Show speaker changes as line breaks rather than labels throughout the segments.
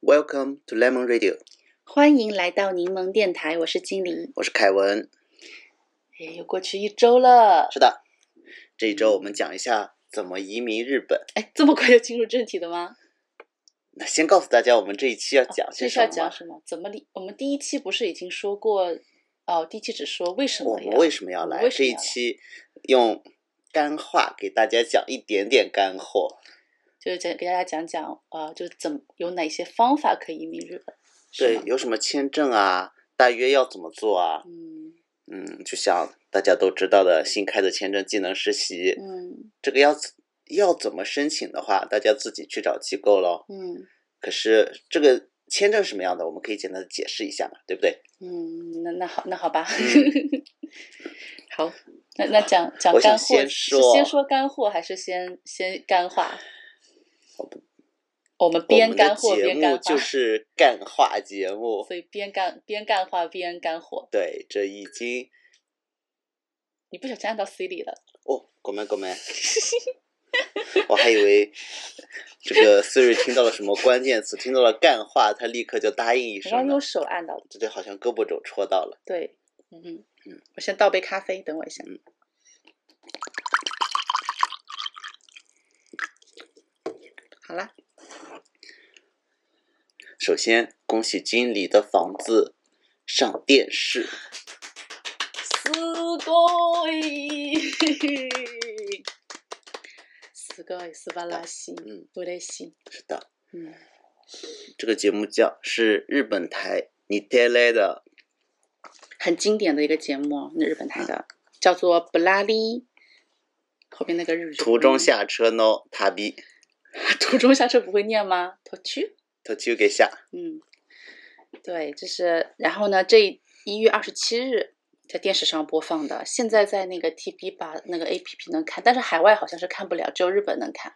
Welcome to Lemon Radio，
欢迎来到柠檬电台，我是金玲。
我是凯文。
哎，又过去一周了，
是的，这一
嗯
周我们讲一下怎么移民日本。
哎，这么快就进入正题了吗？
那先告诉大家，我们这一期要讲些
哦这
什
是
么
要
吗？
讲什么？怎么理？我们第一期不是已经说过？哦，第一期只说为什
我
么呀？
们为什么要来？
为什
这
么
一
要来
期用干话给大家讲一点点干货。
就是讲给大家讲讲，呃，就是怎么有哪些方法可以移民日本？是
对
吗，
有什么签证啊？大约要怎么做啊？
嗯
嗯，就像大家都知道的新开的签证技能实习，
嗯
这个要怎要怎么申请的话，大家自己去找机构喽。
嗯
可是这个签证什么样的，我们可以简单的解释一下嘛，对不对？
嗯，那那好，那好吧，
嗯
好，那那讲讲
我想
干货，
先
是
说
先说干货还是先先干话？
好吧
我们
我
边
们的
干货
节
边干
目
话，
就是干话节目，
所以边干边干话边干货。
对，这已经
你不小心按到 C 里了，
哦，狗妹狗妹，我还以为这个 Siri 听到了什么关键词，听到了干话，他立刻就答应一
我刚
声
用
了，
手按到的。
这就好像胳膊肘戳到了。
对，嗯
嗯
嗯，我先倒杯咖啡，等我一下。好啦，
首先，恭喜经理的房子上电视，
すごい，すごい素晴らしい，
嗯，
嬉しい。
是的。
嗯，
这个节目叫是日本台你带来的，
很经典的一个节目，日本台的，叫做《布拉利》，后面那个日语
途中下车 no 塔比，
途中下车不会念吗？途中。
他就给下
嗯，对，这是然后呢，这一月二十七日在电视上播放的，现在在那个 TB 吧那个 APP 能看，但是海外好像是看不了，只有日本能看。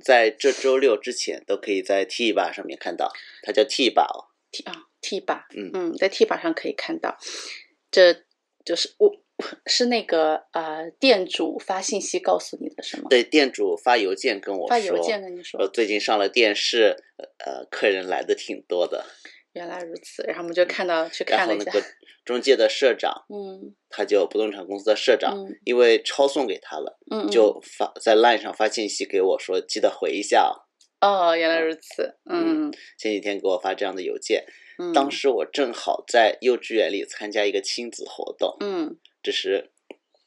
在这周六之前都可以在 T 吧上面看到，它叫 T 吧哦，
T 啊 T 吧，
嗯
嗯，在 T 吧上可以看到，这就是我 是那个呃店主发信息告诉你的是吗？
对，店主发邮件跟我说，呃
发邮件跟你
说
说，
最近上了电视，呃，客人来的挺多的，
原来如此，然后我们就看到去
然
看
后
了一
那
下，
个中介的社长，
嗯
他就不动产公司的社长，
嗯
因为抄送给他了，
嗯，嗯
就发在 LINE 上发信息给我说，记得回一下哦。
哦，原来如此，
嗯
嗯
前几天给我发这样的邮件，
嗯，
当时我正好在幼稚园里参加一个亲子活动，
嗯
这是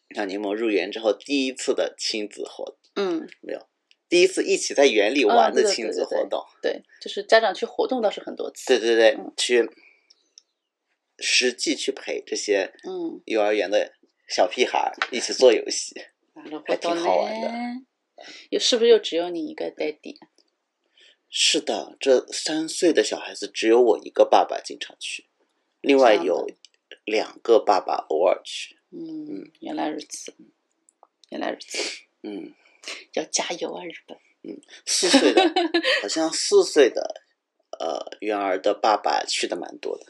让柠檬入园之后第一次的亲子活，
嗯。
没有，第一次一起在园里玩的
嗯对对
亲子活动。
对，就是家长去活动倒是很多次。
对对对
嗯，
去实际去陪这些
嗯，
幼儿园的小屁孩儿一起做游戏。还挺好玩的嗯
的。又是不是又只有你一个 daddy？
是的，这三岁的小孩子只有我一个爸爸经常去，另外
这样的
有两个爸爸偶尔去。
嗯，原来如此，原来如此，
嗯，
要加油啊，日本！
四岁的，好像四岁的呃园儿的爸爸去的蛮多的。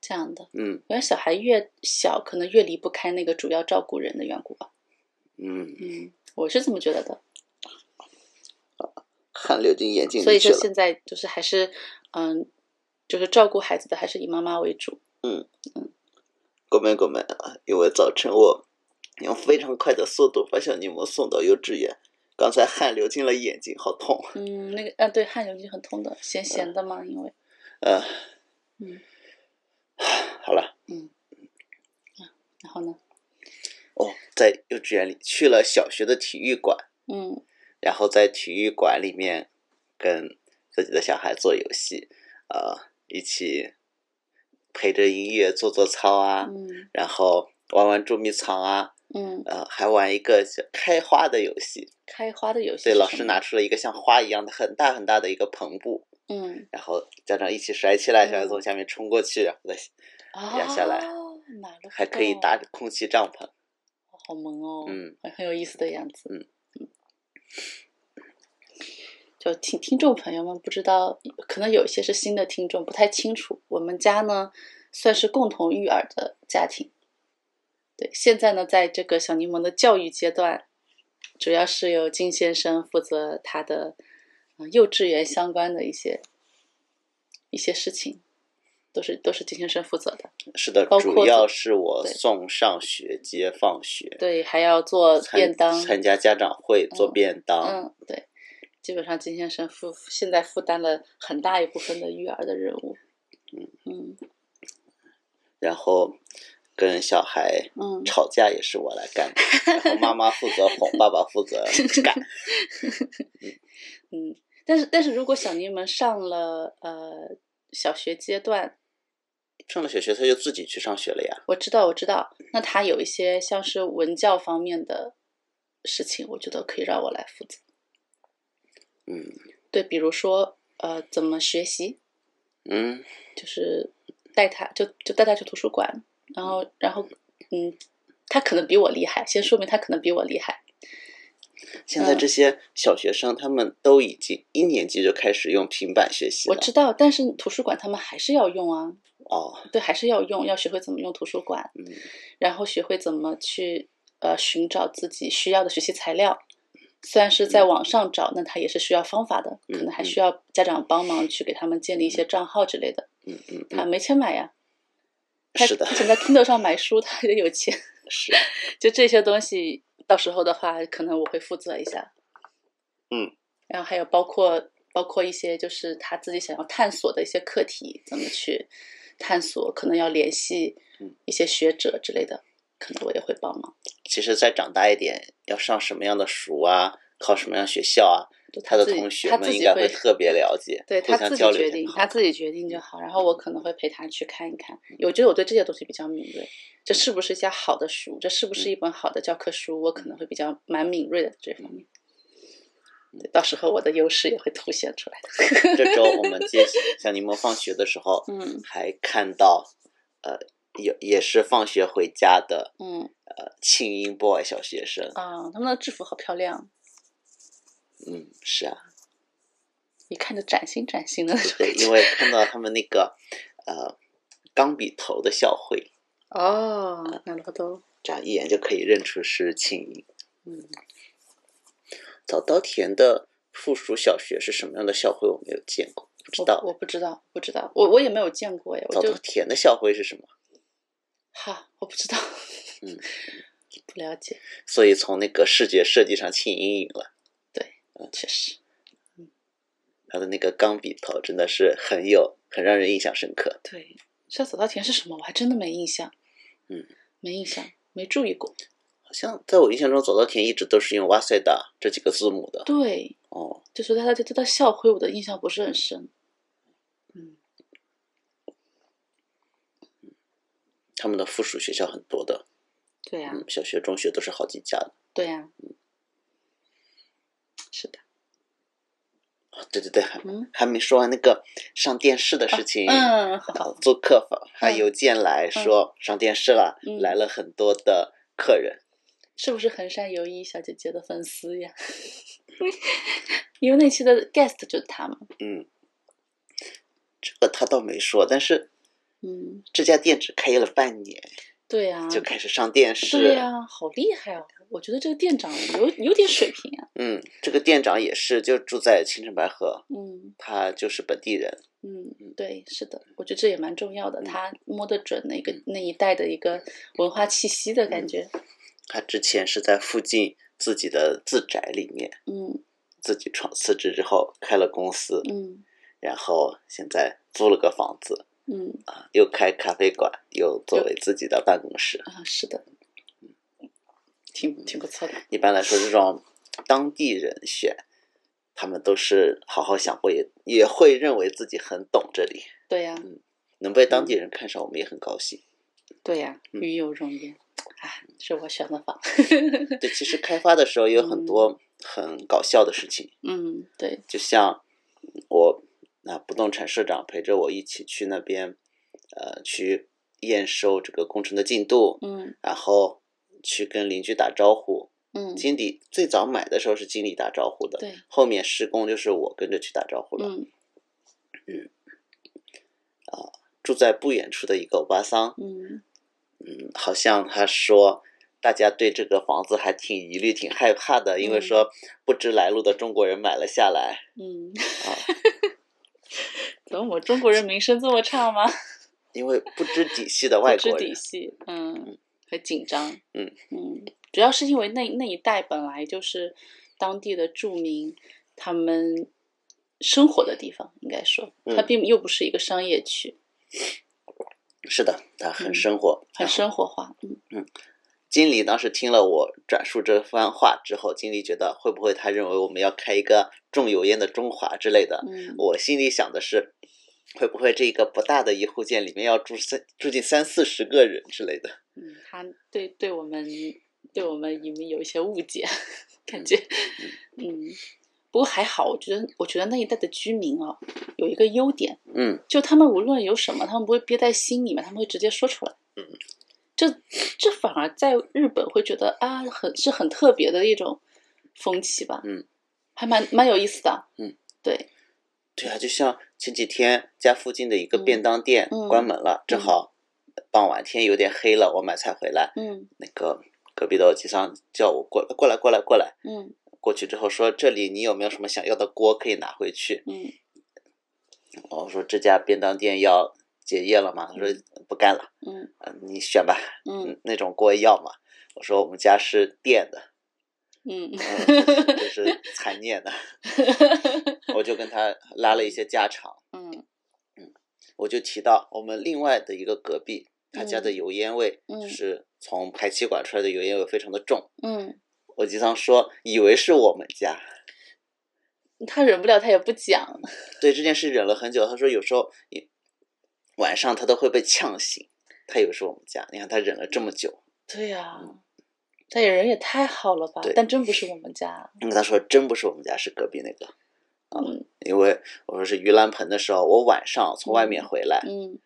这样的，
嗯
原来小孩越小，可能越离不开那个主要照顾人的缘故吧。
嗯，
嗯，我是这么觉得的。
汗流进眼睛
所
里
以
去
说
了。
现在就是还是，嗯，就是照顾孩子的还是以妈妈为主。
狗妹狗妹啊！因为早晨我用非常快的速度把小柠檬送到幼稚园，刚才汗流进了眼睛，好痛。
嗯，那个，啊，对，汗流就很痛的，咸咸的嘛，因为，
呃，
嗯，
好了，
然后呢，
哦，在幼稚园里去了小学的体育馆，
嗯
然后在体育馆里面跟自己的小孩做游戏，呃，一起陪着音乐做做操啊，
嗯
然后玩玩捉迷藏啊，
嗯，
呃，还玩一个叫开花的游戏。
开花的游戏。
对，老师？拿出了一个像花一样的很大很大的一个篷布，
嗯，
然后家长一起甩起来，
嗯
小孩从下面冲过去，然后再
啊，
压下来
哪个
还可以搭着空气帐篷。
好萌哦，
嗯，
很很有意思的样子。
嗯
就听听众朋友们不知道，可能有一些是新的听众，不太清楚。我们家呢，算是共同育儿的家庭。对，现在呢，在这个小柠檬的教育阶段，主要是由金先生负责他的、呃幼稚园相关的一些一些事情，都是都是金先生负责的。
是的，
包括
主要是我
对
送上学、接放学，
对，还要做
参
便当，
参加家长会、做便当，
嗯，对，基本上金先生负现在负担了很大一部分的育儿的任务。嗯
然后跟小孩
嗯，
吵架也是我来干的，然后妈妈负责哄，爸爸负 责干。
嗯，但是但是如果小柠檬上了呃小学阶段，
上了小学，他就自己去上学了呀。
我知道我知道，那他有一些像是文教方面的事情，我觉得可以让我来负责。
嗯
对，比如说呃怎么学习，
嗯，
就是带他就就带他去图书馆，然后然后嗯，他可能比我厉害，先说明他可能比我厉害。
现
嗯
在这些小学生他们都已经一年级就开始用平板学习
我
了。
知道，但是图书馆他们还是要用啊，
哦，
对，还是要用，要学会怎么用图书馆，
嗯
然后学会怎么去呃寻找自己需要的学习材料。虽然是在网上找，那他也是需要方法的，可能
嗯
还
嗯嗯
需要家长帮忙去给他们建立一些账号之类的。
嗯嗯
他
嗯，
没钱买呀，他
是的
他想在 Kindle 上买书，他也有钱。
是。
就这些东西，到时候的话，可能我会负责一下。
嗯，
然后还有包括包括一些就是他自己想要探索的一些课题，怎么去探索，可能要联系
嗯
一些学者之类的，可能我也会帮忙。
其实再长大一点，要上什么样的塾啊，考什么样学校啊，
就
他的
自己
同学
他
们
自
应
己
该会特别了解，
对
互
他
相
自己
交流
决
也
定，
好嗯
他自己决定就好。然后我可能会陪他去看一看，我觉得我对这些东西比较敏锐，
嗯
这是不是一家好的书？这是不是一本好的教科书？我
嗯
可能会比较蛮敏锐的这方面。对，到时候我的优势也会凸显出来的。
这周我们 接小柠檬放学的时候，
嗯
还看到，呃，也也是放学回家的，
嗯
呃，庆英 boy 小学生，
啊，他们的制服好漂亮，
嗯，是啊，
一看就崭新崭新的那种
对，
感
因
觉。
为看到他们那个，呃，钢笔头的校徽，
哦，なるほど。
这样一眼就可以认出是庆英。
嗯，
早稻田的附属小学是什么样的校徽？我没有见过，不知道
我。我不知道，不知道，我我也没有见过哎，
早
我就
稻田的校徽是什么？
哈，我不知道，
嗯，
不了解，
所以从那个视觉设计上庆英赢了。
确实。
他的那个钢笔头真的是很有，很让人印象深刻。
对，像早稻田是什么？我还真的没印象。
嗯，
没印象，没注意过。
好像在我印象中，早稻田一直都是用哇塞哒这几个字母的。
对，
哦，
就是他对对他校徽，我的印象不是很深。嗯，
他们的附属学校很多的，
对呀、
嗯，小学、中学都是好几家的。
对呀、
嗯
是的。
哦对对对，还
嗯
还没说完那个上电视的事情。
嗯，好
啊
好，
做客访还
嗯
邮件来说上电视了，
嗯
来了很多的客人。
是不是横山由依小姐姐的粉丝呀？ 因为那期的 guest 就是他嘛。
嗯，这个他倒没说，但是
嗯，
这家店只开业了半年
对呀、
就开始上电视。
嗯对呀、好厉害哦！我觉得这个店长有有点水平啊。
嗯，这个店长也是，就住在青城白河，
嗯。
他就是本地人。
嗯
嗯，
对，是的，我觉得这也蛮重要的，
嗯
他摸得准那个那一带的一个文化气息的感觉。
他之前是在附近自己的自宅里面
嗯
自己创辞职之后开了公司，
嗯
然后现在租了个房子
嗯
啊，又开咖啡馆，又作为自己的办公室。
啊，是的，嗯挺挺不错的。
一般来说，这种当地人选，他们都是好好想过，也也会认为自己很懂这里，
对呀、
能被当地
嗯
人看上，我们也很高兴。
对呀、
嗯
与有荣焉。哎，是我选的房。
对，其实开发的时候也有很多很搞笑的事情，
嗯，对，
就像我啊，不动产社长陪着我一起去那边，呃，去验收这个工程的进度，
嗯
然后去跟邻居打招呼。
嗯，
经理最早买的时候是经理打招呼的，
对，
后面施工就是我跟着去打招呼了。
嗯
住在不远处的一个欧巴桑，
嗯
嗯，好像他说大家对这个房子还挺疑虑、挺害怕的，因为
嗯
说不知来路的中国人买了下来
嗯，
啊，
怎能我们中国人名声这么差吗？
因为不知底细的
不
外
知
国
底
人，
细，嗯，很紧张，
嗯
嗯，主要是因为那那一带本来就是当地的住民他们生活的地方，应该说
嗯
它并又不是一个商业区，
是的，他很
嗯
生活。
很生活化，嗯，
经理当时听了我转述这番话之后，经理觉得会不会他认为我们要开一个重油烟的中华之类的？
嗯
我心里想的是，会不会这个不大的一户建里面要住三住进三四十个人之类的？
嗯，他对对我们对我们移民有一些误解，感觉，嗯，不过还好，我觉得我觉得那一带的居民啊、有一个优点，
嗯，
就他们无论有什么，他们不会憋在心里面，他们会直接说出来。
嗯，
这这反而在日本会觉得啊，很是很特别的一种风气吧。
嗯，
还蛮蛮有意思的。
嗯，
对，
对啊，就像前几天家附近的一个
嗯
便当店
嗯
关门了，正好傍晚天有点黑了，我买菜回来，
嗯
那个隔壁的欧吉桑叫我过来，过来，过来，过来。
嗯
过去之后说：“这里你有没有什么想要的锅可以拿回去
嗯，？”
哦，我说：“这家便当店要结业了吗？”他说：“不干了，
嗯
呃你选吧，
嗯
嗯那种锅要吗？”我说：“我们家是电 的，
嗯
嗯就是就是残念的。” 我就跟他拉了一些家常。
嗯
我就提到我们另外的一个隔壁，他家的
嗯
油烟味
嗯
就是从排气管出来的油烟味非常的重。
嗯，
我经常说，以为是我们家，
嗯他忍不了，他也不讲。
对这件事忍了很久。他说有时候一晚上他都会被呛醒，他以为是我们家。你看他忍了这么久，
对呀、他也人也太好了吧
对？
但真不是我们家。
我跟他说真不是我们家，是隔壁那个。啊
嗯
因为我说是盂兰盆的时候，我晚上从外面回来，
嗯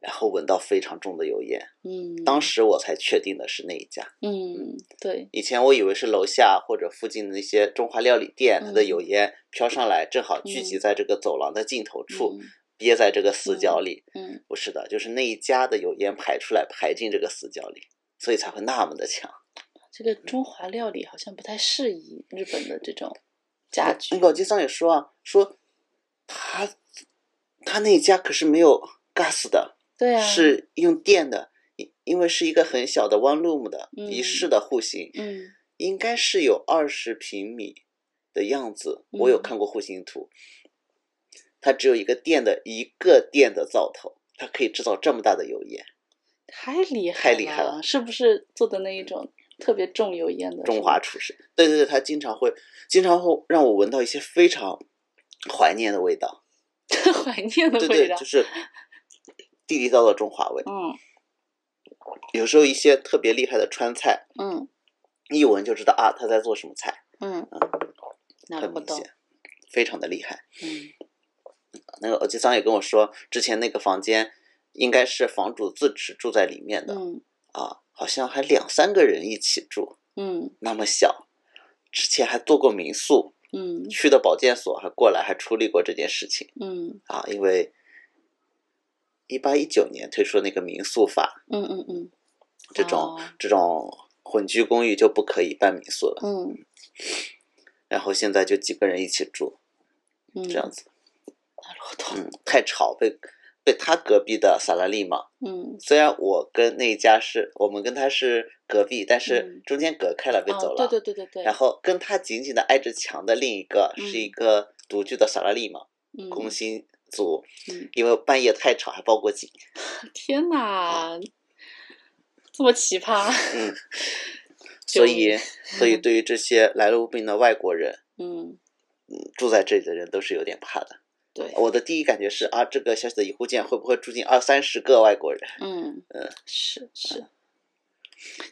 然后闻到非常重的油烟，
嗯，
当时我才确定的是那一家。
嗯对，
以前我以为是楼下或者附近的那些中华料理店，它的
嗯
油烟飘上来，正好聚集
嗯
在这个走廊的尽头处，憋在这个死角里。
嗯。嗯
不是的，就是那一家的油烟排出来，排进这个死角里，所以才会那么的强。
这个中华料理好像不太适宜日本的这种家居
那。个经商也说啊，说他他那一家可是没有 gas 的，
对啊，，
是用电的，因因为是一个很小的 one room 的
嗯
一室的户型，
嗯
应该是有二十平米的样子，我有
嗯
看过户型图，它只有一个电的一个电的灶头，它可以制造这么大的油烟。
太厉害
太厉害了
是不是做的那一种特别重油烟的
中 华？厨师，对对对，他经常会经常会让我闻到一些非常怀念的味 道，
是吗怀念的
对
味
对，
道。
就是地地道道中华味。
嗯
有时候一些特别厉害的川菜，
嗯
一闻就知道啊他在做什么菜，
嗯，哪
很
不
明
懂？
显，非常的厉害。
嗯
那个耳机桑也跟我说，之前那个房间应该是房主自己住在里面的、
嗯
啊，好像还两三个人一起住，
嗯
那么小。之前还做过民宿，
嗯
区的保健所还过来还处理过这件事情
嗯
啊，因为一八一九年推出那个民宿法，
嗯嗯嗯
这种、
哦
这种混居公寓就不可以办民宿了，
嗯
然后现在就几个人一起住
嗯，
这样子，
哪不懂？
嗯，太吵被被他隔壁的萨拉利嘛
嗯，
虽然我跟那一家是我们跟他是隔壁，但是
嗯
中间隔开了，被走
哦，
了。
对对对对对，
然后跟他紧紧的挨着墙的另一个
嗯
是一个独居的萨拉利嘛，
嗯
工薪族，
嗯
因为半夜太吵还报过警。
天哪，这么奇 葩，
嗯，所
救命
以所 以对于这些来路不明的外国人，
嗯，
嗯，住在这里的人都是有点怕的。
对，
我的第一感觉是啊，这个小小的一户建会不会住进二三十个外国人？
嗯
呃，
是是。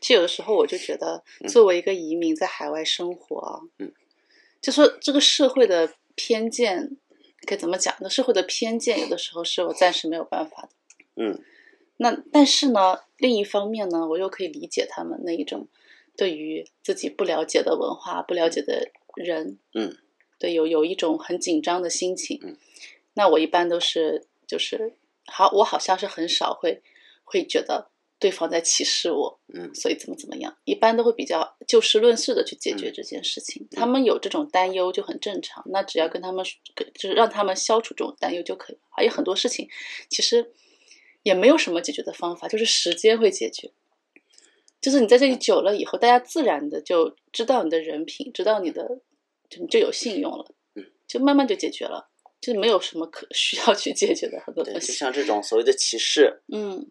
其实有的时候我就觉得
嗯，
作为一个移民在海外生活啊，
嗯，
就说这个社会的偏见，该怎么讲呢？社会的偏见有的时候是我暂时没有办法的。
嗯
那但是呢，另一方面呢，我又可以理解他们那一种对于自己不了解的文化、不了解的人，
嗯，
对，有有一种很紧张的心情。
嗯，
那我一般都是就是好，我好像是很少会会觉得对方在歧视我，
嗯
所以怎么怎么样，一般都会比较就事论事的去解
嗯
决这件事情。他们有这种担忧就很正常，那只要跟他们说跟就是让他们消除这种担忧就可以了。还有很多事情其实也没有什么解决的方法，就是时间会解决。就是你在这里久了以后，大家自然的就知道你的人品，知道你的就你就有信用了
嗯，
就慢慢就解决了，就是没有什么可 需要去解决的很多
对，
东
就
西。
像这种所谓的歧视，
嗯，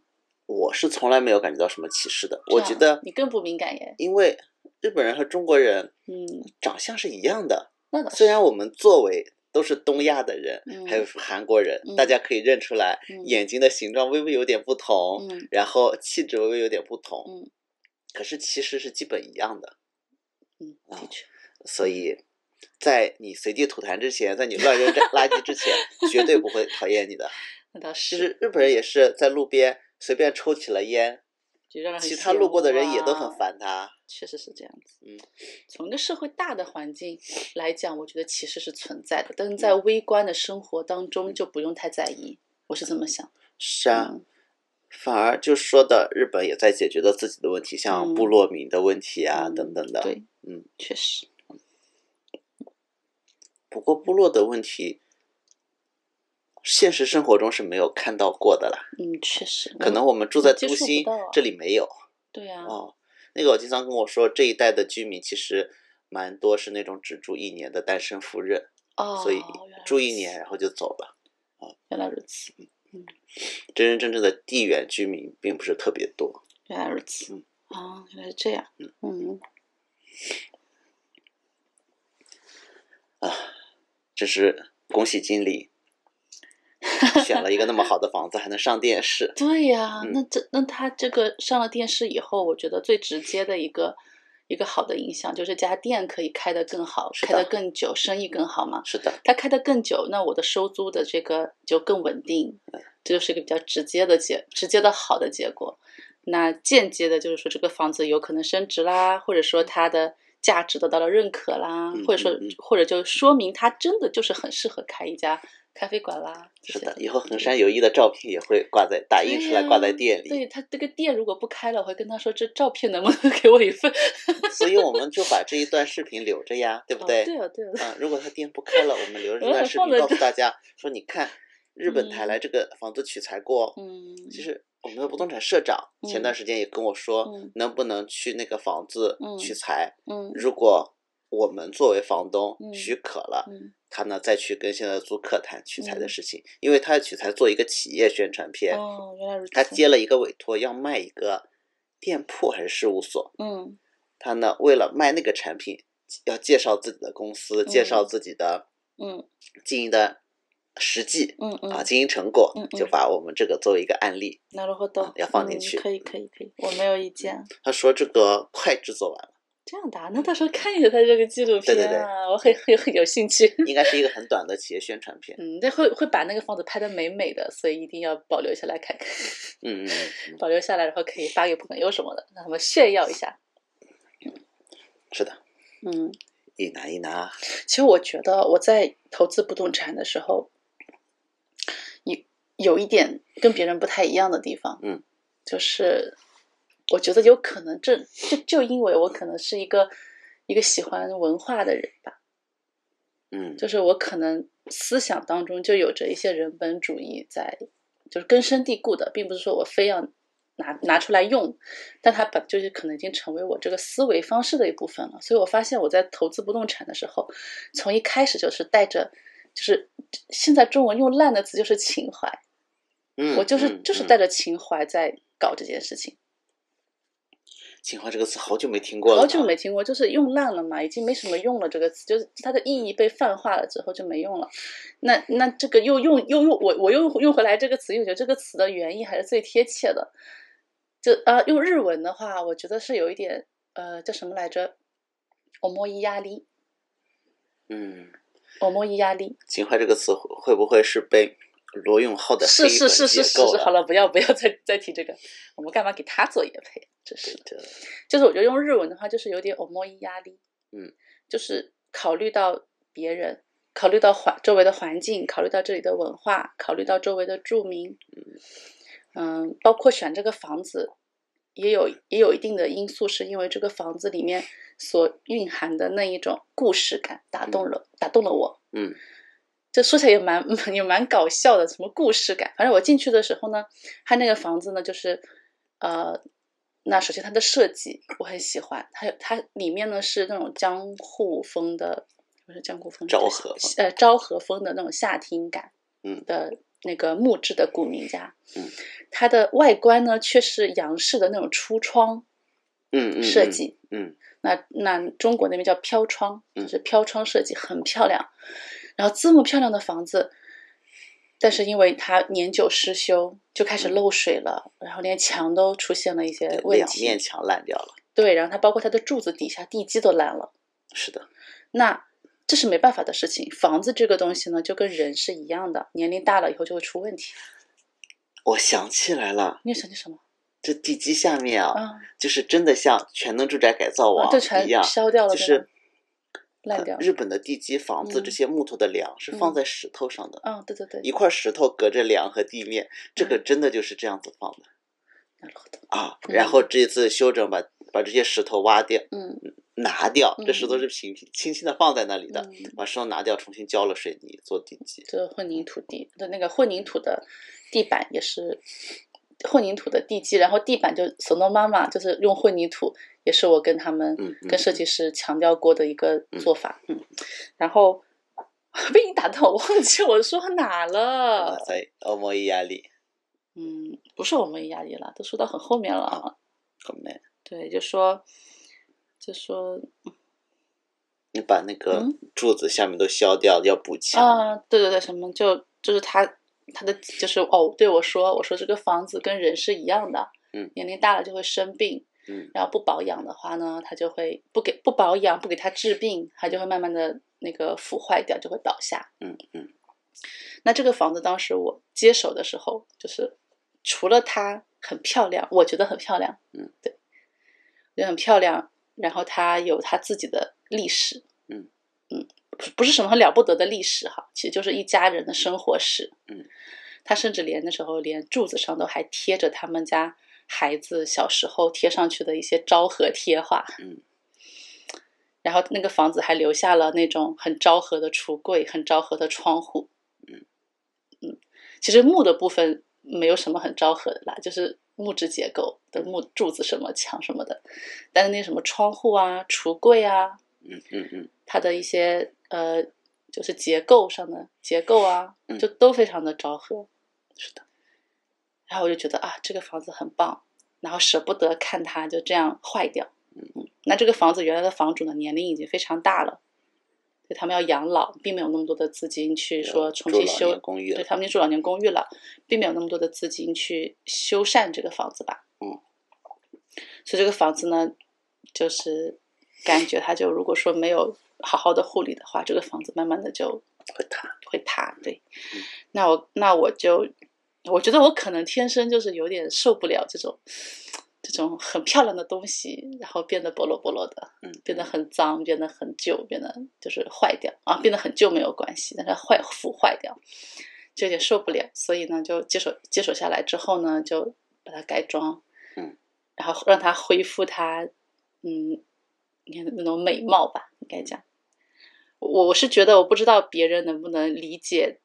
我是从来没有感觉到什么歧视的。我
是啊
觉得，
你更不敏感耶。
因为日本人和中国人
嗯，
长相是一样的，
那倒是。
虽然我们作为都是东亚的人，
嗯
还有韩国人，
嗯
大家可以认出来，
嗯
眼睛的形状微微有点不同，
嗯
然后气质微微有点不同，
嗯
可是其实是基本一样的。
嗯，
啊
的确，
所以，在你随地吐痰之前，在你乱扔垃圾之前，绝对不会讨厌你的。
那倒
其
是，
实日本人也是在路边随便抽起了烟，
就让人很
其他
羡
路过的
慕
人也都很
啊。
烦他。
确实是这样子。
嗯，
从一个社会大的环境来讲，我觉得歧视是存在的，但是
嗯
在微观的生活当中就不用太在意。我是这么想。
是啊，反而就说的日本也在解决着自己的问题，像
嗯
部落民的问题啊、
嗯
等等的。
对，
嗯，
确实，
不过部落的问题，现实生活中是没有看到过的啦。
嗯，确实，
可
我
能我们住在
嗯接
都
触不
心，
到啊
这里没有
对啊，
哦。那个我经常跟我说，这一带的居民其实蛮多是那种只住一年的单身赴任，
哦，
所以
原来
住
如
一
此
年，嗯然后就走了。
原来如此，
真真正正的地缘居民并不是特别多。
原来如此
嗯，
哦，原来是这样，嗯，
只是恭喜经 理选了一个那么好的房子，还能上电视。
对呀、
嗯
那这那他这个上了电视以后，我觉得最直接的一个一个好的影响就是这家店可以开得更好，
是
开得
的嗯
更久，生意更好嘛。
是的，
他开得更久，那我的收租的这个就更稳定，
嗯
这就是一个比较直接的结，直接的好的结果。那间接的就是说，这个房子有可能升值啦，或者说它的价值得到了认可啦，
嗯
或者说
嗯嗯
或者就说明它真的就是很适合开一家咖啡馆啦。这
是
些
的，以后衡山友谊的照片也会挂在打印出来挂在店里，
对他这个店如果不开了，我会跟他说这照片能不能 给我一份，
所以我们就把这一段视频留着呀，对不
哦、对啊， 对啊，
啊、如果他店不开了，我们留着这段视
放在
频，告诉
这
大家说，你看日本台
嗯
来这个房子取材过。
嗯，
其实我们的不动产社长前段
嗯
时间也跟我说，
嗯
能不能去那个房子
嗯
取材？
嗯
如果我们作为房东
嗯
许可了，
嗯
他呢再去跟现在的租客谈取材的
嗯
事情，因为他要取材做一个企业宣传片，
哦，原来如此，
他接了一个委托，要卖一个店铺还是事务所。
嗯
他呢，为了卖那个产品，要介绍自己的公司，介绍自己的
嗯
经营的实际、
嗯嗯
啊，经营成果，
嗯嗯
就把我们这个作为一个案例。
なるほど
啊，要放进
嗯
去
可以可以可以，我没有意见。
他说这个快制作完了，
这样的啊，那到时候看一下他这个纪录
嗯对
片啊，
对对
我很很很有兴趣。
应该是一个很短的企业宣传片。
嗯，这会会把那个房子拍的美美的，所以一定要保留下来看看，
嗯嗯嗯，嗯
保留下来，然后可以发给朋友什么的，让他们炫耀一下。
是的，
嗯，
一拿一拿，
其实我觉得我在投资不动产的时候，有有一点跟别人不太一样的地方，
嗯，
就是我觉得有可能这就就因为我可能是一个一个喜欢文化的人吧，
嗯，
就是我可能思想当中就有着一些人本主义在，就是根深蒂固的，并不是说我非要拿拿出来用，但它本就是可能已经成为我这个思维方式的一部分了。所以我发现我在投资不动产的时候，从一开始就是带着，就是现在中文用烂的词就是情怀，
嗯
我就是
嗯
就是
嗯
带着情怀在搞这件事情。
情怀这个词好久没听过了，
好久没，听过，就是用烂了嘛，已经没什么用了。这个词就是它的意义被泛化了之后就没用了。那那这个又用又用我我又用回来这个词，又觉得这个词的原意还是最贴切的。就啊、呃用日文的话，我觉得是有一点呃叫什么来着？我摸一压力，
嗯，
我摸一压力。
情怀这个词会会不会是被罗永浩的
是
黑
是
粉
是是
解
是
构
是，
了
好了，不要不要再再提这个，我们干嘛给他做也配？真是
对
的。
的，
就是我觉得用日文的话，就是有点 omoi 压力，
嗯，
就是考虑到别人，考虑到环周围的环境，考虑到这里的文化，考虑到周围的住民，嗯，包括选这个房子，也有也有一定的因素，是因为这个房子里面所蕴含的那一种故事感打动了、打动了我。
嗯，
这说起来也蛮 也蛮搞笑的，什么故事感？反正我进去的时候呢，它那个房子呢，就是呃，那首先它的设计我很喜欢，它有它里面呢是那种江户风的，不是江户风，
昭
就是
和风
呃昭和风的那种夏厅感，
嗯
的那个木质的古民家，
嗯，
它的外观呢却是洋式的那种橱窗
嗯嗯，
设计，
嗯，
那那中国那边叫飘窗，
嗯
就是飘窗设计很漂亮。然后这么漂亮的房子，但是因为它年久失修，就开始漏水了，然后连墙都出现了一些
嗯，
问
两
题。
面墙烂掉了，
对，然后它包括它的柱子底下地基都烂了。
是的，
那这是没办法的事情。房子这个东西呢，就跟人是一样的，年龄大了以后就会出问题。
我想起来了，
你又想起什么
这地基下面啊，
啊？
就是真的像全能住宅改造
啊，
网
这全
一样，
烧掉了，
就
对吧
是
烂
呃
掉了。
日本的地基、房子
嗯
这些木头的梁是
嗯
放在石头上的，
嗯，对对对
一，块石头隔着梁和地面，这个
嗯
真的就是这样子放的
なるほど
啊。
嗯
然后这次修整把把这些石头挖掉、
嗯
拿掉，这
嗯
石头是平平轻轻的放在那里的，
嗯。
把石头拿掉，重新浇了水泥做地基。
这混凝土地的那个混凝土的地板也是混凝土的地基，然后地板就 Sono 妈妈就是用混凝土，也是我跟他们、
嗯嗯
跟设计师强调过的一个
嗯
做法。嗯，然后被你打断，我忘记我说哪了
啊，。所以欧摩伊压力
嗯，不是我们压力了，都说到很后面了啊。
很美。
对，就说就说
你把那个
嗯
柱子下面都削掉，要补墙。
啊，对对对，什么就就是他他的就是哦，对我说我说这个房子跟人是一样的，
嗯
年龄大了就会生病，
嗯
然后不保养的话呢，它就会不给不保养不给它治病，它就会慢慢的那个腐坏掉，就会倒下。
嗯嗯
那这个房子当时我接手的时候，就是除了它很漂亮，我觉得很漂亮，
嗯，
对，也很漂亮。然后它有它自己的历史，
嗯
嗯，不不是什么很了不得的历史哈，其实就是一家人的生活史，
嗯。
他甚至连那时候连柱子上都还贴着他们家孩子小时候贴上去的一些昭和贴画，
嗯。
然后那个房子还留下了那种很昭和的橱柜、很昭和的窗户，其实木的部分没有什么很昭和的啦，就是木质结构的木柱子什么墙什么的，但是那什么窗户啊、橱柜啊，
嗯嗯嗯，
它的一些呃，就是结构上的结构啊
嗯，
就都非常的昭和。是的，然后我就觉得啊，这个房子很棒，然后舍不得看它就这样坏掉。嗯，那这个房子原来的房主呢，年龄已经非常大了。对他们要养老，并没有那么多的资金去说重
住
新
老
修
年公寓
对
了。
他们就住老年公寓了，并没有那么多的资金去修缮这个房子吧。
嗯，
所以这个房子呢，就是感觉它就如果说没有好好的护理的话，这个房子慢慢的就
会塌，
会塌。对，
嗯
那我那我就我觉得我可能天生就是有点受不了这种这种很漂亮的东西，然后变得剥落剥落的，
嗯，
变得很脏，变得很旧，变得就是坏掉啊，变得很旧没有关系，但是它坏腐坏掉，就有点受不了，所以呢，就接手接手下来之后呢，就把它改装，
嗯，
然后让它恢复它，嗯，你看那种美貌吧，应该讲。我我是觉得，我不知道别人能不能理解，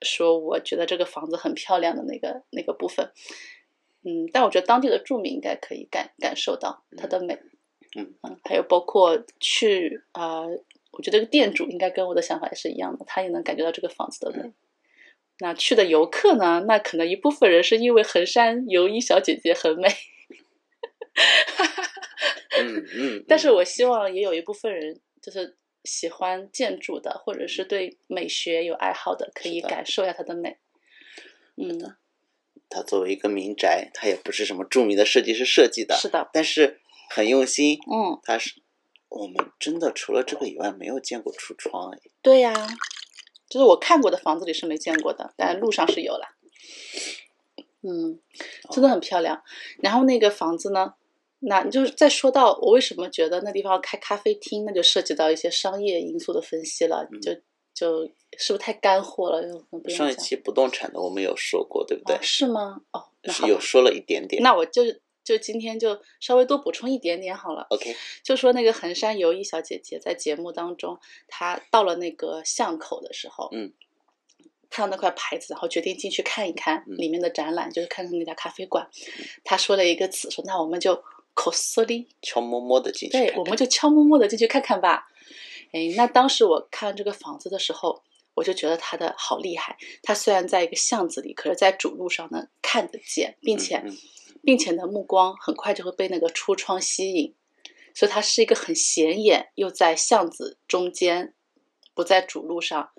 说我觉得这个房子很漂亮的那个那个部分，嗯，但我觉得当地的住民应该可以感感受到它的美，
嗯
还有包括去啊、呃我觉得这个店主应该跟我的想法也是一样的，他也能感觉到这个房子的美。
嗯
那去的游客呢？那可能一部分人是因为衡山游一小姐姐很美，
嗯嗯，
但是
嗯
我希望也有一部分人就是喜欢建筑的，或者是对美学有爱好的，可以
嗯是的
感受一下它的美。嗯，
它作为一个民宅，它也不是什么著名的设计师设计的，
是的，
但是很用心。
嗯，
它是我们真的除了这个以外没有见过橱窗哎，
对呀、就是我看过的房子里是没见过的，但路上是有啦。嗯，真的很漂亮。然后那个房子呢，那你就是再说到我为什么觉得那地方要开咖啡厅，那就涉及到一些商业因素的分析了，
嗯
就就是不是太干货了，就不用
上一
讲。
期不动产的我们有说过，对不对
哦，？是吗？哦，那
是
好吧
有说了一点点。
那我就是就今天就稍微多补充一点点好了。
OK，
就说那个横山由依小姐姐在节目当中，她到了那个巷口的时候，
嗯，
看到那块牌子，然后决定进去看一看
嗯
里面的展览，就是看看那家咖啡馆。她说了一个词，说那我们就 c o s l y
悄摸摸的进去看
对
看，，
我们就悄摸摸的进去看看吧。哎，那当时我看这个房子的时候，我就觉得它的好厉害。它虽然在一个巷子里，可是在主路上呢看得见，并且、
嗯嗯
并且呢目光很快就会被那个橱窗吸引，所以它是一个很显眼又在巷子中间，不在主路上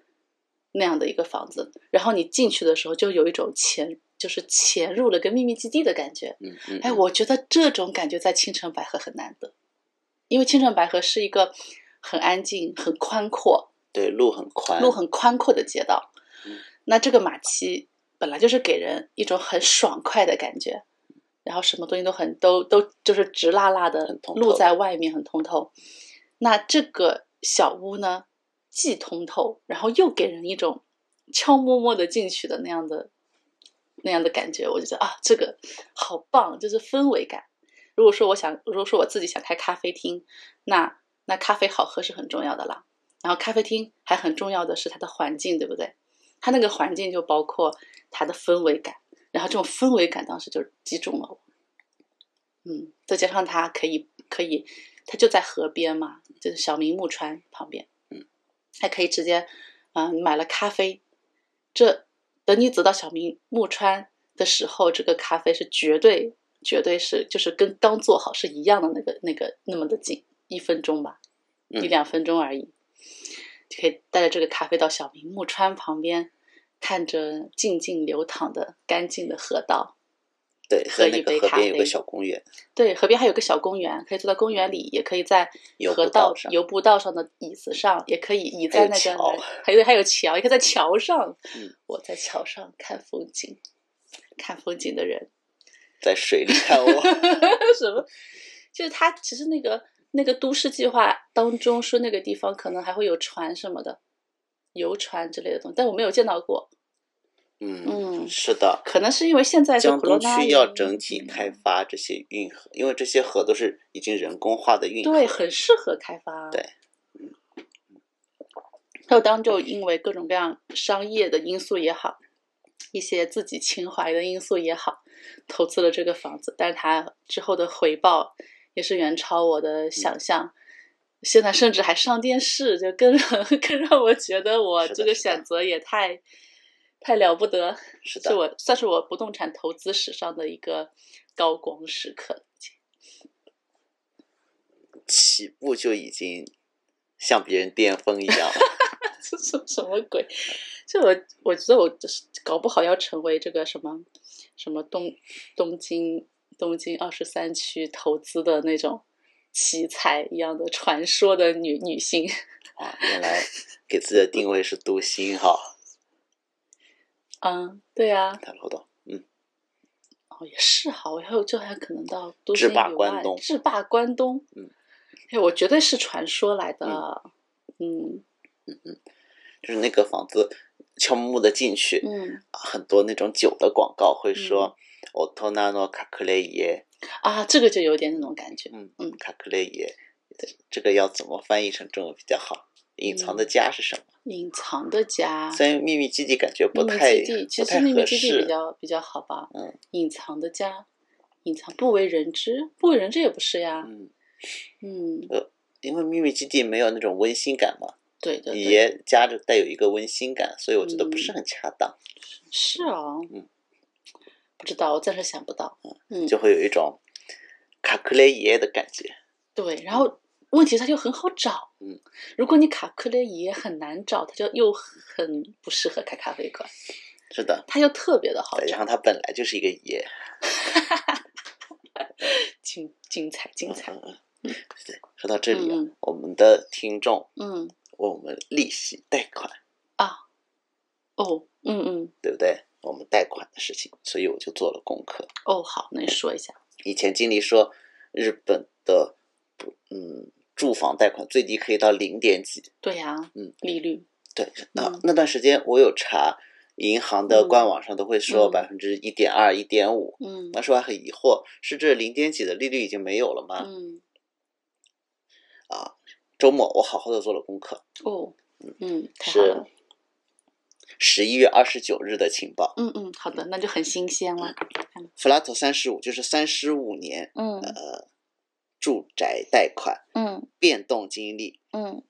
那样的一个房子。然后你进去的时候，就有一种潜就是潜入了个秘密基地的感觉。
嗯嗯，
哎，
嗯
我觉得这种感觉在青城白河很难得，因为青城白河是一个很安静、很宽阔、
对路很宽，
路很宽阔的街道
嗯。
那这个马七本来就是给人一种很爽快的感觉，然后什么东西都很都都就是直辣辣的
很通透
路在外面很通透。那这个小屋呢，既通透，然后又给人一种悄摸摸的进去的那样的那样的感觉，我就觉得啊，这个好棒，就是氛围感。如果说我想，如果说我自己想开咖啡厅，那那咖啡好喝是很重要的啦。然后咖啡厅还很重要的是它的环境，对不对？它那个环境就包括它的氛围感，然后这种氛围感当时就击中了我。嗯，再加上它可以可以，它就在河边嘛，就是小明木川旁边，
嗯，
还可以直接，嗯、买了咖啡，这等你走到小明木川的时候，这个咖啡是绝对绝对是就是跟刚做好是一样的那个那个那么的近，一分钟吧，
嗯
一两分钟而已，就可以带着这个咖啡到小明木川旁边，看着静静流淌的干净的河道，
对，
喝
在
一
那
杯
个河
咖
边有
啡
个小公园，
对，河边还有个小公园，可以坐在公园里，也可以在
游
河
步
道
道上
游步道上的椅子上，也可以倚
还
在
有
那个
桥
栏还有还有桥，也可以在桥上。
嗯
我在桥上看风景，看风景的人
在水里看我，
什么？就是他其实那个那个都市计划当中说那个地方可能还会有船什么的，游船之类的东西，但我没有见到过。嗯
嗯，是的。
可能是因为现在是
江东
corona
区要
原因
整体开发这些运河，因为这些河都是已经人工化的运河。
对，很适合开发。
对，
还有当就因为各种各样商业的因素也好，一些自己情怀的因素也好，投资了这个房子，但是它之后的回报也是远超我
嗯
的想象。现在甚至还上电视，就更让更让我觉得我
是的
这
是的
个选择也太太了不得，
是
是
的，
我算是我不动产投资史上的一个高光时刻。
起步就已经像别人巅峰一样了。
这是 什么鬼？就我我觉得我就是搞不好要成为这个什么什么东东京东京二十三区投资的那种奇才一样的传说的女女性。
啊，原来给自己的定位是读心哈，
嗯，对啊，
他说道，嗯，
哦也是哈，我还有就还可能到都
制
京
霸
以
关
外
东
制霸关东。
嗯，
哎，我绝对是传说来的。嗯
就是那个房子悄摸摸的进去，
嗯
很多那种酒的广告会说，哦、托纳诺卡克雷耶，
啊，这个就有点那种感觉。
嗯
嗯
卡克雷耶，这个要怎么翻译成中文比较好？隐藏
嗯
的家是什么？
隐藏的家。
虽然秘密基地感觉
啊秘
不
密
太
基地，其
不
实
太
秘密
合
基地比
适，
较比较好吧。
嗯，
隐藏的家，隐藏不为人知，不为人知也不是呀。
嗯，
嗯，
呃因为秘密基地没有那种温馨感嘛，
对对对，
也夹着带有一个温馨感，所以我觉得不是
嗯
很恰当。
是啊。
嗯，
不知道，我暂时想不到。嗯，
就会有一种卡克雷耶的感觉。
对，然后问题是它就很好找。
嗯，
如果你卡克雷也很难找，它就又很不适合开咖啡馆，
是的，
它又特别的好
再加
找，
上它本来就是一个爷，
精精彩精彩。
嗯嗯对说到这里、啊，
嗯嗯
我们的听众
嗯，
问我们利息贷款，
哦，嗯嗯，
对不对？我们贷款的事情，所以我就做了功课。
哦，好，
嗯
那你说一下。
以前经理说，日本的不嗯住房贷款最低可以到零点几，
对呀，
嗯，
利率，
对，那、
嗯
那段时间我有查银行的
嗯
官网上都会说
嗯
百分之一点二、一点五。
嗯
那时候还很疑惑，是这零点几的利率已经没有了吗？啊
嗯
周末我好好的做了功课，
哦嗯太好
是
了，
十一月二十九日的情报，
嗯嗯好的，那就很新鲜了，
弗拉图三十五就是三十五年
嗯
住宅贷款
嗯
变动金利
嗯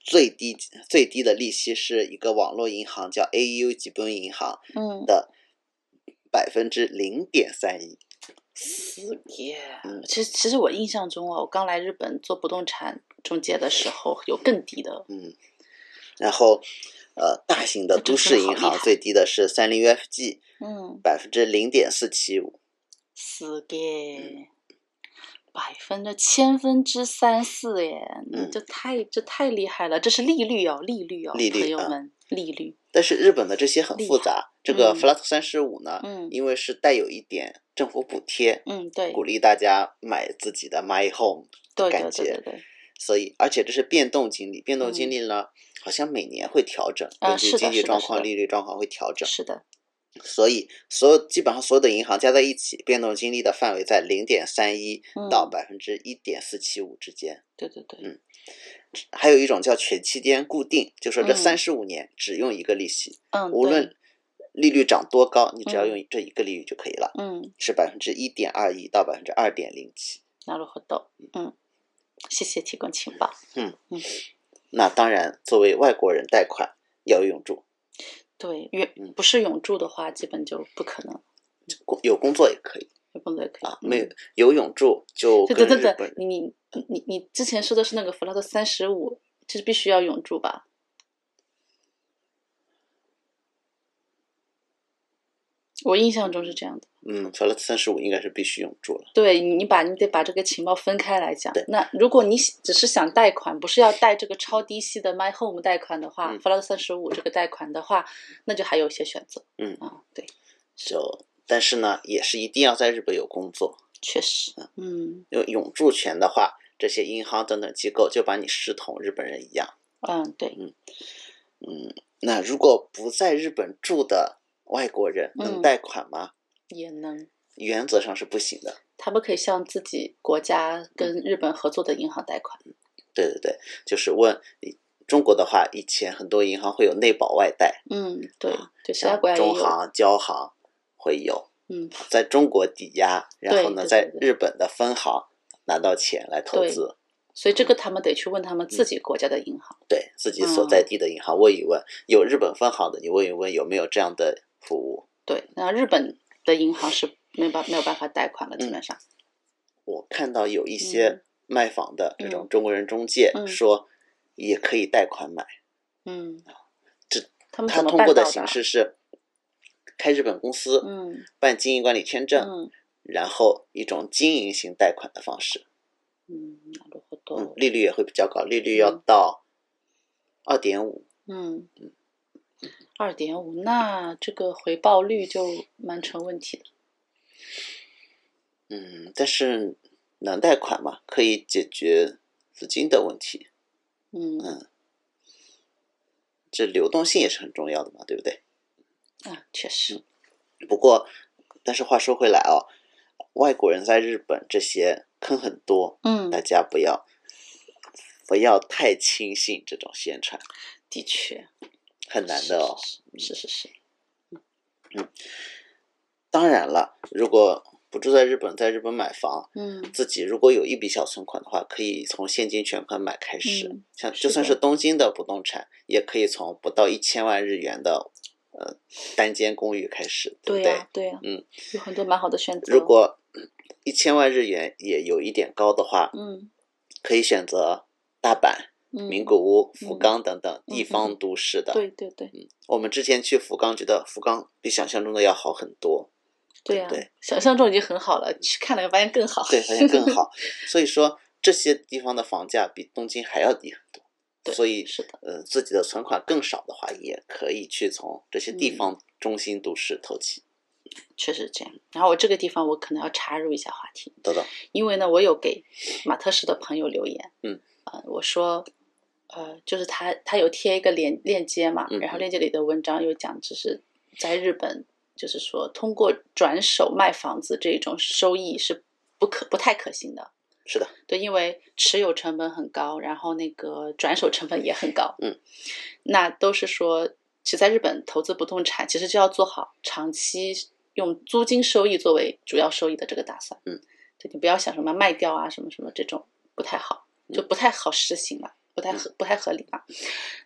最低最低的利息是一个网络银行叫 AU 吉本银行
嗯，
的百分之零点三一，
四耶
嗯
其实其实我印象中哦，我刚来日本做不动产中介的时候有更低的，
嗯，然后呃大型的
这真
都市
的好
银
厉
行
害
最低的是三菱 UFG
嗯
百分之零点四七五，
四耶。百分之千分之三四耶，那
嗯
就太这太厉害了，这是利率哦，利率哦，
利率
朋友
啊
们，利率，
但是日本的这些很
厉
复
害
杂，这个
嗯
flat 三十五呢，
嗯
因为是带有一点政府补贴，
嗯，对，
鼓励大家买自己的 my home 的
对对
感
对对
觉，
对，
所以而且这是变动金利，变动金
嗯
利呢，好像每年会调整，
啊
根据
是的
经济
是的
状
是
况、
的
利率状况会调整，
是的，
所以所有基本上所有的银行加在一起，变动金利的范围在零点三一到
嗯
百分之一点四七五之间。
对对对，
嗯还有一种叫全期间固定，就说这
嗯
三十五年只用一个利息，
嗯，
无
对
论利率涨多高，你只要
嗯
用这一个利率就可以了，
嗯，
是百分之一点二一到百分之二点零七。
なるほど，嗯，谢谢提供情报，
那当然，作为外国人贷款要永住，
对，永
嗯
不是永住的话，基本就不可能，
工有工作也可以
有工作也可以
啊，没有
嗯
有永住就
对对
跟
对
日
对
本，
你你你你之前说的是那个弗拉德三十五，就是必须要永住吧？我印象中是这样的，
嗯，除了三十五应该是必须永住了。
对你你把你得把这个情报分开来讲
对。
那如果你喜只是想贷款，不是要贷这个超低息的 My Home 贷款的话，
嗯
弗拉德三十五这个贷款的话，那就还有一些选择。
嗯
啊，对，
就但是呢，也是一定要在日本有工作，
确实，嗯
因为永住权的话，这些银行等等机构就把你视同日本人一样。嗯
嗯，对，
那如果不在日本住的外国人能
嗯
贷款吗？
也能。
原则上是不行的。
他们可以向自己国家跟日本合作的银行贷款。
对对对，就是问中国的话，以前很多银行会有内保外贷，
嗯，对
啊，
对，其他
像
国家也
中
有。
行、交行会有，
嗯，
在中国抵押，然后呢，
对对
在
对
日本的分行拿到钱来投
对
资，
所以这个他们得去问他们
嗯
自己国家的银行。
对自己所
嗯
在地的银行问一问，有日本分行的，你问一问有没有这样的服务。
对，那日本的银行是没办没有办法贷款了，基
嗯
本上。
我看到有一些
嗯
卖房的这种
嗯
中国人中介
嗯
说，也可以贷款买。
嗯，
哦这
他们
他
怎么
通
办
过的
到
形
啊
式是开日本公司，
嗯
办经营管理签证，
嗯
然后一种经营型贷款的方式，
嗯，なるほ
嗯
ど。
利率也会比较高，利率要
嗯
到二点五，
嗯，二点五，那这个回报率就蛮成问题的。
嗯，但是能贷款嘛，可以解决资金的问题，
嗯
嗯这流动性也是很重要的嘛，对不对？
啊，确实。
不过，但是话说回来哦，外国人在日本这些坑很多，
嗯，
大家不要不要太轻信这种宣传，
的确。
很难的哦。
是是是是是。
当然了，如果不住在日本，在日本买房，
嗯
自己如果有一笔小存款的话，可以从现金全款买开始。
嗯
像
是
就算
的
是东京的不动产，也可以从不到一千万日元的呃单间公寓开始，不
对
对？
呀、对呀、
嗯，
有很多蛮好的选择。
如果一千万日元也有一点高的话，
嗯
可以选择大阪、
嗯，
名古屋、福
嗯
冈等等地
嗯嗯
方都市的。嗯
对对对
我们之前去福冈，觉得福冈比想象中的要好很多。
对呀、
对嗯
想象中已经很好了，去看了发现更好。
对，发现更。 好。所以说这些地方的房价比东京还要低很多，
对
所以
是的，
呃自己的存款更少的话，也可以去从这些
嗯
地方中心都市投起。
确实这样。然后我这个地方我可能要插入一下话题，
等等，
因为呢，我有给马特石的朋友留言，
嗯，
呃，我说，呃，就是他他有贴一个链链接嘛，
嗯
然后
嗯
链接里的文章有讲，就是在日本，就是说通过转手卖房子这种收益是不可不太可行的。
是的，
对，因为持有成本很高，然后那个转手成本也很高。
嗯，
那都是说，其实在日本投资不动产，其实就要做好长期用租金收益作为主要收益的这个打算。
嗯，
对你不要想什么卖掉啊，什么什么这种不太好，
嗯
就不太好实行了。不太合不太合理嘛，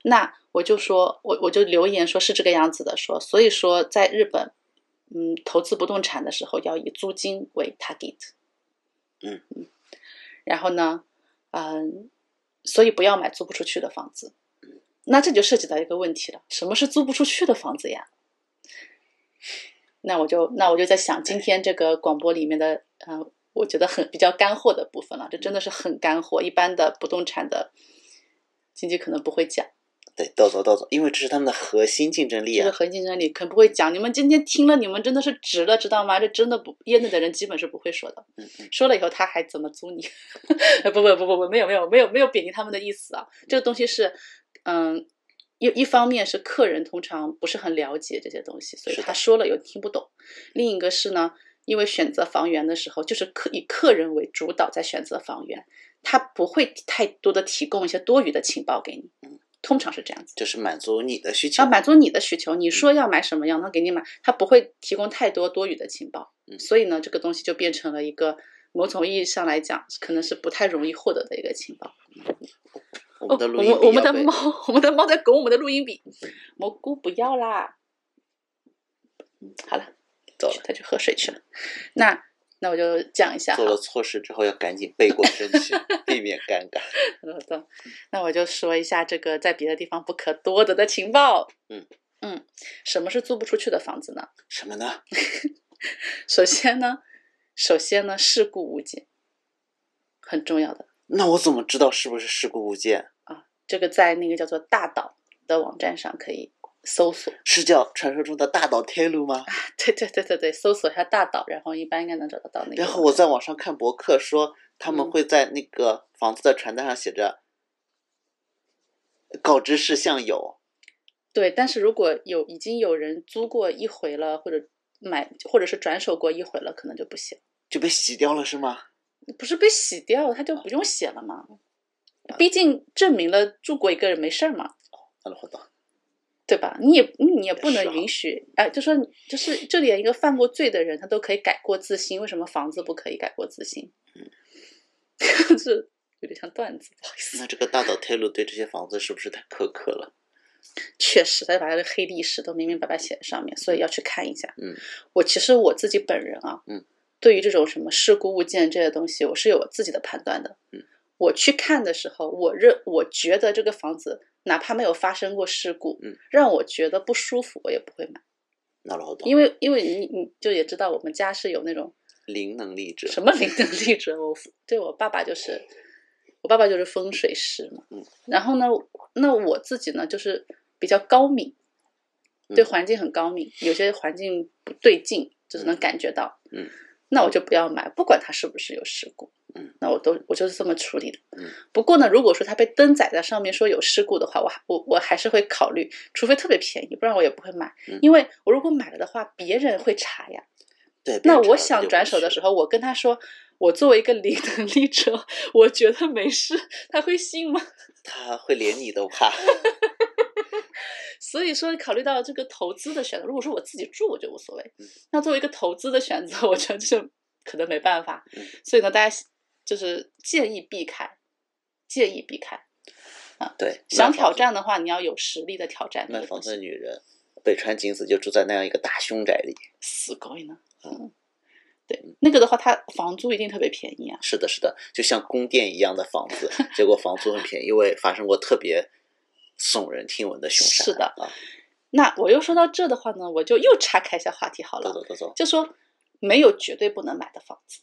那我就说，我我就留言说是这个样子的，说所以说在日本，嗯，投资不动产的时候要以租金为 target，然后呢，嗯，所以不要买租不出去的房子。那这就涉及到一个问题了，什么是租不出去的房子呀？那我就那我就在想，今天这个广播里面的，呃，我觉得很比较干货的部分了，这真的是很干货，一般的不动产的经济可能不会讲，
对，到走到走，因为这是他们的核心竞争力
这个
啊。
核心竞争力可能不会讲。你们今天听了，你们真的是值了，知道吗？这真的不业内的人基本是不会说的。
嗯嗯，
说了以后他还怎么租你？ 不不不不不，没有没有没有没有贬低他们的意思啊。这个东西是，嗯，一一方面是客人通常不是很了解这些东西，所以
是的
他说了又听不懂；另一个是呢，因为选择房源的时候，就是客以客人为主导在选择房源，他不会太多的提供一些多余的情报给你，
嗯
通常是这样子。
就是满足你的需求
啊要。满足你的需求，
嗯
你说要买什么样，他给你买，他不会提供太多多余的情报。
嗯
所以呢，这个东西就变成了一个某种意义上来讲，可能是不太容易获得的一个情报。
我们
哦
的，录
我
音
们我们
笔要
的
被嗯
猫，我们的猫在拱我们的录音笔，蘑菇不要啦。嗯好了，
走了，
它去喝水去了。那那我就讲一下
做
好
了错事之后要赶紧背过身 去，避免尴尬。
好的，那我就说一下这个在别的地方不可多得的情报。
嗯
嗯，什么是租不出去的房子呢？
什么呢？
首先呢，首先呢，事故物件很重要的
那我怎么知道是不是事故物件？
啊，这个在那个叫做大岛的网站上可以搜索。
是叫传说中的大岛天路吗？
对对对对对，搜索一下大岛，然后一般应该能找得到那个网站。
然后我在网上看博客说，他们
嗯
会在那个房子的传单上写着“告知事项有
对，但是如果有已经有人租过一回了，或者买或者是转手过一回了，可能就不写，”，
就被洗掉了是吗？
不是被洗掉，他就不用写了嘛。
啊
毕竟证明了住过一个人没事儿嘛。
那我懂。
对吧？你也你也不
是啊
能允许，哎、就说就是这连一个犯过罪的人，他都可以改过自新，为什么房子不可以改过自新？ 嗯，这有点像段子，不好意思。
那这个大岛天路对这些房子是不是太苛刻了？
确实，他把他的黑历史都明明白白写在上面，所以要去看一下。
嗯，
我其实我自己本人啊，
嗯，
对于这种什么事故物件这些东西，我是有我自己的判断的。
嗯，
我去看的时候，我认我觉得这个房子哪怕没有发生过事故，
嗯，
让我觉得不舒服，我也不会买。
那我懂。
因为因为你你就也知道，我们家是有那种
零能力者
什么灵能力者，我对我爸爸就是，我爸爸就是风水师嘛
嗯。
然后呢，那我自己呢就是比较高敏，
嗯
对环境很高敏，有些环境不对劲，就是能感觉到。
嗯，
那我就不要买，不管它是不是有事故。
嗯，
那我都我就是这么处理的。
嗯，
不过呢，如果说它被登载在上面说有事故的话，我还我我还是会考虑，除非特别便宜，不然我也不会买。
嗯
因为我如果买了的话，别人会查呀。
对。
那我想转手的时
候，
候，我跟他说，我作为一个零 能力者，我觉得没事，他会信吗？
他会连你都怕。
所以说，考虑到这个投资的选择，如果说我自己住，我就无所谓
嗯。
那作为一个投资的选择， 我觉得这可能没办法
嗯。
所以呢，大家就是建议避开，建议避开。
对，
想
卖房
挑
子
战的话，你要有实力的挑战这
卖
个
房
东
子的
西。
女人，北川景子就住在那样一个大凶宅里。
死狗呢？
嗯
嗯，对，那个的话，它房租一定特别便宜啊。
是的，是的，就像宫殿一样的房 子，结果房租很便宜，因为发生过特别耸人听闻的凶杀案。
是的
啊，
那我又说到这的话呢，我就又岔开一下话题好了
走。走走走，
就说没有绝对不能买的房子，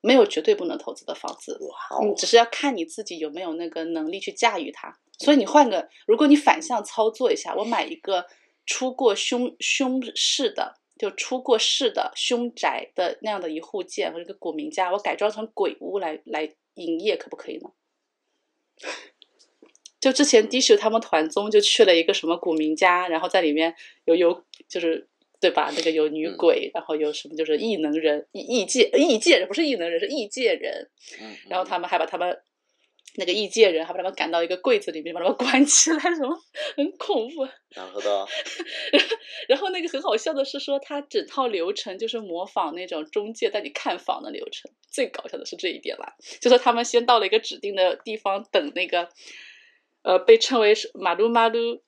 没有绝对不能投资的房子，
哇
你
哦，
只是要看你自己有没有那个能力去驾驭它。所以你换个，如果你反向操作一下，我买一个出过凶凶事的，就出过事的凶宅的那样的一户建或者一个古民家，我改装成鬼屋来来营业，可不可以呢？就之前 d i s h 他们团综就去了一个什么古民家，然后在里面有有就是对吧？那个有女鬼，然后有什么就是异能人、异异界、异界人，不是异能人，是异界人。
嗯，
然后他们还把他们那个异界人，还把他们赶到一个柜子里面，把他们关起来，什么很恐怖。啊
然后到
然后那个很好笑的是说，他整套流程就是模仿那种中介带你看房的流程，最搞笑的是这一点啦。就说他们先到了一个指定的地方等那个，呃，被称为是马路马路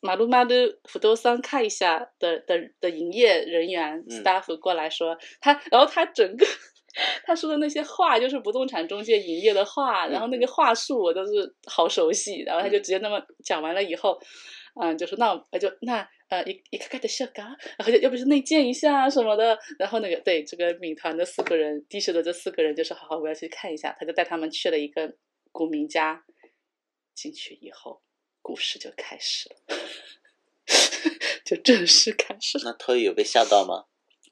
马路马路福多桑看一下的的的营业人员
嗯
staff 过来说、他，然后他整个他说的那些话就是不动产中介营业的话，然后那个话术我都是好熟悉，然后他就直接那么讲完了以后。嗯，就说那我就那呃，一一看看的笑嘎，然后就要不是内建一下啊什么的，然后那个对这个闽团的四个人，低学的这四个人就是好好我要去看一下，他就带他们去了一个古民家，进去以后故事就开始了， 就正式开始了。
那头有被吓到吗？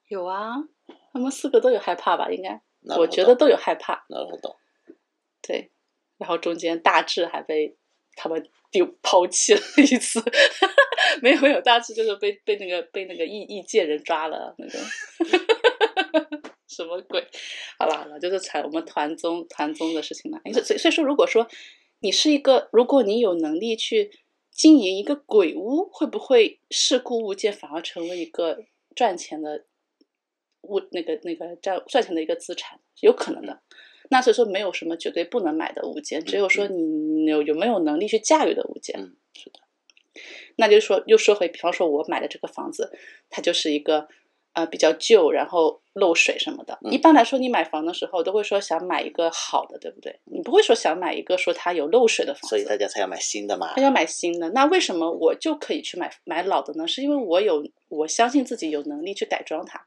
有啊，他们四个都有害怕吧？应该，
なるほ
我
ど
觉得都有害怕。
なるほど。
对，然后中间大致还被他们丢抛弃了一次， 没有没有，大致就是被被那个被那个异异界人抓了那个，什么鬼？好了好了，就是谈我们团综团综的事情了。哎所以所以说，如果说你是一个，如果你有能力去经营一个鬼屋，会不会事故物件反而成为一个赚钱的物那个那个赚赚钱的一个资产？有可能的。那所以说没有什么绝对不能买的物件，只有说你有有没有能力去驾驭的物件。
嗯，
嗯是的。那就是说，又说回，比方说我买的这个房子，它就是一个呃比较旧，然后漏水什么的。
嗯
一般来说，你买房的时候都会说想买一个好的，对不对？你不会说想买一个说它有漏水的房
所以
子，
大家才要买新的嘛
他。要买新的。那为什么我就可以去买买老的呢？是因为我有我相信自己有能力去改装它。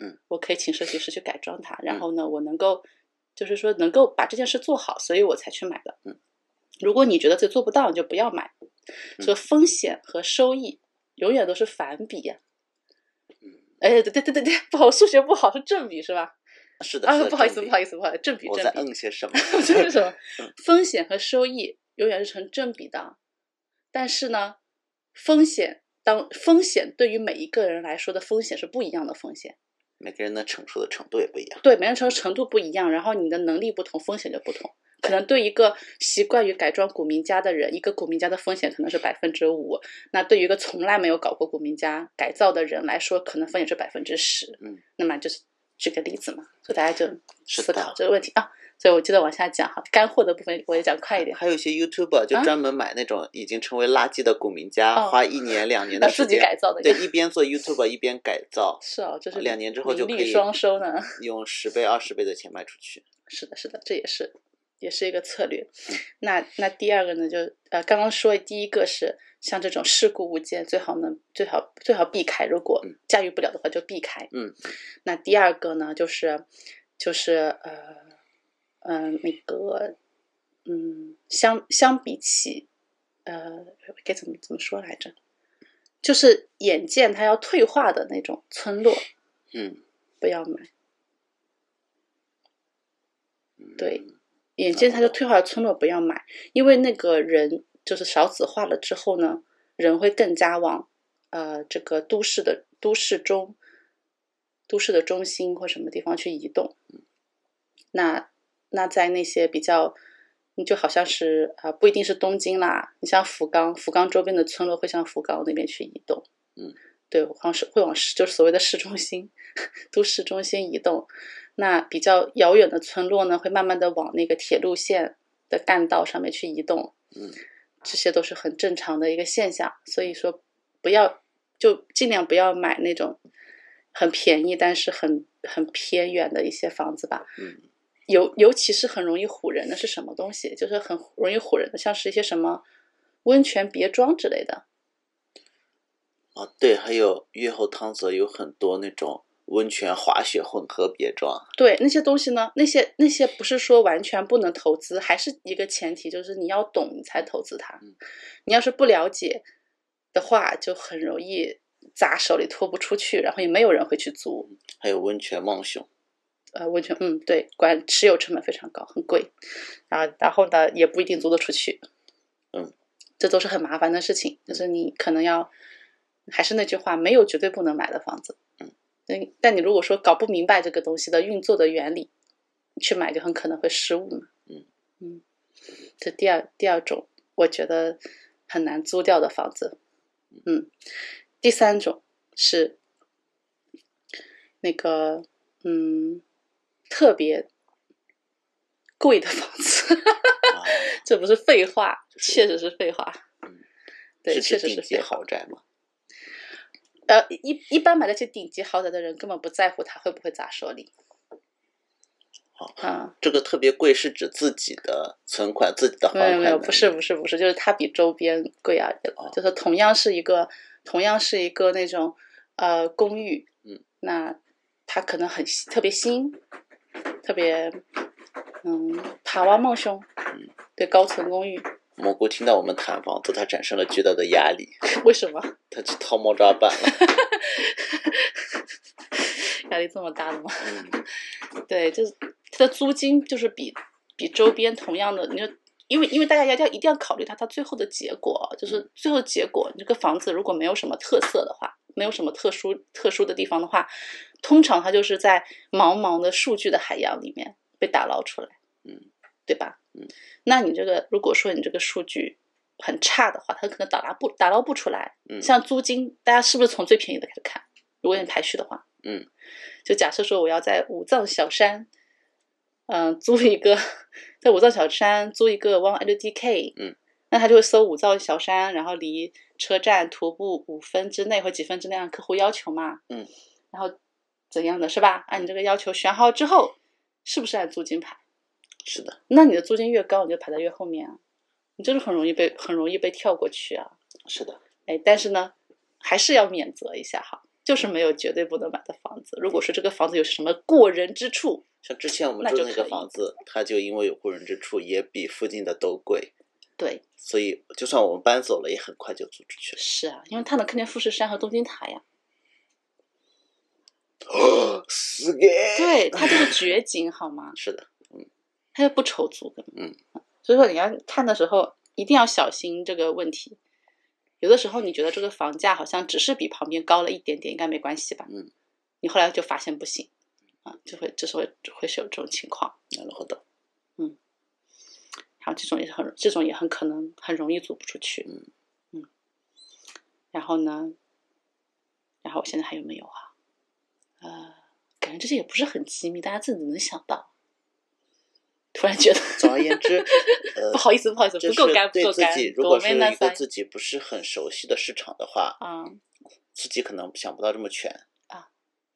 嗯，
我可以请设计师去改装它，然后呢，我能够就是说能够把这件事做好，所以我才去买的。
嗯，
如果你觉得自己做不到，你就不要买。所以风险和收益永远都是反比呀、
嗯，
哎，对对对对对，不好，我数学不好是正比是吧？
是的，
啊
是，的
不好意思，
正比
不好意思，不好意思，正比
我
正
在
比。
嗯些 什么？
这是什么
嗯？
风险和收益永远是成正比的，但是呢，风险当风险对于每一个人来说的风险是不一样的风险，
每个人能承受的程度也不一样。
对每个人承受程度不一样，然后你的能力不同，风险就不同。可能对一个习惯于改装古民家的人，一个古民家的风险可能是百分之五；那对于一个从来没有搞过古民家改造的人来说，可能风险是百分之十。
嗯，
那么就是举个例子嘛，所以大家就是思
的
考这个问题啊。所以我记得往下讲哈，干货的部分我也讲快一点。
还有一些 YouTuber 就
啊
专门买那种已经成为垃圾的古民家，
哦
花一年两年
啊，
的
自
时
己
间，
改造的，
对，一边做 YouTuber 一边改造，
是哦， 就是
两年之后就可
名利
以
双收呢。
用十倍二十倍的钱卖出去。
是的，是的，这也是也是一个策略。那那第二个呢，就呃，刚刚说第一个是像这种事故物件，最好能最好最好避开，如果
嗯
驾驭不了的话就避开。
嗯，
那第二个呢，就是就是呃呃那个嗯，相相比起呃该怎么怎么说来着，就是眼见它要退化的那种村落，
嗯，
不要买。
嗯
对，眼见它就退化的村落不要买，因为那个人就是少子化了之后呢，人会更加往呃这个都市的都市中、都市的中心或什么地方去移动。那那在那些比较，你就好像是啊、呃不一定是东京啦，你像福冈，福冈周边的村落会向福冈那边去移动。
嗯，
对，往市会往市就是所谓的市中心、 都市中心移动。那比较遥远的村落呢，会慢慢的往那个铁路线的干道上面去移动。
嗯，
这些都是很正常的一个现象。所以说，不要就尽量不要买那种很便宜但是很很偏远的一些房子吧。
嗯，
尤尤其是很容易唬人的是什么东西？就是很容易唬人的，像是一些什么温泉别庄之类的。
啊，对，还有越后汤泽有很多那种温泉滑雪混合别庄，
对那些东西呢，那些那些不是说完全不能投资，还是一个前提，就是你要懂你才投资它
嗯。
你要是不了解的话，就很容易砸手里拖不出去，然后也没有人会去租。
还有温泉梦 熊。
呃，温泉，嗯，对，管持有成本非常高，很贵，啊，然后呢，也不一定租得出去。
嗯，
这都是很麻烦的事情，就是你可能要还是那句话，没有绝对不能买的房子。嗯，但你如果说搞不明白这个东西的运作的原理，去买就很可能会失误嘛。
嗯
嗯，这第二第二种，我觉得很难租掉的房子。嗯，第三种是那个嗯特别贵的房子。
啊，
这不是废话，
是
确实是废话。
嗯
对，
是
确
指
实
顶
是
级
废话。
豪宅嘛？
呃，一一般买得起顶级豪宅的人根本不在乎他会不会砸手里。
好
啊，
这个特别贵是指自己的存款、自己的还
没
款
有没有，
能
不
力
是不是不是，就是它比周边贵而已了。
哦
就是同样是一个同样是一个那种呃公寓，
嗯，
那它可能很新特别新，特别嗯帕瓦梦凶，对高层公寓，
蘑菇听到我们谈房子，他产生了巨大的压力，
为什么？
他去掏猫抓板了。
压力这么大的吗？
嗯，
对，就是它的租金就是比比周边同样的，你就因为因为大家要要一定要考虑它它最后的结果，
嗯
就是最后结果，你这个房子如果没有什么特色的话，没有什么特殊特殊的地方的话，通常它就是在茫茫的数据的海洋里面被打捞出来，
嗯，
对吧？
嗯，
那你这个如果说你这个数据。很差的话，它可能打捞不打捞不出来。
嗯
像租金，大家是不是从最便宜的开始看？如果你排序的话，
嗯，
就假设说我要在五藏小山，嗯、租一个在五藏小山租一个 one LDK，
嗯，
那他就会搜五藏小山，然后离车站徒步五分之内或几分之内，按客户要求嘛，
嗯，
然后怎样的是吧？按你这个要求选好之后，是不是按租金排？
是的，
那你的租金越高，你就排在越后面啊，你就是很容易被很容易被跳过去啊。
是的，
哎，但是呢，还是要免责一下哈，就是没有绝对不能买的房子。如果说这个房子有什么过人之处，
像之前我们
那
住
就
那个
可以
房子，它就因为有过人之处，也比附近的都贵，
对，
所以就算我们搬走了，也很快就租出去
是啊，因为他能看见富士山和东京塔呀，
了。 死给！
对，它就是绝景好吗？
是的，
它又不愁租，
嗯，
所以说你要看的时候一定要小心这个问题。有的时候你觉得这个房价好像只是比旁边高了一点点，应该没关系吧？
嗯，
你后来就发现不行，啊，就会就是会会是有这种情况。
然后的，
然后这种也是很，这种也很可能很容易租不出去。
嗯
嗯然后呢？然后我现在还有没有啊？呃，感觉这些也不是很机密，大家自己能想到。突然觉得
总而言之，呃，
不好意思，不好意思，
就
不
是
够干，不
对
够
自
干
己，。如果
ご
是
めんな
一
さ
个
い
自己不是很熟悉的市场的话，
啊，
自己可能想不到这么全。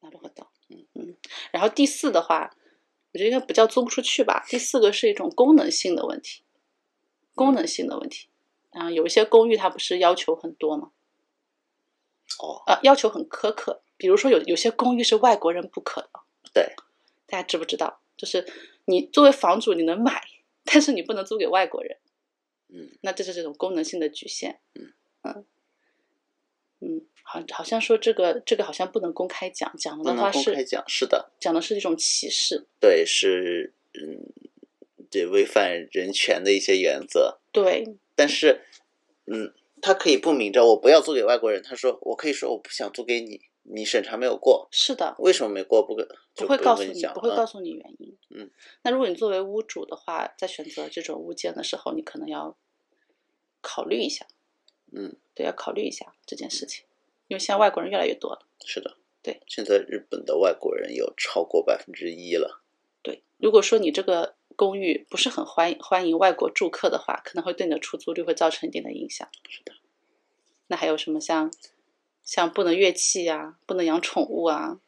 なるほど。
嗯
嗯，然后第四的话，我觉得应该不叫租不出去吧。第四个是一种功能性的问题，功能性的问题。啊，有一些公寓它不是要求很多吗？
哦，
呃，要求很苛刻。比如说有有些公寓是外国人不可的，
对，
大家知不知道？就是你作为房主你能买，但是你不能租给外国人，
嗯，
那这是这种功能性的局限。
嗯
嗯嗯，好，好像说这个这个好像不能公开讲，讲
不
了的
能
话
公开
是
讲，是的，
讲的是一种歧视。
对，是，嗯，对，违反人权的一些原则。
对，
但是，嗯，他可以不明着我不要租给外国人，他说我可以说我不想租给你，你审查没有过，
是的，
为什么没过？不跟
不
就
会
用
告诉
跟你
你，
讲啊
不会告
了
诉你原因。
嗯，
那如果你作为屋主的话，在选择这种物件的时候，你可能要考虑一下。
嗯，
对，要考虑一下这件事情，因为现在外国人越来越多了。
是的，
对，
现在日本的外国人有超过百分之一了，
对，如果说你这个公寓不是很欢迎欢迎外国住客的话，可能会对你的出租率会造成一定的影响。
是的，
那还有什么像像不能乐器啊、不能养宠物啊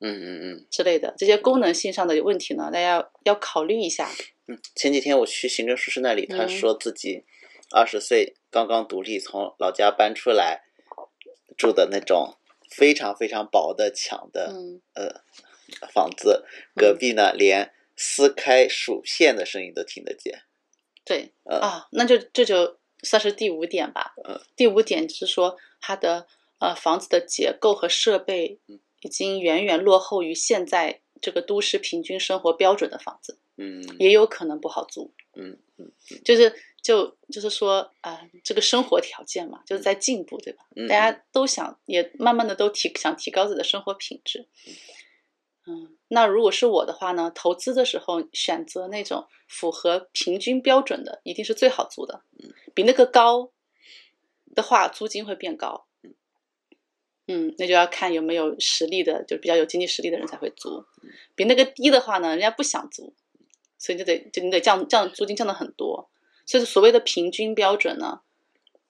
嗯嗯嗯。
之类的这些功能性上的问题呢？大家要要考虑一下。
嗯，前几天我去行政书室那里，他
嗯
说自己二十岁刚刚独立，从老家搬出来，住的那种非常非常薄的墙的
嗯，
呃房子，隔壁呢连撕开薯片的声音都听得见。
对
呃
啊，那就这就算是第五点吧。
嗯
第五点就是说它的呃房子的结构和设备
嗯
已经远远落后于现在这个都市平均生活标准的房子，
嗯
也有可能不好租。
嗯，
就是就就是说啊、呃这个生活条件嘛，就是在进步，对吧？
嗯
大家都想也慢慢的都提想提高自己的生活品质。嗯，那如果是我的话呢，投资的时候选择那种符合平均标准的，一定是最好租的。
嗯
比那个高的话，租金会变高。嗯，那就要看有没有实力的，就比较有经济实力的人才会租。比那个低的话呢，人家不想租，所以就得就你得降降租金降的很多。所以所谓的平均标准呢，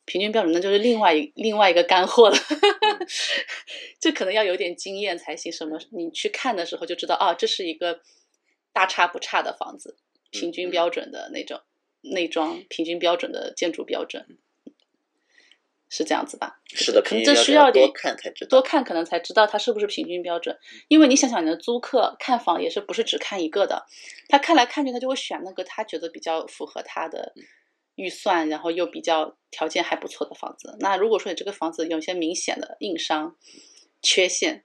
平均标准那就是另外一另外一个干货了， 这可能要有点经验才行。什么你去看的时候就知道啊，这是一个大差不差的房子，平均标准的那种内装，平均标准的建筑标准，是这样子吧？
是的，
可能
平均
这
标
需
准
要
多
点
看才知道。
多看可能才知道它是不是平均标准。
嗯
因为你想想，你的租客看房也是不是只看一个的，他看来看去，他就会选那个他觉得比较符合他的
嗯
预算，然后又比较条件还不错的房子。那如果说你这个房子有一些明显的硬伤、缺陷，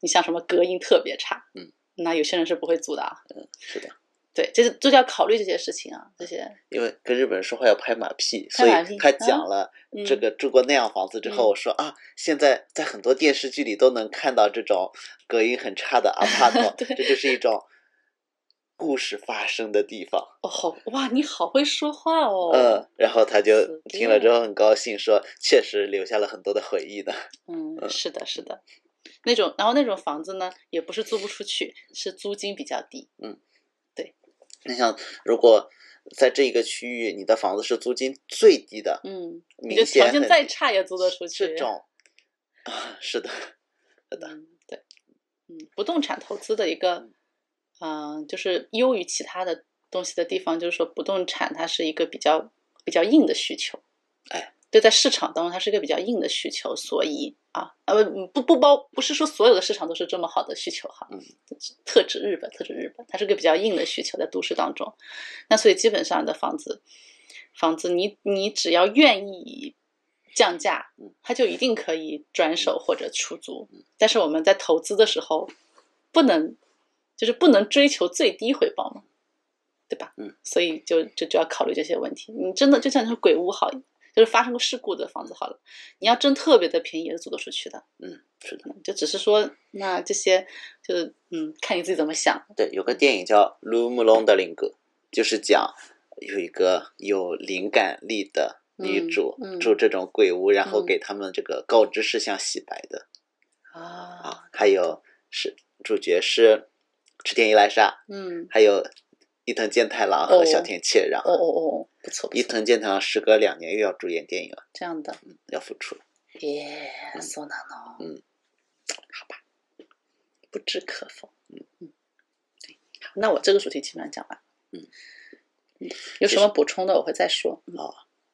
你像什么隔音特别差，
嗯，
那有些人是不会租的啊。
是的，
对，这是这就要考虑这些事情啊，这些
因为跟日本人说话要拍马屁，所
拍
以
马屁
他
嗯
讲了
嗯
这个住过那样房子之后，
嗯
我说啊，现在在很多电视剧里都能看到这种隔音很差 的 apartment，
对
这就是一种故事发生的地方。
哦，好哇，你好会说话哦。
嗯，然后他就是听了之
这
后
样
很高兴，说确实留下了很多的回忆呢。呃
嗯，是的，是的，那种，然后那种房子呢，也不是租不出去，是租金比较低。
你想，如果在这一个区域，你的房子是租金最低的，
嗯，你
明
的条
显
件
很
再
低
差也租得出去。
这种啊，是的，是的，
嗯，对，嗯，不动产投资的一个，嗯、就是优于其他的东西的地方，就是说不动产它是一个比较比较硬的需求，
哎，
对，在市场当中它是一个比较硬的需求，所以啊，呃，不不包不是说所有的市场都是这么好的需求哈，
嗯
特指日本，特指日本，它是个比较硬的需求在都市当中，那所以基本上你的房子，房子你你只要愿意降价
嗯，
它就一定可以转手或者出租。但是我们在投资的时候，不能就是不能追求最低回报嘛，对吧？
嗯，
所以就就就要考虑这些问题。你真的就像你说鬼屋好，就是发生过事故的房子好了，你要真特别的便宜也是租得出去的。
嗯，是的，
就只是说，那这些就是嗯，看你自己怎么想。
对，有个电影叫《Room l o n d e r i n g 就是讲有一个有灵感力的女
嗯
主、
嗯
住这种鬼屋，然后
嗯
给他们这个告知事项洗白的、
啊
啊，，还有是主角是池田一来沙，
嗯，
还有伊藤健太郎和
哦
小田切让。
哦哦哦，不错不
伊
错，
藤健太郎时隔两年又要主演电影了，
这样的，
要复出。
耶，そうなの，
嗯，
好吧，不置可否，嗯嗯，好，那我这个主题基本上讲完，
嗯
嗯，有什么补充的我会再说，嗯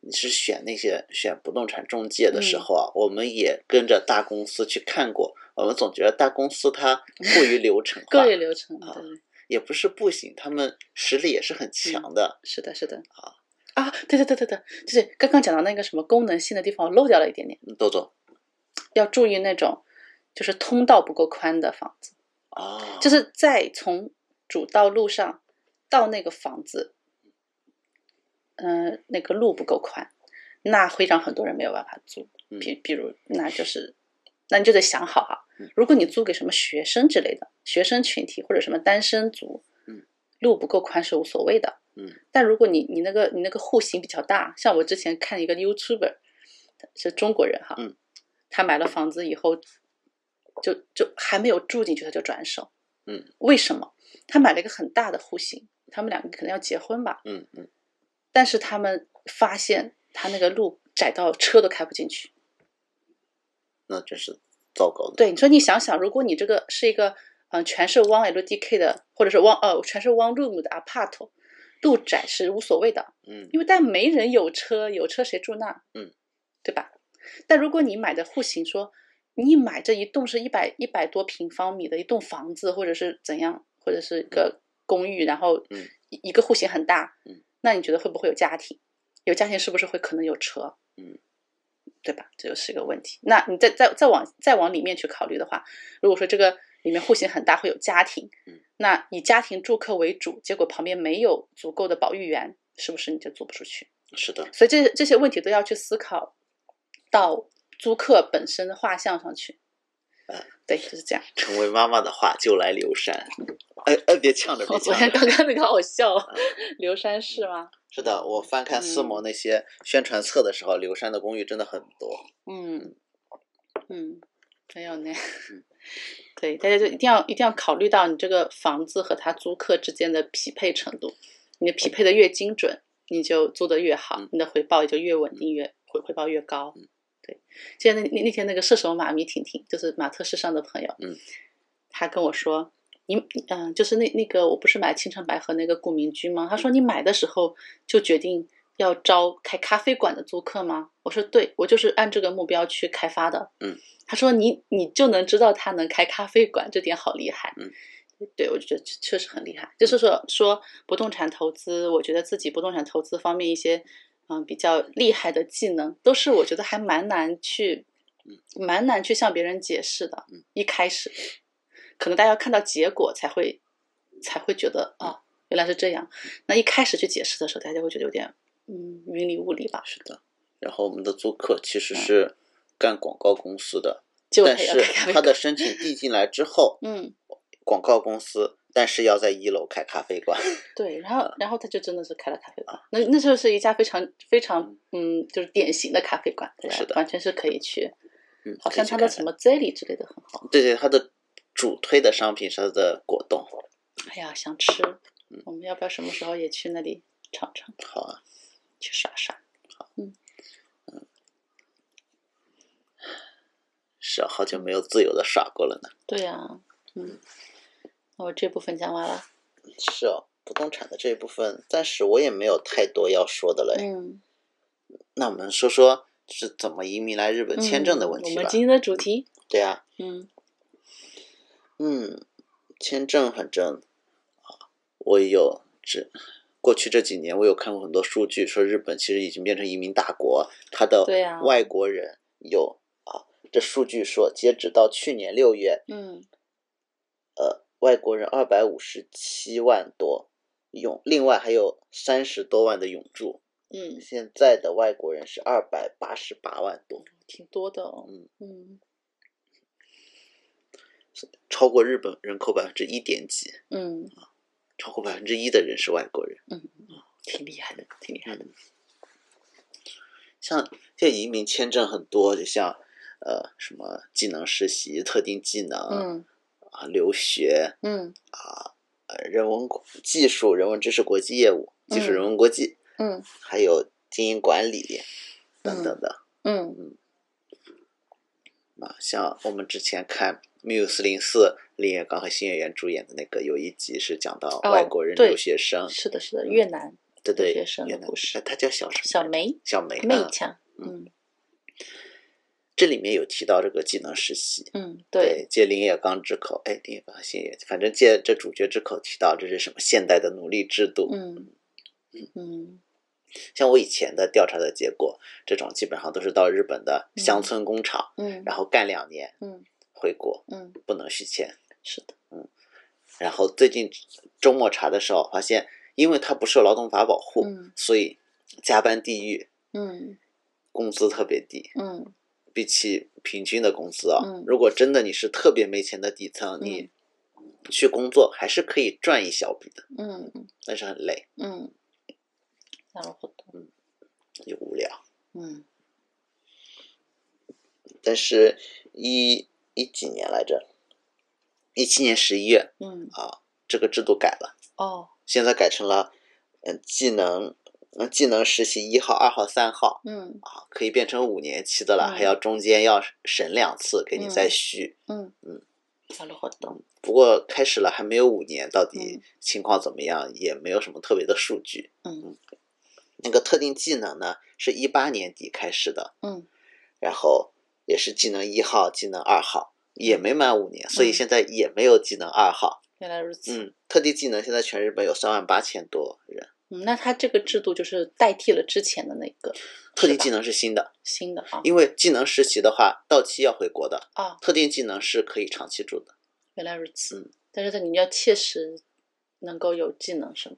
你是选那些选不动产中介的时
嗯
候啊，我们也跟着大公司去看过，我们总觉得大公司它过于流 程化
各，类流程，
啊
对对，
也不是不行，他们实力也是很
嗯
强的。
是的，是的，
啊
啊，对对对对对，就是刚刚讲到那个什么功能性的地方，我漏掉了一点点，
嗯豆总
要注意那种就是通道不够宽的房子。
啊，
就是是在从主道路上到那个房子，嗯、那个路不够宽，那会让很多人没有办法租。
嗯
比比如，那就是，那你就得想好啊
嗯，
如果你租给什么学生之类的学生群体或者什么单身族
嗯，
路不够宽是无所谓的。
嗯，
但如果你你那个你那个户型比较大，像我之前看一个 YouTuber 是中国人哈，
嗯
他买了房子以后，就就还没有住进去他就转手，
嗯，
为什么？他买了一个很大的户型，他们两个可能要结婚吧，
嗯嗯，
但是他们发现他那个路窄到车都开不进去，
那真是糟糕的。
对，你说你想想，如果你这个是一个嗯、呃全是 one LDK 的，或者是 one 呃全是 one room 的 apart，路窄是无所谓的，
嗯
因为但没人有车，有车谁住那？
嗯，
对吧？但如果你买的户型说，你买这一栋是一百一百多平方米的一栋房子，或者是怎样，或者是一个公寓，然后
嗯
一一个户型很大，
嗯，
那你觉得会不会有家庭？有家庭是不是会可能有车？
嗯，
对吧？这就是一个问题。那你再再再往再往里面去考虑的话，如果说这个里面户型很大，会有家庭，
嗯，
那以家庭住客为主，结果旁边没有足够的保育员，是不是你就租不出去？
是的，
所以这这些问题都要去思考到租客本身的画像上去
嗯。
对，就是这样。
成为妈妈的话就来流山。哎哎，别呛着，别
我昨
呛
天
着。
刚刚那个好笑， 刘山市吗？
是的，我翻看
嗯
思萌那些宣传册的时候，流山的公寓真的很多。
嗯嗯，没有呢。
嗯
对，大家就一定要一定要考虑到你这个房子和他租客之间的匹配程度，你的匹配的越精准，你就租的越好
嗯，
你的回报也就越稳定，越回回报越高。对，就像那那那天那个射手马咪婷婷，就是马特市上的朋友，
嗯，
他跟我说。你嗯、就是那那个，我不是买青城白河那个顾民居吗？他说你买的时候就决定要招开咖啡馆的租客吗？我说对，我就是按这个目标去开发的。他说你你就能知道他能开咖啡馆，这点好厉害。
嗯，
对，我就觉得确确实很厉害。就是说说不动产投资，我觉得自己不动产投资方面一些嗯比较厉害的技能，都是我觉得还蛮难去蛮难去向别人解释的。一开始，可能大家看到结果才会才会觉得
嗯
啊、原来是这样。那一开始去解释的时候，大家会觉得有点嗯云里雾里吧，
是的，然后我们的租客其
嗯
实是干广告公司的，
就
但
可以要
是
开咖啡
他
馆。
的申请递进来之后，
嗯，
广告公司但是要在一楼开咖啡馆。
对，然后然后他就真的是开了咖啡馆，那那就是一家非常非常嗯，就是典型的咖啡馆，对吧
是的
完全是可以去，
嗯，
好
可以
像
去
他的
看
什么 Zelly 之类的很好，
看对对，他的主推的商品是他的果冻。
哎呀，想吃，
嗯
我们要不要什么时候也去那里尝尝，
好啊，
去耍耍？
是啊好久没有自由的耍过了呢。
对呀、嗯，那我这部分讲完了，
是哦，不动产的这一部分，暂时我也没有太多要说的了。
嗯，
那我们说说是怎么移民来日本签证的问
嗯
题
我
吧。
们今天的主题，
对啊，
嗯
嗯，签证反正啊，我有这过去这几年，我有看过很多数据，说日本其实已经变成移民大国，它的
对啊
外国人有啊这数据说，截止到去年六月，
嗯
呃，外国人二百五十七万多，永另外还有三十多万的永住，
嗯，
现在的外国人是二百八十八万多，
挺多的、哦
嗯，
嗯
超过日本人口百分之一点几，
嗯，
超过百分之一的人是外国人。啊
挺厉害的，挺厉害的，
像这移民签证很多，就像呃什么技能实习、特定技能、
嗯
啊留学、
嗯
呃人文国技术、人文知识国际业务、技术
嗯
人文国际，
嗯
还有经营管理等等的。
嗯
啊，像我们之前看。Muse 零四林野刚和新演员主演的那个有一集是讲到
哦
外国人
对
留学生，
嗯，是的，是的，越南
对对，
留学生的
越南
故事
哎他叫小什么
小梅。
小梅
媚
啊，
腔，
嗯
嗯
这里面有提到这个技能实习，
嗯，对，，
借林野刚之口，哎，林野刚信也，反正借这主角之口提到这是什么现代的奴隶制度。
嗯嗯
像我以前的调查的结果，这种基本上都是到日本的乡村工厂，
嗯
然后干两年
嗯
回国，
嗯，
不能续签。
是的，
然后最近周末查的时候发现，因为他不受劳动法保护，
嗯
所以加班地狱，
嗯
工资特别低。
嗯
比起平均的工资啊、
嗯
如果真的你是特别没钱的底层，你去工作还是可以赚一小笔的，
嗯嗯
但是很累
嗯，なるほど，
又无聊。
嗯
但是一一几年来着，一七年十一月
嗯
啊，这个制度改了，
哦
现在改成了嗯技能嗯技能实习一号、二号、三号
嗯
啊，可以变成五年期的了，
嗯
还要中间要审两次给你
嗯
再续。
嗯
嗯，
なるほど，
不过开始了还没有五年，到
嗯
底情况怎么样也没有什么特别的数据。
嗯
那个特定技能呢，是一八年底开始的，
嗯
然后也是技能一号、技能二号，也没满五年，所以
嗯
现在也没有技能二号。
原来如此，
嗯，特定技能现在全日本有三万八千多人，
嗯，那他这个制度就是代替了之前的那个
特
是
定
吧
技能是新的，
新的啊
因为技能实习的话到期要回国的，
啊，
特定技能是可以长期住的。
原来如此
嗯，
但是他你要切实能够有技能是吗？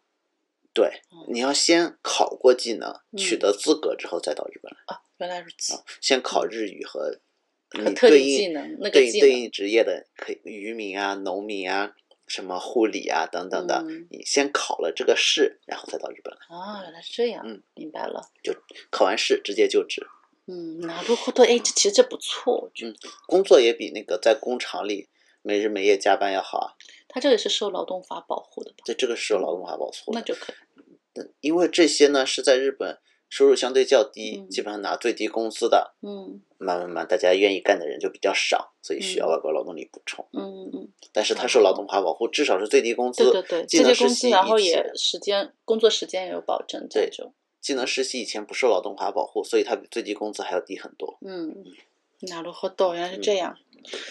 对，你要先考过技能，取
哦嗯
得资格之后再到日本来。
啊，原来如此。
先考日语和
和
你
特
对
定技
应
能那个
对
技
应
能
对应职业的，可以渔民啊、农民啊、什么护理啊等等的，
嗯
你先考了这个试，然后再到日本来。
啊，原来是这样，
嗯
明白了。
考完试直接就职，
嗯，拿入户头，哎，这其实这不错，我
嗯
觉得
工作也比那个在工厂里没日没夜加班要好啊。
他这个是受劳动法保护的吧？
对，这个是有劳动法保护
那
的，
就可以。
因为这些呢是在日本收入相对较低，
嗯
基本上拿最低工资的。
嗯
慢慢慢，大家愿意干的人就比较少，所以需要
嗯
外国劳动力补充。
嗯嗯，
但是它受劳动法保护，至少是最低工资，
对对对，
技
最
能
低
实
工
习
资，
以
然后
前
也时间工作时间也有保证，这
对
种。
技能实习以前不受劳动法保护，所以它比最低工资还要低很多。
嗯，なるほど，原来是这样。
嗯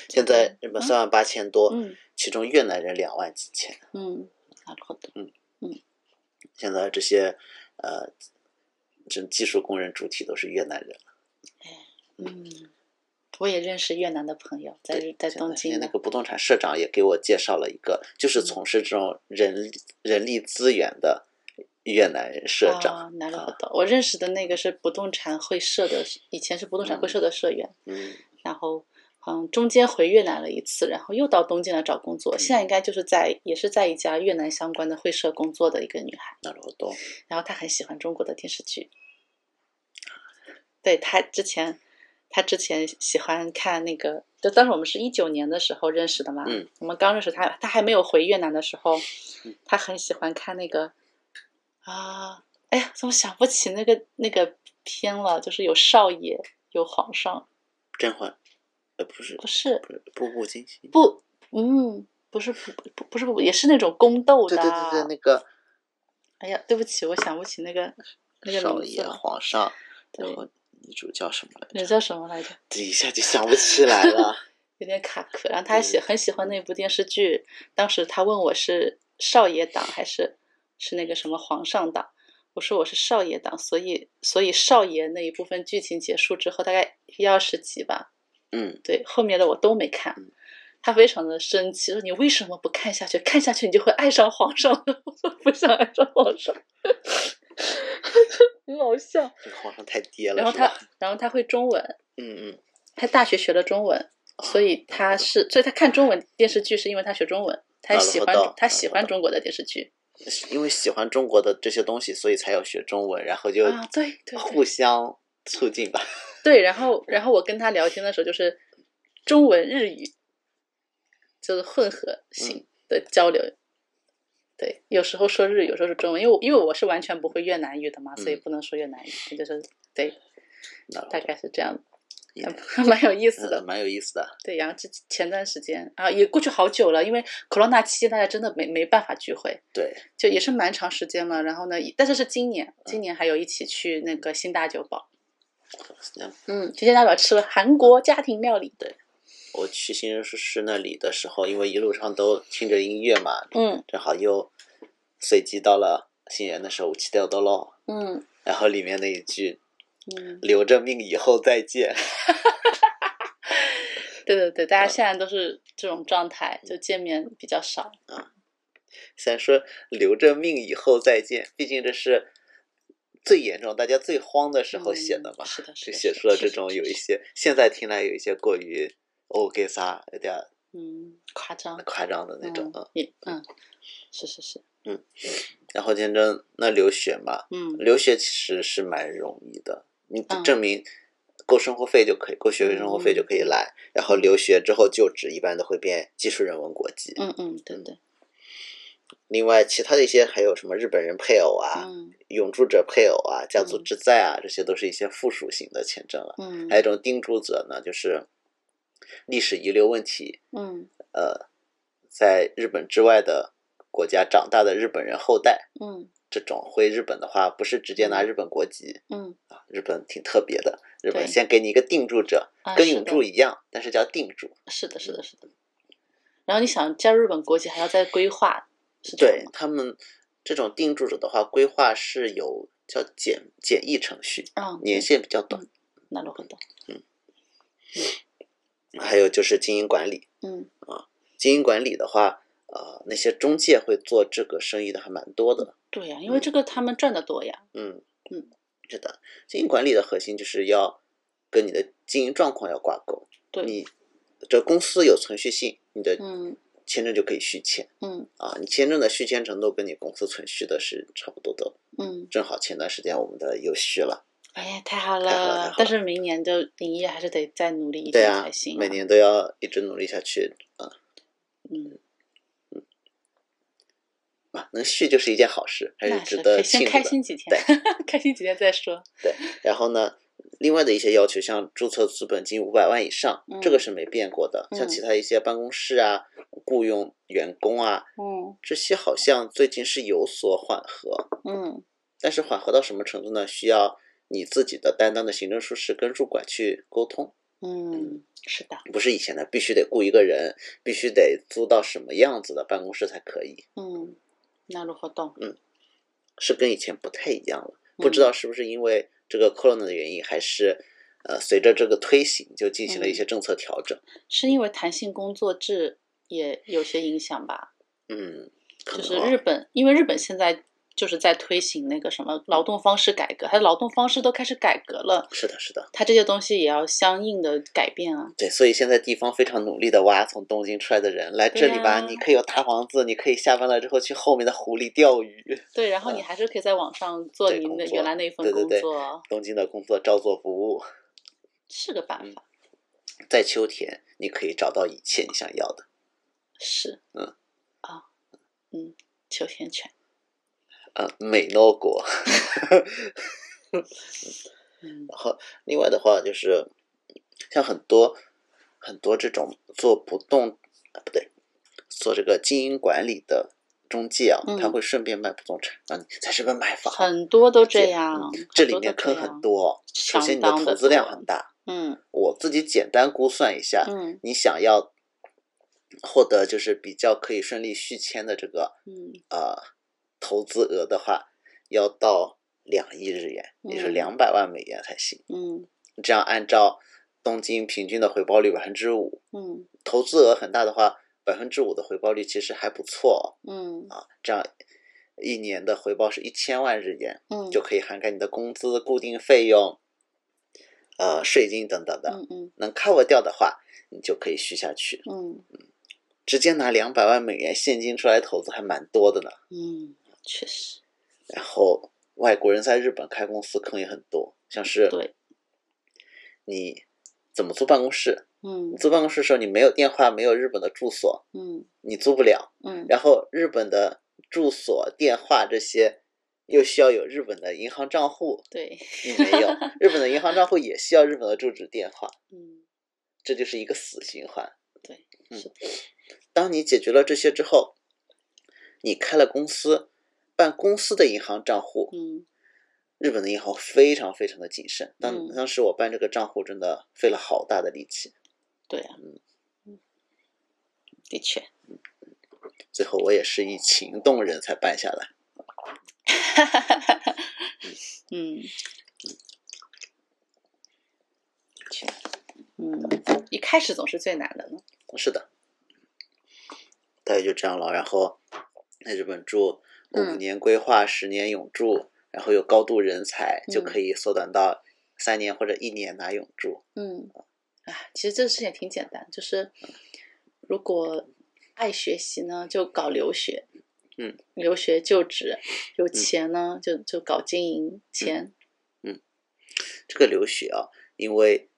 现在日本
嗯
三万八千多，
嗯
其中越南人两万几千。
嗯，なるほど。
现在这些呃，这技术工人主体都是越南人。
嗯，我也认识越南的朋友，在日
对，
在
现
东京
那
的。
个不动产社长也给我介绍了一个，就是
嗯
从事这种人力人力资源的越南人社长。
啊，なるほど。我认识的那个是不动产会社的，以前是不动产会社的社员，
嗯，
然后好像中间回越南了一次，然后又到东京来找工作，现在应该就是在也是在一家越南相关的会社工作的一个女孩，
那劳动
然后她很喜欢中国的电视剧，对她之前她之前喜欢看那个，就当时我们是一九年的时候认识的嘛，
嗯
我们刚认识她，她还没有回越南的时候，她很喜欢看那个啊，哎呀，怎么想不起那个那个片了？就是有少爷，有皇上，
甄嬛，呃，不是
不是。
不是步步惊心。
不，嗯，不是不不不是不，也是那种宫斗的。
对对对对，那个
哎呀，对不起，我想不起那个那个
少
名字
爷、啊
了，
皇上，然
对
后女主叫什么来着？
那叫什么来着？
这一下就想不起来了。
有点卡壳。然后他还喜很喜欢那部电视剧，当时他问我是少爷党还是是那个什么皇上党，我说我是少爷党，所以所以少爷那一部分剧情结束之后，大概一二十集吧，
嗯，
对，后面的我都没看。他非常的生气，说你为什么不看下去？看下去你就会爱上皇上。 我说不想爱上皇上， 很好笑。
这个皇上太爹了。
然后
是
他
吧，
然后他会中文，
嗯嗯，
他大学学了中文，
哦
所以他是，所以他看中文电视剧是因为他学中文，他
拿了
喜
合
欢
道
他
拿
喜
了合
欢
道
中国的电视剧
因为喜欢中国的这些东西，所以才要学中文，然呃后就
啊，对对对
互相促进吧。
对，然后然后我跟他聊天的时候，就是中文日语，就是混
嗯
合型的交流。对，有时候说日语，有时候是中文，因为我因为我是完全不会越南语的嘛，所以
嗯
不能说越南语，就是对，
那
大概是这样的
也，
还 蛮有意思
嗯
的。
蛮有意思的。
对，然后之前段时间啊，也过去好久了，因为 corona 期间大家真的没没办法聚会，
对，
就也是蛮长时间了。然后呢，但是是今年，
嗯
今年还有一起去那个新大久保，
那
嗯，去新大久保吃了韩国家庭料理，对，
我去新人市那里的时候，因为一路上都听着音乐嘛，
嗯。
正好又随机到了新源的时候，我期待到了，
嗯
然后里面那一句
嗯
“留着命以后再见”，，
对对对，
嗯
大家现在都是这种状态，就见面比较少。
虽然说留着命以后再见，毕竟这是最严重、大家最慌的时候写的嘛，
嗯是的是
就
的
写
是的
出了
是
这
的
种
是
有
的
一些现在听来有一些过于 OK 撒有点
嗯，夸张
夸张的那种。
嗯
嗯，
也嗯，是是是，
然后见证那留学嘛，
嗯
留学其实是蛮容易的，你
嗯
证明。够生活费就可以，够学费生活费就可以来。然后留学之后就职，一般都会变技术人文国籍。
嗯嗯，对对，
另外，其他的一些还有什么日本人配偶啊，
嗯
永住者配偶啊、家族
嗯
之在啊，这些都是一些附属型的签证了。
嗯
还有一种定住者呢，就是历史遗留问题，
嗯
呃，在日本之外的国家长大的日本人后代，
嗯
这种回日本的话，不是直接拿
嗯
日本国籍
嗯，
啊，日本挺特别的，日本
对
先给你一个定住者，
啊
跟
是
永
的
住一样，但是叫定住。
是
嗯
的是的是的。然后你想加入日本国籍，还要再规划，是这
对
样吗？
他们这种定住者的话，规划是有叫简简易程序，
嗯，
年限比较短。
那都很懂。
还有就是经营管理，
嗯
经营管理的话，啊、那些中介会做这个生意的还蛮多的。
对呀、因为这个他们赚的多呀。
嗯
嗯，
是的，经营管理的核心就是要跟你的经营状况要挂钩。
对
你这公司有存续性，你的
嗯
签证就可以续签
嗯
啊。你签证的续签程度跟你公司存续的是差不多的。
嗯，
正好前段时间我们的有续了，
哎呀，太
太好
好
了太好
了
了！
但是明年就营业还是得再努力一
对
点
啊
才行、，
每年都要一直努力下去啊
嗯，
啊，能续就是一件好事，还
那
值
可
得
以
庆
先
祝
开
的。
心几天， 开心几天再 说。
然后呢，另外的一些要求，像注册资本金五百万以上，
嗯
这个是没变过的。像
嗯
其他一些办公室啊、雇佣员工啊，
嗯
这些好像最近是有所缓和，
嗯
但是缓和到什么程度呢？需要你自己的担当的行政书室跟入管去沟通，
嗯，是的，
不是以前的必须得雇一个人，必须得租到什么样子的办公室才可以，
嗯，纳入活动，
是跟以前不太一样了。不
嗯
知道是不是因为这个 corona 的原因，还是呃随着这个推行就进
嗯
行了一些政策调整。
是因为弹性工作制也有些影响吧？
嗯，可
就
能
是
啊
日本，因为日本现在就是在推行那个什么劳动方式改革，它劳动方式都开始改革了，
是的，是的，
它这些东西也要相应的改变啊。
对，所以现在地方非常努力的挖从东京出来的人来这里
对
吧，
呀
你可以有大房子，你可以下班了之后去后面的湖里钓鱼。
对，然后你还是可以在网上做
嗯对
你
工
那
作
原来那一份
对对
工
对
作，啊
东京的工作照做不误，
是个
嗯
办法。
在秋田你可以找到一切你想要的。
是，
嗯，
啊，嗯，秋天犬，
呃，美诺国。
嗯
然后另外的话就是，像很多很多这种做不动啊不对，做这个经营管理的中介啊，他
嗯
会顺便卖不动产，啊让你在这边买房。
很多都这
这
样，
嗯这
很
里
多
面
都这
坑很
样，
多，首
相
先你的
当
投
的
资量
多
很大。
嗯
我自己简单估算一下，
嗯
你想要获得就是比较可以顺利续签的这个
嗯
呃投资额的话，要到两亿日元，也就是
嗯
两百万美元才行。
嗯
这样按照东京平均的回报率百分之五，
嗯
投资额很大的话，百分之五的回报率其实还不错
嗯
哦啊。这样一年的回报是一千万日元，
嗯，
就可以涵盖你的工资、固定费用、呃税金等等的。
嗯嗯
能 cover 掉的话，你就可以续下去。
嗯
直接拿两百万美元现金出来投资还蛮多的呢。
嗯，确实，
然后外国人在日本开公司坑也很多，像是
对，
你怎么租办公室？
嗯
你租办公室的时候，你没有电话，没有日本的住所，
嗯
你租不了。
嗯，
然后日本的住所、电话这些，又需要有日本的银行账户，
对，
你没 有。日本的银行账户也需要日本的住址、电话，
嗯
这就是一个死循环。
对，
嗯
是的，
当你解决了这些之后，你开了公司，办公司的银行账户，
嗯
日本的银行非常非常的谨慎。当
嗯
当时我办这个账户，真的费了好大的力气。
对啊，嗯，的确，
最后我也是以情动人才办下来。
嗯，确，嗯，一开始总是最难的呢。
是的，大概就这样了。然后在日本住五
嗯
年规划，十年永住，然后有高度人才，就
嗯
可以缩短到三年或者一年拿永住。
嗯，啊，其实这个事情也挺简单，就是如果爱学习呢，就搞留学，
嗯，
留学就职，有钱呢、就就搞经
嗯
营钱，
这个留学啊，因为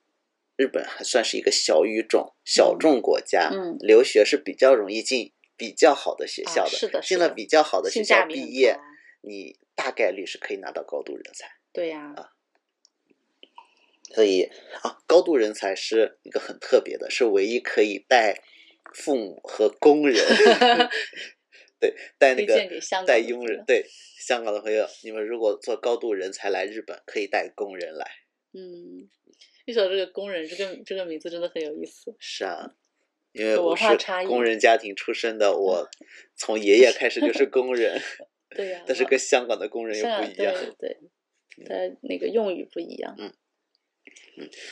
日本还算是一个小语种、小众国家，
嗯
留学是比较容易进比较好的学
啊
校的，
是的是
进了
的
比较好的学
性
校
价比很
毕业
高，
你大概率是可以拿到高度人才。
对呀、
啊所以啊，高度人才是一个很特别的，是唯一可以带父母和工 人，对，带那
推
个
荐给香港
带
的
佣人，
朋友
对香港的朋友，你们如果做高度人才来日本，可以带工人来。
嗯，一首这个工人这个这个名字真的很有意思，
是啊，因为
有
我
文
是
化差异
工人家庭出身的，我从爷爷开始就是工人，
对呀、
但是
我
跟香港的工人又
香
不
港
一样，
啊
嗯
对对，它那个用语不一样，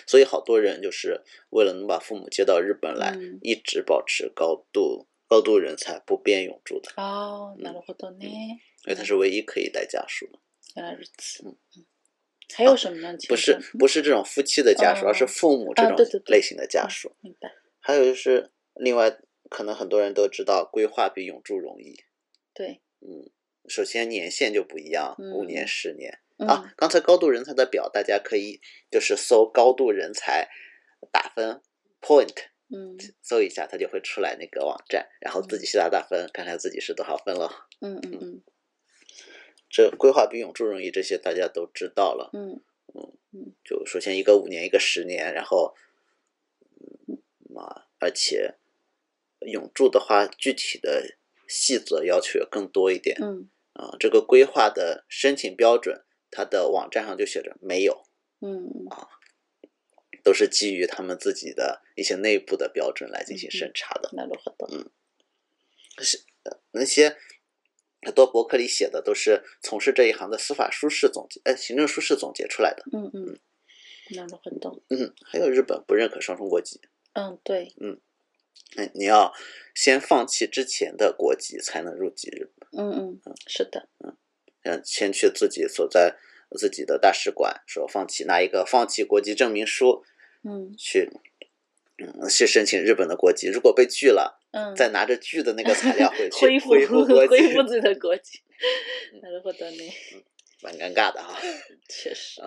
所以好多人就是为了能把父母接到日本来，
嗯
一直保持高度高度人才不变永住的，
ああ、なるほどね。
因为它是唯一可以带家属的，
原来如此。嗯，还有什么呢？
不是
请问
不是这种夫妻的家属，
哦
而是父母这
啊
种
对对对
类型的家属。
明白。
还有就是，另外可能很多人都知道，规划比永住容易。
对，
嗯，首先年限就不一样，五年、
嗯
十年、
嗯
啊。刚才高度人才的表，大家可以就是搜高度人才打分 point，
嗯
搜一下，它就会出来那个网站，然后自己去打打分，看看自己是多少分了。
嗯嗯嗯
这规划比永住容易，这些大家都知道了。
嗯，
就首先一个五年，一个十年，然后，嗯嘛，而且永住的话，具体的细则要求也更多一点
嗯
啊、这个规划的申请标准，它的网站上就写着没有，
嗯
都是基于他们自己的一些内部的标准来进行审查的。
なるほど。
那些很多博客里写的都是从事这一行的司法书士总结，呃，行政书士总结出来的。
嗯嗯，なるほど。
嗯，还有日本不认可双重国籍。
嗯，对，
嗯，你要先放弃之前的国籍才能入籍日本，
嗯嗯，是的，
嗯，先去自己所在自己的大使馆说放弃，拿一个放弃国籍证明书
嗯
去，嗯，去申请日本的国籍。如果被拒了，
嗯，
再拿着拒的那个材料 回去
恢复
恢复国籍，
恢复自己的国 籍。なるほどね，
蛮尴尬的哈。
确实，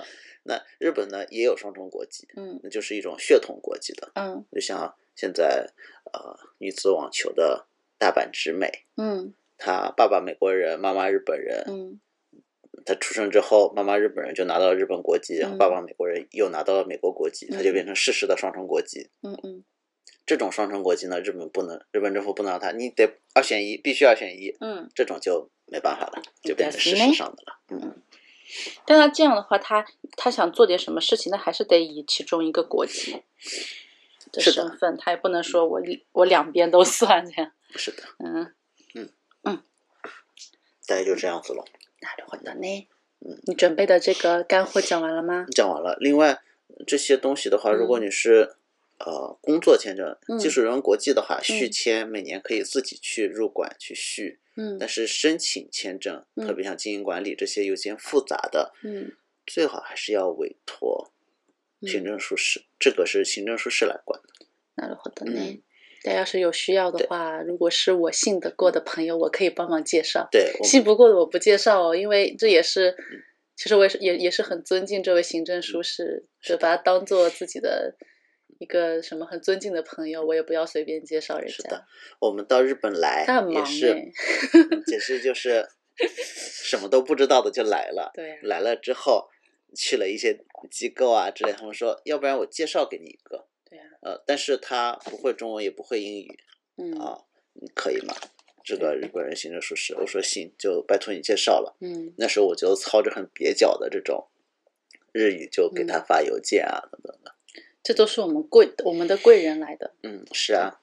那日本呢也有双重国籍，
嗯
那就是一种血统国籍的，
嗯
就像现在呃女子网球的大阪直美，
嗯
她爸爸美国人，妈妈日本人，
嗯
他出生之后，妈妈日本人就拿到了日本国籍，然后
嗯
爸爸美国人又拿到了美国国籍，他就变成事实的双重国籍。
嗯嗯
这种双重国籍呢，日本不能，日本政府不能让他，你得二选一，必须二选一，
嗯。
这种就没办法了，就变成
对
事
行
实上的了。嗯，
但他这样的话，他他想做点什么事情，那还是得以其中一个国籍的
是
身
的
份，他也不能说我一我两边都算这样。
是的，
嗯，
大概就这样子了。
那如何的呢？
嗯，
你准备的这个干货讲完了吗？
讲完了。另外这些东西的话，
嗯
如果你是、呃工作签证
嗯、
技术人文国际的话，续签每年可以自己去入馆去续，
嗯
但是申请签证，
嗯
特别像经营管理这些有些复杂的，
嗯
最好还是要委托
嗯
行政书士，这个是行政书士来管的。
那如何的
嗯
呢？大家要是有需要的话，如果是我信得过的朋友，我可以帮忙介绍；
对，我们
信不过的我不介绍哦，因为这也是，
嗯
其实我也是也也是很尊敬这位行政书士，就把他当做自己的一个什么很尊敬的朋友，我也不要随便介绍人
是的
家。
我们到日本来
他很
也
忙
是
哎，，
嗯也是就是什么都不知道的就来了，
对啊，
来了之后去了一些机构啊之类，他们说要不然我介绍给你一个，
对啊，
呃，但是他不会中文也不会英语
嗯
啊，你可以吗？这个日本人行政书士，我说行，就拜托你介绍了。
嗯
那时候我就操着很蹩脚的这种日语，就给
嗯
他发邮件啊等等的。
这都是我们贵我们的贵人来的。
嗯，是啊，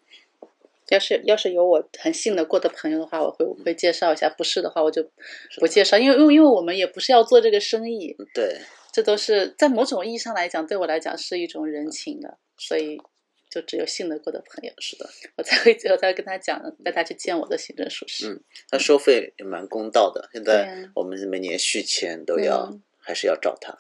要是要是有我很信得过的朋友的话，我会我
嗯
会介绍一下；不是的话，我就是不介绍，因为因为因为我们也不是要做这个生意，
嗯对，
这都是在某种意义上来讲，对我来讲是一种
嗯
人情的，所以就只有信得过的朋友，
是的，
我才会我才会跟他讲，带他去见我的行政书士。
嗯他收费也蛮公道的。现
对
在
啊
我们每年续签都要，
嗯
还是要找他。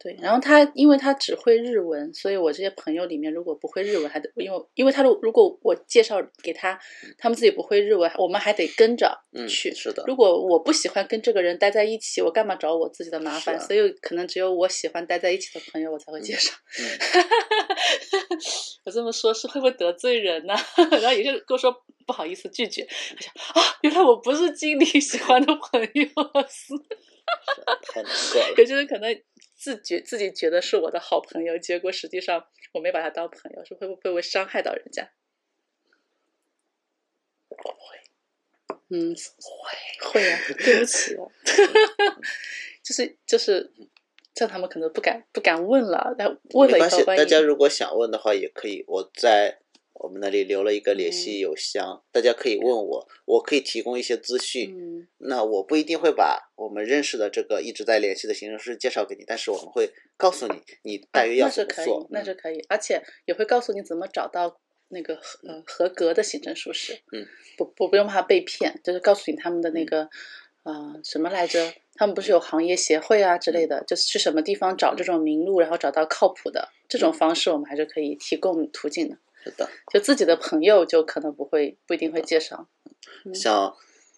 对，然后他因为他只会日文，所以我这些朋友里面如果不会日文，还得因为因为他如如果我介绍给他，他们自己不会日文，我们还得跟着
嗯，
去。
是的，
如果我不喜欢跟这个人待在一起，我干嘛找我自己的麻烦？
是啊
所以可能只有我喜欢待在一起的朋友，我才会介绍。
嗯
我这么说是会不会得罪人呢、 然后有些人跟我说不好意思拒绝，我想啊，原来我不是经理喜欢的朋友，
太难过了。
也就是可能自觉自己觉得是我的好朋友，结果实际上我没把他当朋友，是会不会会伤害到人家？嗯，会会啊， 对不起啊，就是就是，这样他们可能不敢不敢问了，但问
没
了以
关
后
系，
万
大家
一
如果想问的话，也可以，我在我们那里留了一个联
嗯
系邮箱，大家可以问我，我可以提供一些资讯。
嗯。
那我不一定会把我们认识的这个一直在联系的行政师介绍给你，但是我们会告诉你，你大约
啊
要
那是
怎么
可以
做。，
那
嗯
是可以，而且也会告诉你怎么找到那个合呃合格的行政书是，
嗯，
不不不用怕被骗，就是告诉你他们的那个呃什么来着，他们不是有行业协会啊之类
嗯
的，就是去什么地方找这种名录，然后找到靠谱的这
嗯
种方式，我们还是可以提供途径的。
是的，
就自己的朋友就可能不会不一定会介绍，嗯
像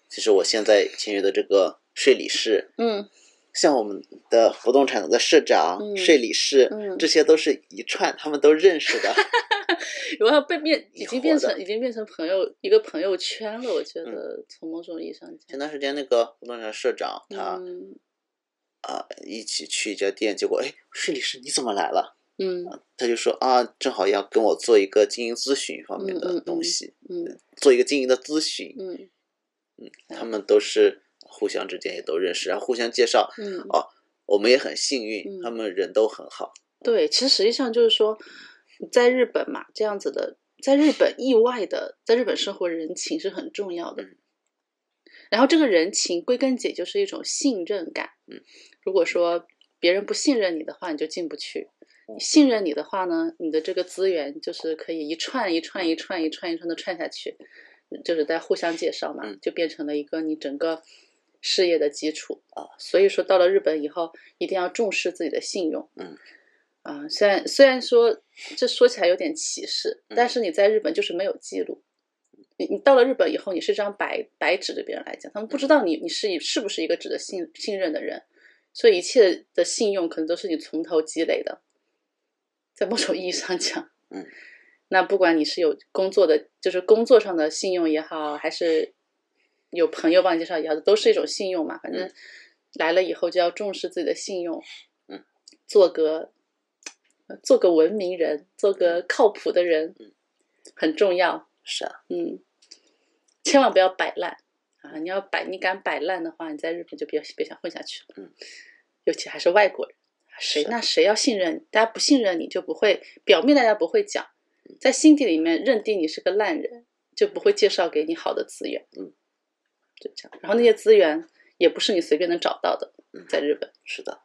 其实我现在签约的这个税理士，
嗯
像我们的不动产的市长、
嗯
税理士，
嗯
这些都是一串他们都认识的。
如果被变
一
已经
伙
变
的嗯
成已经变成朋友一个朋友圈了，我觉得从某种意义上
前
讲，
段时间那个不动产市长他
嗯
啊、一起去一家店，结果哎税理士你怎么来了？
嗯
他就说啊正好要跟我做一个经营咨询方面
嗯嗯
的
嗯
东西，
嗯
做一个经营的咨询。
嗯
他们都是互相之间也都认识，然后互相介绍。
嗯，
我们也很幸运，
嗯
他们人都很好。
对，其实实际上就是说，在日本嘛，这样子的，在日本意外的，在日本生活人情是很重要的
嗯。
然后这个人情归根结就是一种信任感。
嗯，
如果说别人不信任你的话，你就进不去；
嗯
你信任你的话呢，你的这个资源就是可以一串一串一串一串一串的串下去，就是在互相介绍嘛，
嗯
就变成了一个你整个事业的基础呃
啊。
所以说，到了日本以后，一定要重视自己的信用。
嗯。
啊，虽然虽然说这说起来有点歧视，但
嗯
是你在日本就是没有记录，你你到了日本以后，你是张白白纸，对别人来讲，他们不知道你你是是不是一个值得信信任的人，所以一切的信用可能都是你从头积累的，在某种意义上讲，
嗯，
那不管你是有工作的，就是工作上的信用也好，还是有朋友帮你介绍也好，都是一种信用嘛，反正
嗯
来了以后就要重视自己的信用，
嗯，
做个呃做个文明人，做个靠谱的人，
嗯，
很重要。
是啊，
嗯，千万不要摆烂啊！你要摆，你敢摆烂的话，你在日本就别别想混下去了。
嗯，
尤其还是外国人，啊谁
是
那谁要信任你？大家不信任你就不会，表面大家不会讲，
嗯
在心底里面认定你是个烂人，就不会介绍给你好的资源。
嗯，
就这样。然后那些资源也不是你随便能找到的，
嗯
在日本
是的。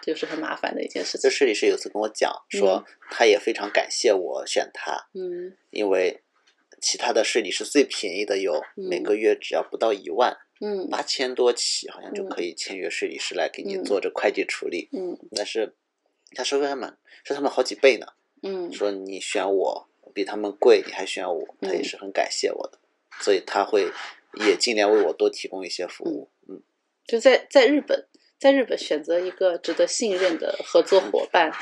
这就是很麻烦的一件事
这
情。
税理士有次跟我讲说，他也非常感谢我选他，
嗯
因为其他的税理是最便宜的有，
嗯
每个月只要不到一万
嗯
八千多起，好像就
嗯
可以签约税理师来给你
嗯
做这会计处理。
嗯
但是他收费还蛮，是他们好几倍呢。
嗯
说你选我比他们贵，你还选我，他
嗯
也是很感谢我的，所以他会也尽量为我多提供一些服务。嗯
就在在日本，在日本选择一个值得信任的合作伙伴，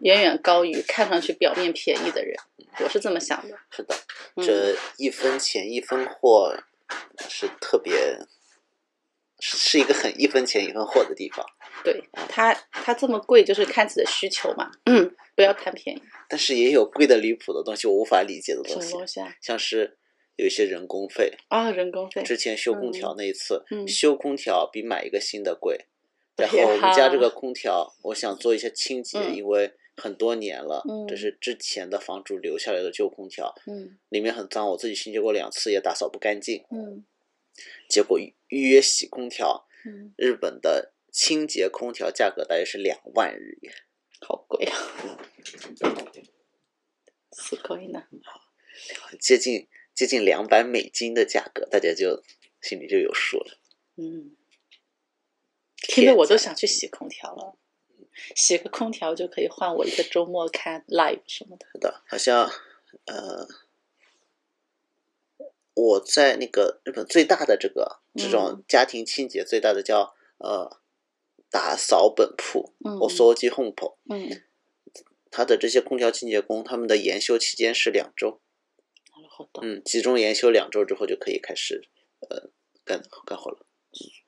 远远高于看上去表面便宜的人。我是这么想的。
是的，
嗯、
这一分钱一分货是特别。是是一个很一分钱一分货的地方，
对他，他这么贵就是看自己的需求嘛，嗯，不要贪便宜。
但是也有贵的离谱的东西，我无法理解的
什
东
么
西，
东西啊？
像是有一些人工费，
啊，人工费。
之前修空调那一次，
嗯
修空调比买一个新的贵。
哎
然
呀
后我们家这个空调，我想做一些清洁，
嗯
因为很多年了，
嗯
这是之前的房主留下来的旧空调，
嗯
里面很脏，我自己清洁过两次也打扫不干净。
嗯
结果预预约洗空调，
嗯，
日本的清洁空调价格大约是两万日元。
好贵啊！嗯すごいな。
接近接近两百美金的价格，大家就心里就有数了。
嗯，听得我都
天价嗯
想去洗空调了。洗个空调就可以换我一个周末看 live 什么的。
是的，好像呃，我在那个日本最大的这个这种
嗯
家庭清洁最大的叫、呃打扫本铺
嗯
o s o j i Home，
嗯，
它的这些空调清洁工，他们的研修期间是两周，
なるほど。
嗯，集中研修两周之后就可以开始呃干干活了。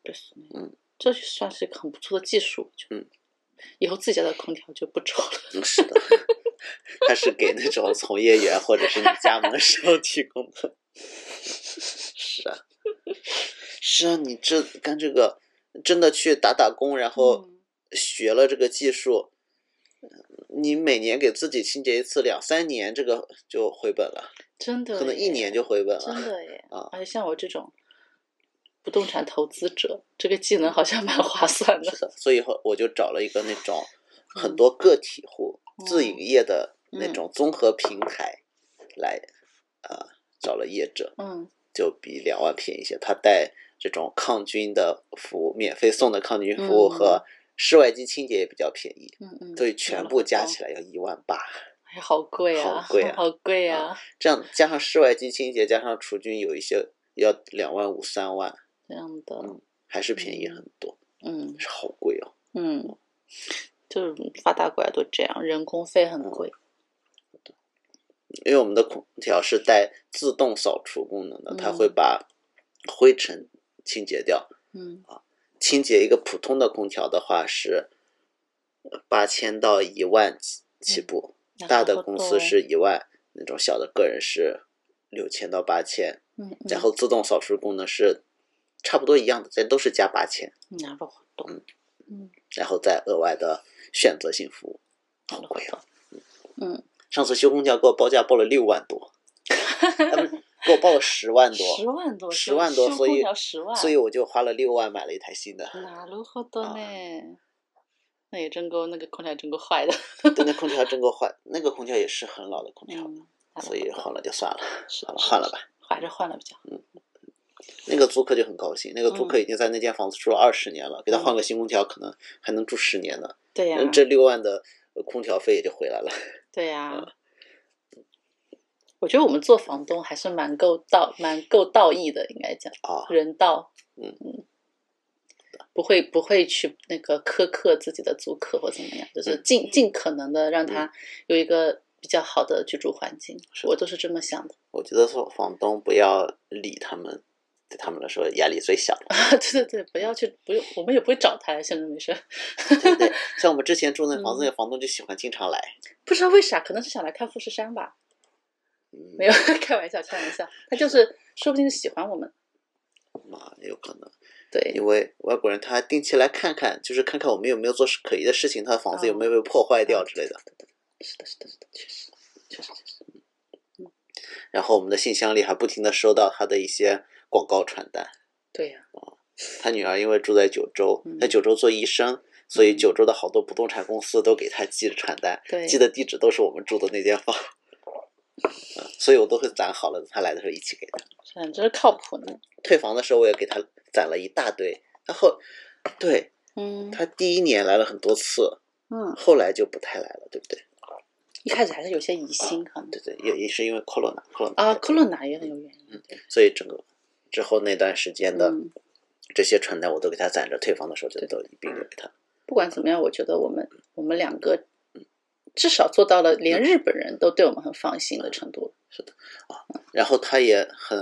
ですね。
嗯，
这就算是一个很不错的技术，我觉得
嗯，
以后自己家的空调就不愁了。
嗯，是的， 它是给那种从业员或者是你加盟商提供的。是啊，是啊，你这干这个，真的去打打工，然后
嗯
学了这个技术，你每年给自己清洁一次，两三年这个就回本了，
真的耶，
可能一年就回本
真
了。
的耶。
啊
而且像我这种不动产投资者，这个技能好像蛮划算 的
是。的，所以后我就找了一个那种
嗯
很多个体户、自
嗯
营业的那
嗯
种综合平台，来呃找了业者，
嗯
就比两万便宜一些。他带这种抗菌的服务，免费送的抗菌服务
嗯
和室外机清洁也比较便宜，
嗯嗯，
所以全部加起来要一万八。
哎，好贵啊，
好贵啊
好贵啊！
这样加上室外机清洁，加上除菌，有一些要两万五、三万，
这样的，
嗯还是便宜很多，
嗯
是好贵哦。
嗯，就是发大国家都这样，人工费很贵。
因为我们的空调是带自动扫除功能的，它
嗯
会把灰尘清洁掉。
嗯
清洁一个普通的空调的话是八千到一万
嗯
起起步，
那
大
还
的
不
公
多
司是一万，那种小的个人是六千到八千，
嗯，嗯
然后自动扫除功能是差不多一样的，这都是加八千，
拿着活动，嗯，
然后再额外的选择性服务，好贵啊！
嗯，
上次修空调给我报价报了六万 多，啊不是给我报了十万多，
十万多，
十万多，
修
所
空
以
调十万，
所以我就花了六万买了一台新的。
なるほど
啊
ね。那也真够，那个空调真够坏的。
对，那空调真够坏，那个空调也是很老的空调，
嗯，なる
所以
ほど
换了就算了，
是
算了
是
换了吧。
还是换了比较好。
那个租客就很高兴，那个租客
嗯
已经在那间房子住了二十年了，给他
嗯
换个新空调，可能还能住十年呢。
对啊呀、
嗯这六万的呃空调费也就回来了。
对呀、
嗯
我觉得我们做房东还是蛮够道、蛮够道义的，应该讲
啊，
人道。
嗯
不会不会去那个苛刻自己的租客或怎么样，就是
嗯
尽尽可能的让他有一个比较好的居住环境。我都是这么想的。
我觉得做房东不要理他们，对他们来说压力最小了，
对对对，不要去，不用，我们也不会找他，闲着没事儿。
对不对？像我们之前住那房子，
嗯
那房东就喜欢经常来，
不知道为啥，可能是想来看富士山吧。
嗯
没有 开玩笑，开玩笑，他就是说不定是喜欢我们。
嘛，有可能，
对，
因为外国人他定期来看看，就是看看我们有没有做可疑的事情，他的房子有
哦
没有被破坏
嗯
掉之类的。
是的，是的，是的，确实，确实，确实。
然后我们的信箱里还不停的收到他的一些广告传单。
对呀、
他女儿因为住在九州
嗯，
在九州做医生，所以
嗯
九州的好多不动产公司都给他寄传单，
对
寄的地址都是我们住的那间房。嗯所以我都会攒好了，他来的时候一起给他。
嗯，这是靠谱呢。
退房的时候我也给他攒了一大堆。然后，对
嗯
他第一年来了很多次，
嗯，
后来就不太来了，对不对？
一开始还是有些疑心，可
啊
能
对对，也也是因为 corona corona
啊，科罗娜也很有原因。
所以整个之后那段时间的
嗯，
这些传单我都给他攒着，退房的时候就都一并留给他。
不管怎么样，我觉得我们我们两个至少做到了连日本人都对我们很放心的程度。
然后他也很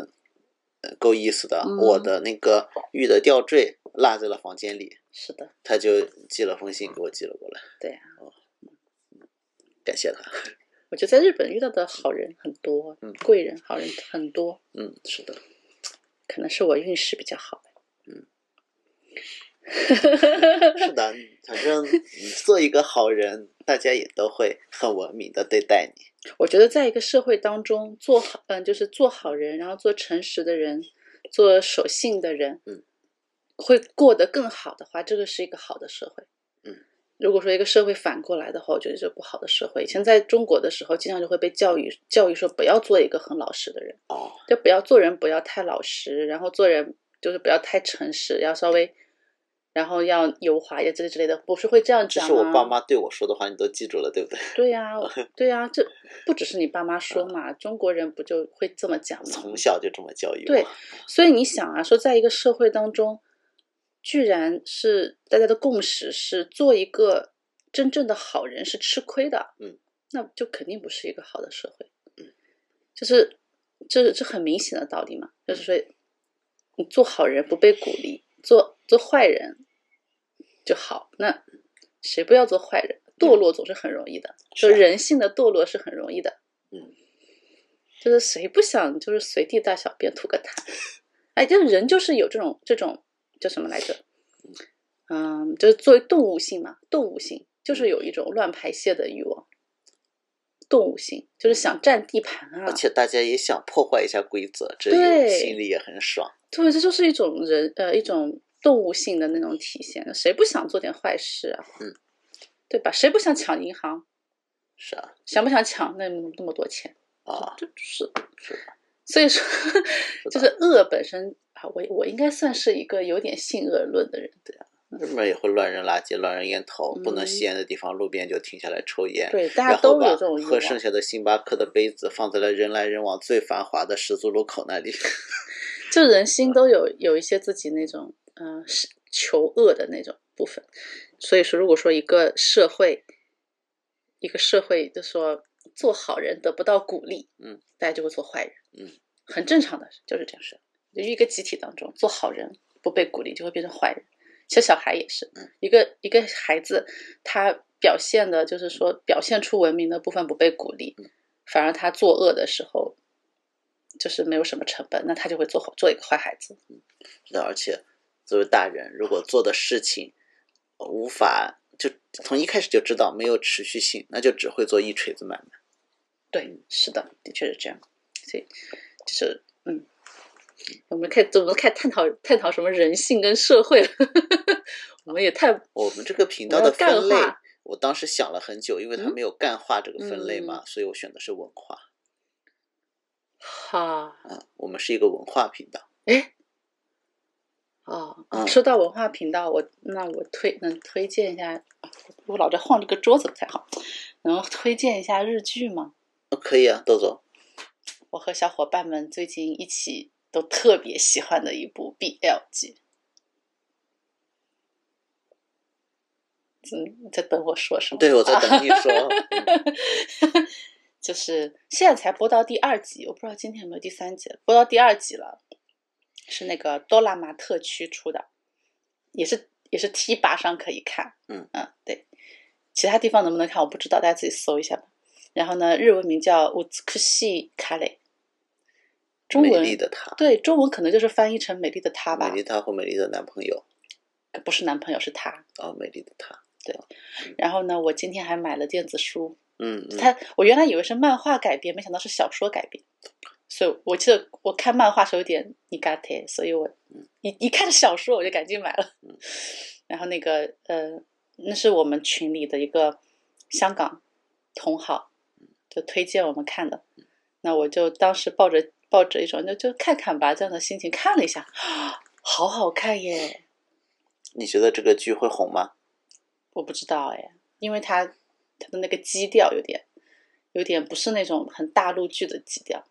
呃够意思的，
嗯
我的那个玉的吊坠落在了房间里，
是的，
他就寄了封信给我寄了过来，哦
对啊呀、
感谢他。
我觉得在日本遇到的好人很多，
嗯
贵人好人很多，
嗯，是的，
可能是我运势比较好。
是的， 反正你做一个好人，大家也都会很文明的对待你。
我觉得在一个社会当中，做好嗯、就是做好人，然后做诚实的人，做守信的人，
嗯，
会过得更好的话，这个是一个好的社会。
嗯，
如果说一个社会反过来的话，我觉得这不好的社会。以前在中国的时候，经常就会被教育教育说不要做一个很老实的人。
哦，
就不要做人不要太老实，然后做人就是不要太诚实，要稍微，然后要油滑呀之类之类的，不是会这样
这
讲吗？
是我爸妈对我说的话，你都记住了，对不对？
对呀、对呀、这不只是你爸妈说嘛，中国人不就会这么讲吗
嗯从？小就这么教育我。
对，所以你想啊，说在一个社会当中，居然是大家的共识是做一个真正的好人是吃亏的，
嗯，
那就肯定不是一个好的社会，嗯，就是这这很明显的道理嘛，
嗯
就是说你做好人不被鼓励，做做坏人就好，那谁不要做坏人？堕
嗯
落总是很容易的，就是嗯
啊
人性的堕落是很容易的，就是谁不想就是随地大小便吐个 痰？哎，就是人就是有这种这种叫什么来着？嗯，就是作为动物性嘛，动物性就是有一种乱排泄的欲望，动物性就是想占地盘啊
而。且大家也想破坏一下规则，这
对
有心里也很爽。
对，这就是一种人呃一种动物性的那种体现。谁不想做点坏事啊？
嗯，
对吧？谁不想抢银行？
是啊，
想不想抢那那么多钱？
啊，
这就是
是的，
所以说，
的
就是恶本身啊，我我应该算是一个有点性恶论的人，对啊，
日本也会乱扔垃圾、乱扔烟头，不能
嗯
吸烟的地方，路边就停下来抽烟。
对，大
然
家
后
都
把
有这种欲
喝剩
望，
下的星巴克的杯子放在了人来人往最繁华的十字路口那里。
就人心都有有一些自己那种嗯、呃是求恶的那种部分，所以说，如果说一个社会，一个社会就说做好人得不到鼓励，
嗯，
大家就会做坏人，
嗯，
很正常的，就是这样是，就一个集体当中做好人不被鼓励就会变成坏人，其实小孩也是，
嗯
一个一个孩子他表现的就是说表现出文明的部分不被鼓励，
嗯
反而他作恶的时候。就是没有什么成本，那他就会做好做一个坏孩子。
是的，而且作为大人，如果做的事情呃无法就从一开始就知道没有持续性，那就只会做一锤子买卖。
对，是的，的确是这样。所以就是嗯，我们开我们开始探讨探讨什么人性跟社会了， 我们也太
我们这个频
我
道
要
的
干
分类
话，
我当时想了很久，因为它
嗯
没有“干化”这个分类嘛，所以我选的是文化
哈
啊。我们是一个文化频道，
哎。哦，
嗯
说到文化频道，我那我推能推荐一下，我老在晃这个桌子不太好，能推荐一下日剧吗？
呃可以啊，豆总。
我和小伙伴们最近一起都特别喜欢的一部 BL 剧。嗯，你在等我说什么？啊
对，我在等你说。 嗯
就是现在才播到第二集，我不知道今天有没有第三集了，播到第二集了，是那个多拉玛特区出的，也是也是 T 八上可以看，
嗯
嗯，对，其他地方能不能看我不知道，大家自己搜一下吧。然后呢，日文名叫乌兹克西卡雷，中
美
文
丽的她，
对中文可能就是翻译成“美丽的她”吧
美，丽她或美丽的男朋友
不是男朋友是她。
啊，美丽的她。
然后呢，我今天还买了电子书，
嗯，嗯
它我原来以为是漫画改编，没想到是小说改编。所以我记得我看漫画时候有点你嘎贴，所以我
嗯
一一看小说我就赶紧买了。 然后那个呃，那是我们群里的一个香港同好，
嗯
就推荐我们看的。那我就当时抱着抱着一种就就看看吧这样的心情看了一下， 好好看耶！
你觉得这个剧会红吗？
我不知道哎，因为它它的那个基调有点有点不是那种很大陆剧的基调。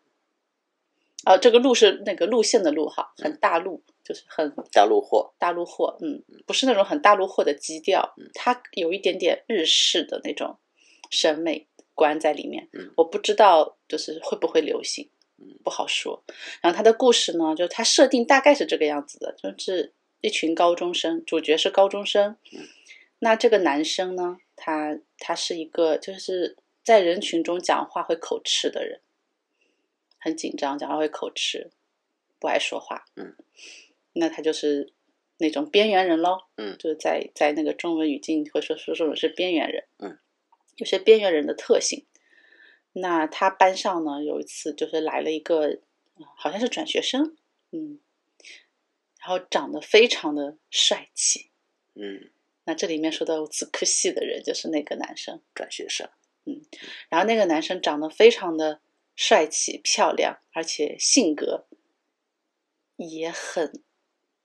啊，这个路是那个路线的路哈，很大陆，就是很
大陆货，
大陆货，嗯，不是那种很大陆货的基调，
嗯
它有一点点日式的那种审美观在里面
嗯。
我不知道就是会不会流行
嗯，
不好说。然后它的故事呢，就它设定大概是这个样子的，就是一群高中生，主角是高中生。
嗯
那这个男生呢，他他是一个就是在人群中讲话会口吃的人，很紧张，讲话会口吃，不爱说话。
嗯，
那他就是那种边缘人喽。
嗯
就是在在那个中文语境会说说这种是边缘人。
嗯，
有些边缘人的特性。那他班上呢，有一次就是来了一个，呃好像是转学生，嗯，然后长得非常的帅气，
嗯，
那这里面说到子科系的人就是那个男生，
转学生，
然后那个男生长得非常的帅气、漂亮，而且性格也很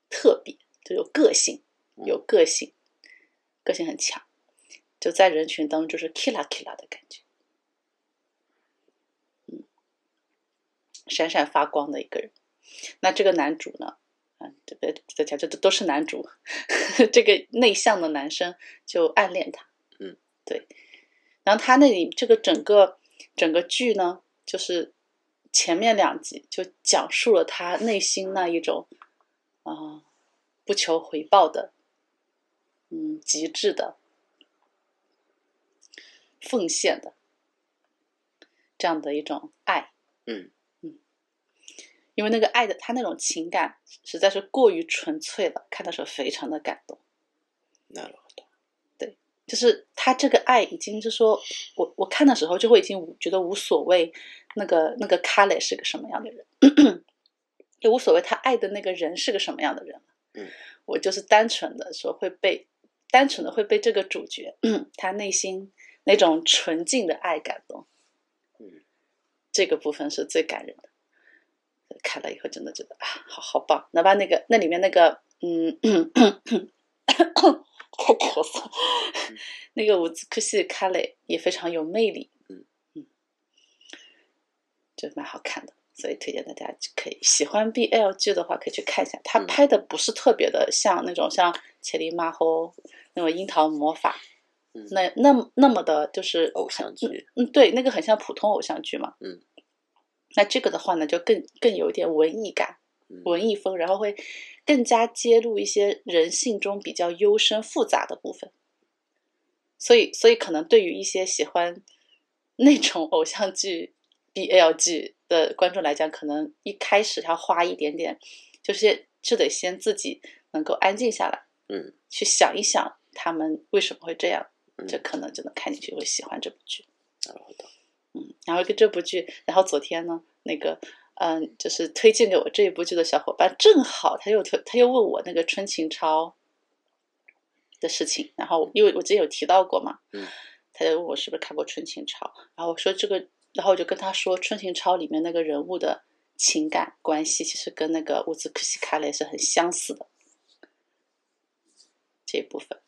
特别，就有个性，
嗯
有个性，个性很强，就在人群当中就是 killa killa 的感觉，嗯，闪闪发光的一个人。那这个男主呢，嗯，这个大家这都都是男主， 这个内向的男生就暗恋她，
嗯，
对。然后他那里这个整个整个剧呢，就是前面两集就讲述了他内心那一种啊、呃不求回报的，嗯，极致的奉献的这样的一种爱。
嗯
嗯，因为那个爱的他那种情感实在是过于纯粹了，看的时候非常的感动。
なるほど。
就是他这个爱已经就说，我我看的时候就会已经无觉得无所谓，那个那个卡雷是个什么样的人， 就无所谓他爱的那个人是个什么样的人。
嗯，
我就是单纯的说会被，单纯的会被这个主角他内心那种纯净的爱感动。
嗯，
这个部分是最感人的。看了以后真的觉得啊，好好棒！哪怕那个那里面那个嗯， 快咳嗽，那个伍兹库西卡雷也非常有魅力，
嗯
嗯，就蛮好看的，所以推荐大家去可以喜欢 BL 剧的话可以去看一下。他
嗯
拍的不是特别的像那种像《千里马猴》那种樱桃魔法，
嗯
那那那么的就是
偶像剧，
嗯，对，那个很像普通偶像剧嘛。
嗯。
那这个的话呢，就更更有一点文艺感、
嗯
文艺风，然后会更加揭露一些人性中比较幽深复杂的部分。所以，所以可能对于一些喜欢 那种偶像剧、BL 剧的观众来讲，可能一开始要花一点点，就是就得先自己能够安静下来，
嗯，
去想一想他们为什么会这样，
嗯
这可能就能看进去会喜欢这部剧。
然后到
嗯，然后跟这部剧，然后昨天呢，那个嗯，就是推荐给我这一部剧的小伙伴，正好他又推，他又问我那个春情超的事情，然后因为我之前有提到过嘛，
嗯，
他就问我是不是看过春情超，然后我说这个，然后我就跟他说春情超里面那个人物的情感关系其实跟那个乌兹克西卡雷是很相似的这一部分，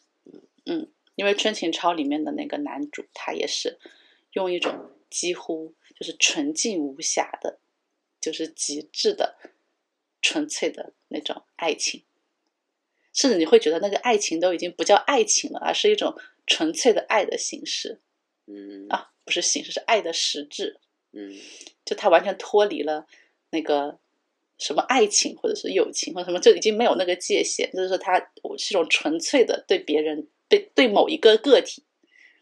嗯，因为春情超里面的那个男主他也是。用一种几乎就是纯净无瑕的，就是极致的、纯粹的那种爱情，甚至你会觉得那个爱情都已经不叫爱情了，而是一种纯粹的爱的形式
嗯
啊，不是形式，是爱的实质。
嗯
就它完全脱离了那个什么爱情或者是友情或者什么，就已经没有那个界限，就是说它我是一种纯粹的对别人对对某一个个体，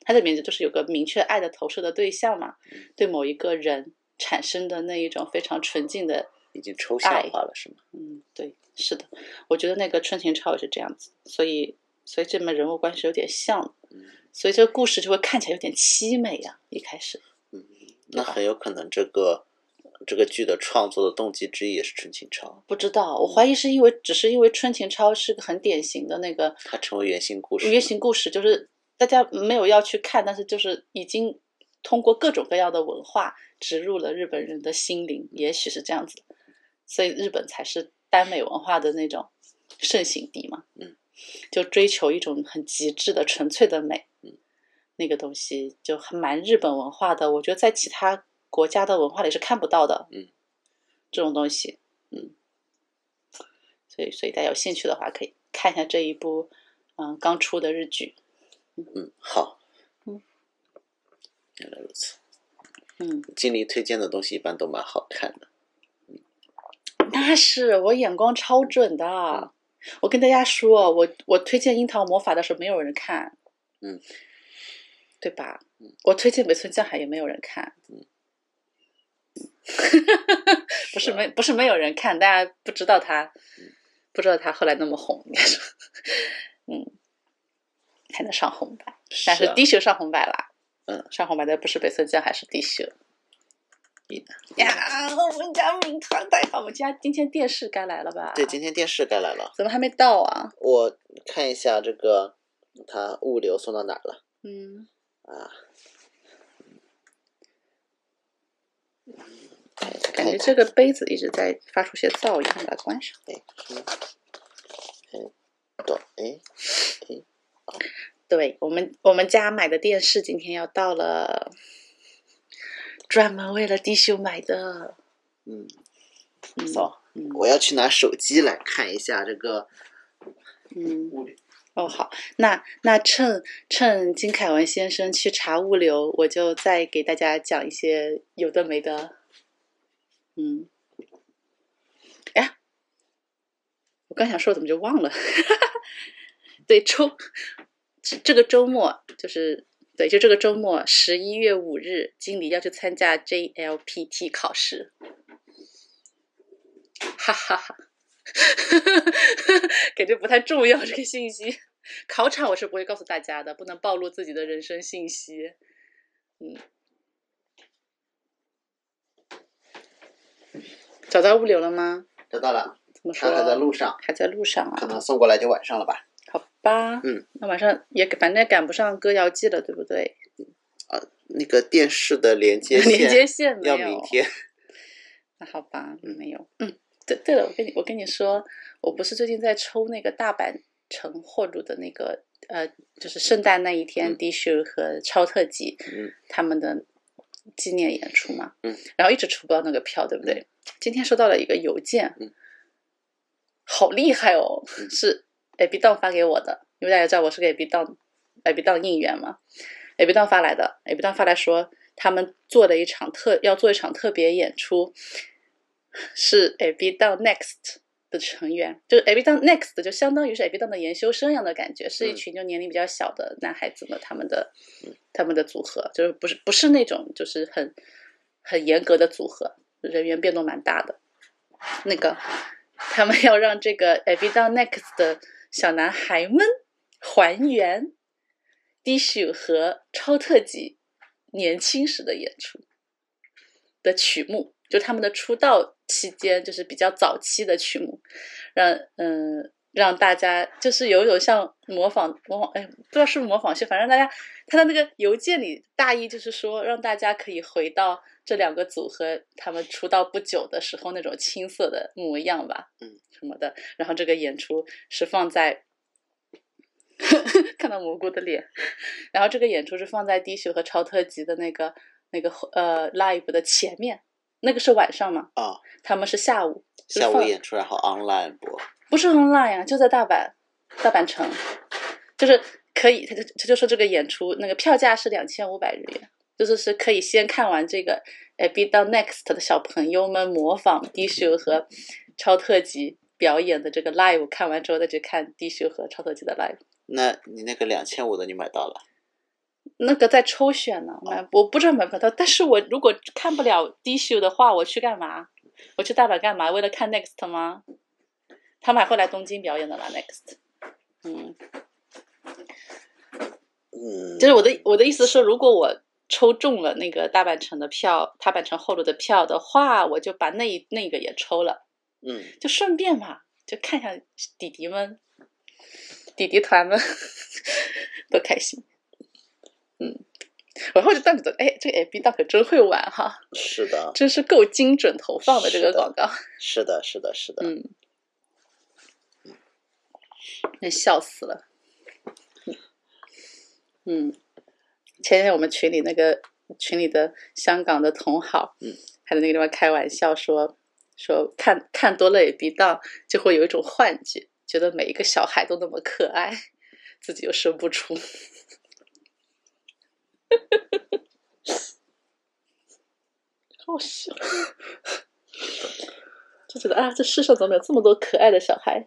它里面就是有个明确爱的投射的对象嘛
嗯，
对某一个人产生的那一种非常纯净的
已经抽象
爱
化了是吗？
嗯，对，是的，我觉得那个春情超也是这样子，所以所以这门人物关系是有点像的
嗯，
所以这个故事就会看起来有点凄美呀、一开始
那很有可能这个这个剧的创作的动机之一也是春情超，
不知道，我怀疑是因为只是因为春情超是个很典型的那个
它成为原型故事。
原型故事，就是大家没有要去看，但是就是已经通过各种各样的文化植入了日本人的心灵，也许是这样子，所以日本才是耽美文化的那种盛行地嘛。
嗯，
就追求一种很极致的纯粹的美。
嗯，
那个东西就很蛮日本文化的，我觉得在其他国家的文化里是看不到的。
嗯，
这种东西，嗯，所以所以大家有兴趣的话，可以看一下这一部嗯刚出的日剧。
嗯，好。
嗯，
原来如此。
嗯，
经理推荐的东西一般都蛮好看的。
那是我眼光超准的。我跟大家说，我我推荐《樱桃魔法》的时候没有人看，
嗯，
对吧？我推荐《北村匠海》也没有人看，
嗯，
不是
啊
没不是没有人看，大家不知道他
嗯，
不知道他后来那么红，应该说，嗯，还能上红白，但
是
是
啊
低秀上红白啦，
嗯，
上红白的不是北村匠海，是低秀。
一
呀，我们家名团太好，我们家今天电视该来了吧？
对，今天电视该来了，
怎么还没到啊？
我看一下这个它物流送到哪儿了
嗯，
啊？
感觉这个杯子一直在发出些噪音，把它关上。
哎，嗯，哎，懂，哎，
对我们，我们家买的电视今天要到了，专门为了弟兄买的。
嗯，
嗯
走，
嗯
我要去拿手机来看一下这个
嗯，
物流。
哦好，那那趁趁金凯文先生去查物流，我就再给大家讲一些有的没的。嗯，哎呀，我刚想说，怎么就忘了？ 对，周这这个周末就是对，就这个周末，十一月五日，经理要去参加 JLPT 考试，哈哈哈。 感觉不太重要这个信息。考场我是不会告诉大家的，不能暴露自己的人生信息。嗯，找到物流了吗？
找到了，
怎么说？
它还在路上，
还在路上
可
啊？
能送过来就晚上了吧？
好吧，
嗯，
那晚上也赶反正也赶不上歌谣季了，对不对？
啊，那个电视的连接线
连接线没
要
有。
明 天。
那好吧，没有。嗯，对对了，我跟你我跟你说，我不是最近在抽那个大阪城霍鲁的那个呃，就是圣诞那一天
嗯
d i s h u 和超特辑
嗯
他们的纪念演出嘛，
嗯，
然后一直出不到那个票，对不对？今天收到了一个邮件，
嗯，
好厉害哦，
嗯
是 A B 档发给我的，因为大家知道我是个 A B 档 A B 档应援嘛，A B 档发来的，A B 档发来说他们做了一场特要做一场特别演出，是 A B 档 Next。的成员就是 A B 档 Next，就相当于是 A B 档的研修生一样的感觉，是一
嗯
群就年龄比较小的男孩子们，他们的他们的组合，就是不是不是那种就是很很严格的组合，人员变动蛮大的。那个他们要让这个 a b i d a Next 的小男孩们还原 Dishu 和超特级年轻时的演出的曲目，就他们的出道期间，就是比较早期的曲目，让嗯、让大家就是有一种像模仿模仿，哎，不知道是不是模仿秀，反正大家他的那个邮件里大意就是说，让大家可以回到这两个组合他们出道不久的时候那种青涩的模样吧，
嗯，
什么的。然后这个演出是放在 看到蘑菇的脸，然后这个演出是放在低学和超特级的那个那个呃 live 的前面，那个是晚上嘛，
啊，
他们是下午，就是
下午
放
演出，然后 online 播。
不是 online 呀、就在大阪，大阪城，就是可以，他就他就说这个演出那个票价是两千五百日元，就是是可以先看完这个呃 b 到 next 的小朋友们模仿 d i s h 和超特级表演的这个 live，看完之后再去看 d i s h 和超特级的 live。
那你那个两千五的你买到了？
那个在抽选呢，买我不知道买不到，但是我如果看不了 D show 的话，我去干嘛？我去大阪干嘛？为了看 Next 吗？他们还会来东京表演的啦，Next。嗯，
嗯，
就是我的我的意思是，如果我抽中了那个大阪城的票，大阪城后路的票的话，我就把那一那个也抽了，
嗯，
就顺便嘛，就看一下弟弟们、弟弟团们 多开心。嗯，然后就当觉得，哎，这个 AB 大可真会玩哈，
是的，
真是够精准投放的这
是
个
的
广告。
是的，是的，是的。
嗯，那笑死了。嗯，前天我们群里那个群里的香港的同好，
嗯，
还在那个地方开玩笑说说看看多了也必到，就会有一种幻觉，觉得每一个小孩都那么可爱， 自己又生不出。 好笑。 就觉得啊，这世上怎么有这么多可爱的小孩？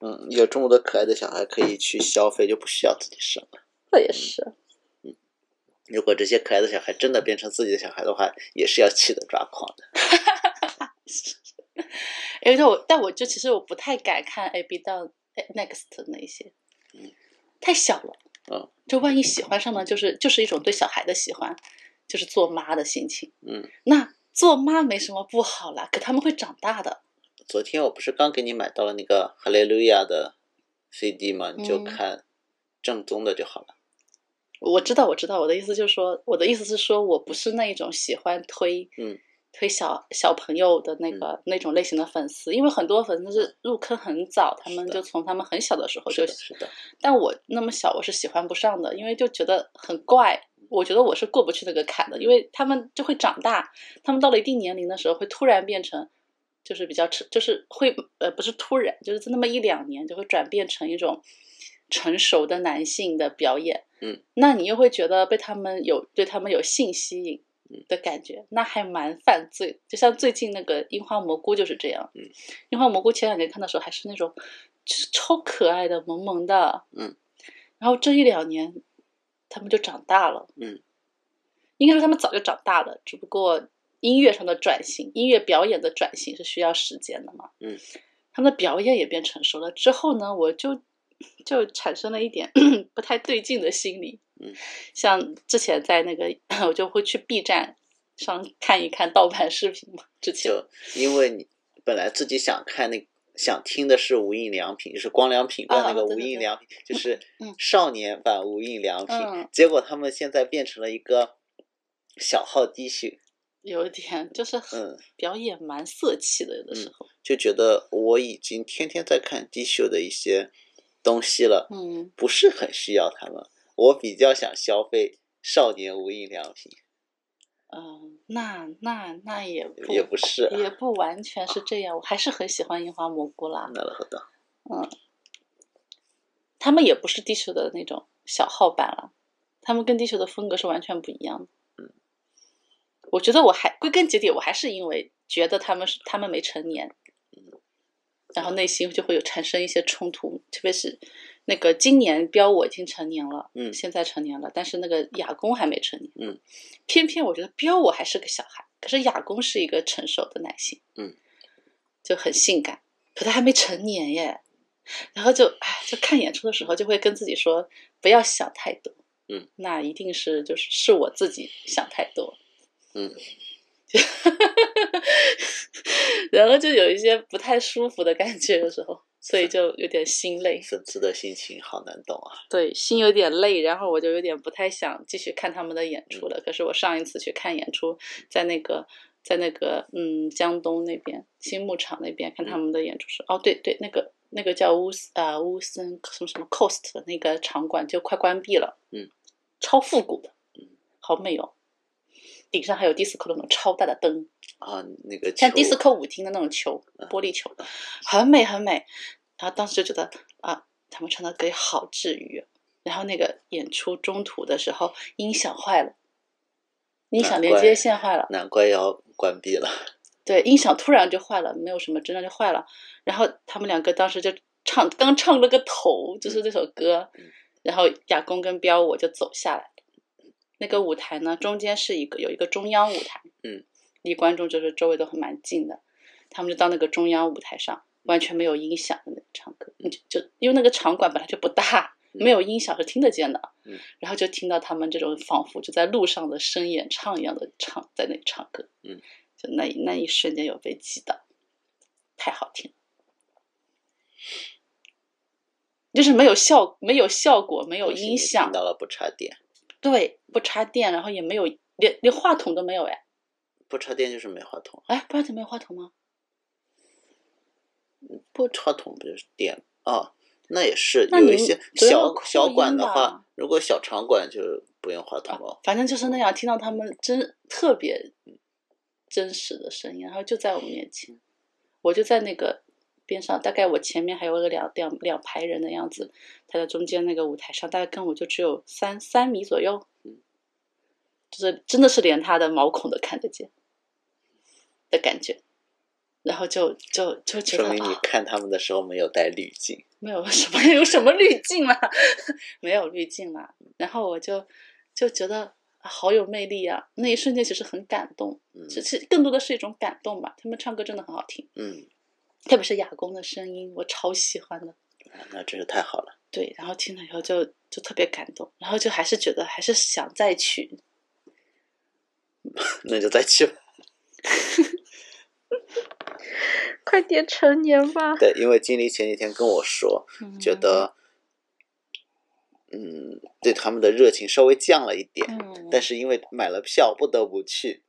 嗯，有这么多可爱的小孩可以去消费，就不需要自己生了。
那也是，啊
如果这些可爱的小孩真的变成自己的小孩的话，也是要气得抓狂的。
因为但我但我就其实我不太敢看 A B 到 Next 那一些，太小了，
嗯，
就万一喜欢上呢，就是就是一种对小孩的喜欢，就是做妈的心情。
嗯，
那做妈没什么不好啦，可他们会长大的。
昨天我不是刚给你买到了那个哈利路亚的 CD 吗？你就
嗯
看正宗的就好了。
我知道，我知道，我的意思就是说，我的意思是说我不是那一种喜欢推，
嗯，
推小小朋友的那个、那种类型的粉丝，因为很多粉丝是入坑很早，他
是
们
的
就从他们很小的时候
是
就
的，是的，
但我那么小，我是喜欢不上的，因为就觉得很怪。我觉得我是过不去那个坎的，因为他们就会长大，他们到了一定年龄的时候，会突然变成，就是比较成，就是会呃不是突然，就是那么一两年就会转变成一种成熟的男性的表演。
嗯，
那你又会觉得被他们有对他们有性吸引
嗯
的感觉，那还蛮犯罪。就像最近那个樱花蘑菇就是这样。
嗯，
樱花蘑菇前两年看的时候还是那种就是超可爱的萌萌的，然后这一两年，他们就长大了。
嗯，
应该说他们早就长大了，只不过音乐上的转型、音乐表演的转型是需要时间的嘛。
嗯，
他们的表演也变成熟了之后呢，我就就产生了一点 不太对劲的心理。
嗯，
像之前在那个，我就会去 B 站上看一看盗版视频嘛。之前
就因为你本来自己想看那想听的是无印良品，就是光良品冠那
哦
个
对
无
对
印
对
良品，就是
嗯
少年版无印良品。
嗯
结果他们现在变成了一个小号 D 型，
有一点就是很
嗯，
表演蛮色气的，有的时候，
就觉得我已经天天在看 D 秀的一些东西了，
嗯，
不是很需要他们。我比较想消费少年无印良品，
嗯，那那那也不
也不是、啊。
也不完全是这样，我还是很喜欢樱花蘑菇啦。
なるほど。
他们也不是地球的那种小号版了，他们跟地球的风格是完全不一样的。
嗯，
我觉得我还归根结底，我还是因为觉得他们是他们没成年，
嗯
然后内心就会有产生一些冲突，特别是那个今年标我已经成年了，
嗯
现在成年了，但是那个雅公还没成年，
嗯，
偏偏我觉得标我还是个小孩，可是雅公是一个成熟的男性，
嗯，
就很性感，可他还没成年耶，然后就唉，就看演出的时候就会跟自己说，不要想太多。
嗯，
那一定是就是是我自己想太多。
嗯，
然后就有一些不太舒服的感觉，有时候，所以就有点心累，
粉丝的心情好难懂啊。
对，心有点累。然后我就有点不太想继续看他们的演出了。可是我上一次去看演出，在那个。在那个嗯江东那边新牧场那边看他们的演出是、哦对对那个那个叫乌斯啊、乌森什么什么 Coast 的那个场馆就快关闭了，
嗯，
超复古的，好美哦，顶上还有 disco 的那种超大的灯，
啊，那个
像
球嗯
disco 舞厅的那种球，玻璃球，很美很美。然后当时就觉得啊，他们唱的歌好治愈。然后那个演出中途的时候，音响坏
啊
了，音响连接线坏了，
难怪要关闭了。
对，音响突然就坏了，没有什么征兆就坏了。然后他们两个当时就唱，刚唱了个头，就是这首歌。
嗯
然后雅公跟彪我就走下来了。那个舞台呢，中间是一个有一个中央舞台，
嗯，
离观众就是周围都很蛮近的。他们就到那个中央舞台上，完全没有音响的那唱歌，
嗯
就就因为那个场馆本来就不大，
嗯
没有音响是听得见的。
嗯
然后就听到他们这种仿佛就在路上的声演唱一样的唱，在那里唱歌。
嗯，
就那一那一瞬间有被击倒，太好听了。就是没有效，没有效果，没有
恭喜你
音响
听，到了不插电，
对，不插电，然后也没有连连话筒都没有哎，
不插电就是没话筒，
哎，不然怎么有话筒吗？
不话筒不就是电哦？那也是
那
有
你
一些
总要
小
扩
小馆
音
的
吧
话，如果小场馆就不用话筒
啊
了。，
反正就是那样，听到他们真特别真实的声音，然后就在我们面前，我就在那个边上，大概我前面还有个两两两排人的样子，他在中间那个舞台上，大概跟我就只有三三米左右
嗯，
就是真的是连他的毛孔都看得见的感觉，然后就就就觉得
说明你
啊，
看他们的时候没有带滤镜，
没有 什么有什么滤镜啦， 没有滤镜啦。然后我就就觉得啊好有魅力啊！那一瞬间其实很感动，
嗯
其实更多的是一种感动吧。他们唱歌真的很好听，
嗯，
特别是雅公的声音，我超喜欢的。
啊那真是太好了。
对，然后听了以后就就特别感动，然后就还是觉得还是想再去。
那就再去吧。
快点成年吧！
对，因为经理前几天跟我说，觉得，嗯，对他们的热情稍微降了一点，
嗯，
但是因为买了票不得不去，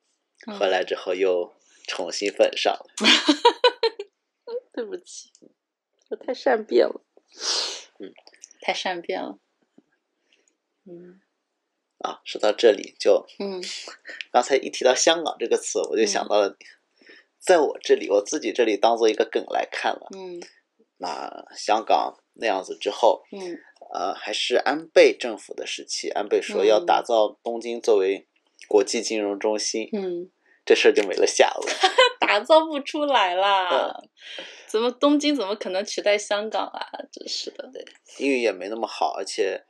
回来之后又重新粉上了。
对不起，我太善变了。
嗯，
太善变了。嗯
啊，说到这里，就
嗯。
刚才一提到香港这个词，我就想到了你，在我这里，我自己这里当做一个梗来看了。
嗯
那香港那样子之后，
嗯
呃，还是安倍政府的时期，安倍说要
嗯
打造东京作为国际金融中心，
嗯，
这事儿就没了下文。
打造不出来啦！怎么东京怎么可能取代香港啊？真是的。
英语也没那么好，而且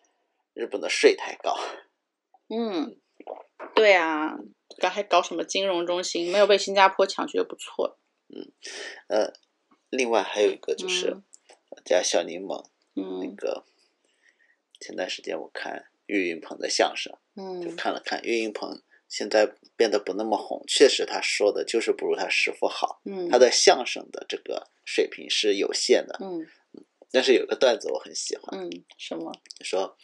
日本的税太高。
嗯，对啊，刚还搞什么金融中心，没有被新加坡抢去就不错了。
呃，另外还有一个就是
嗯
我家小柠檬那
嗯
个，前段时间我看岳云鹏的相声，就
嗯
看了看岳云鹏现在变得不那么红，确实他说的就是不如他师傅好，
嗯，
他的相声的这个水平是有限的。
嗯
但是有个段子我很喜欢，
嗯什么
说，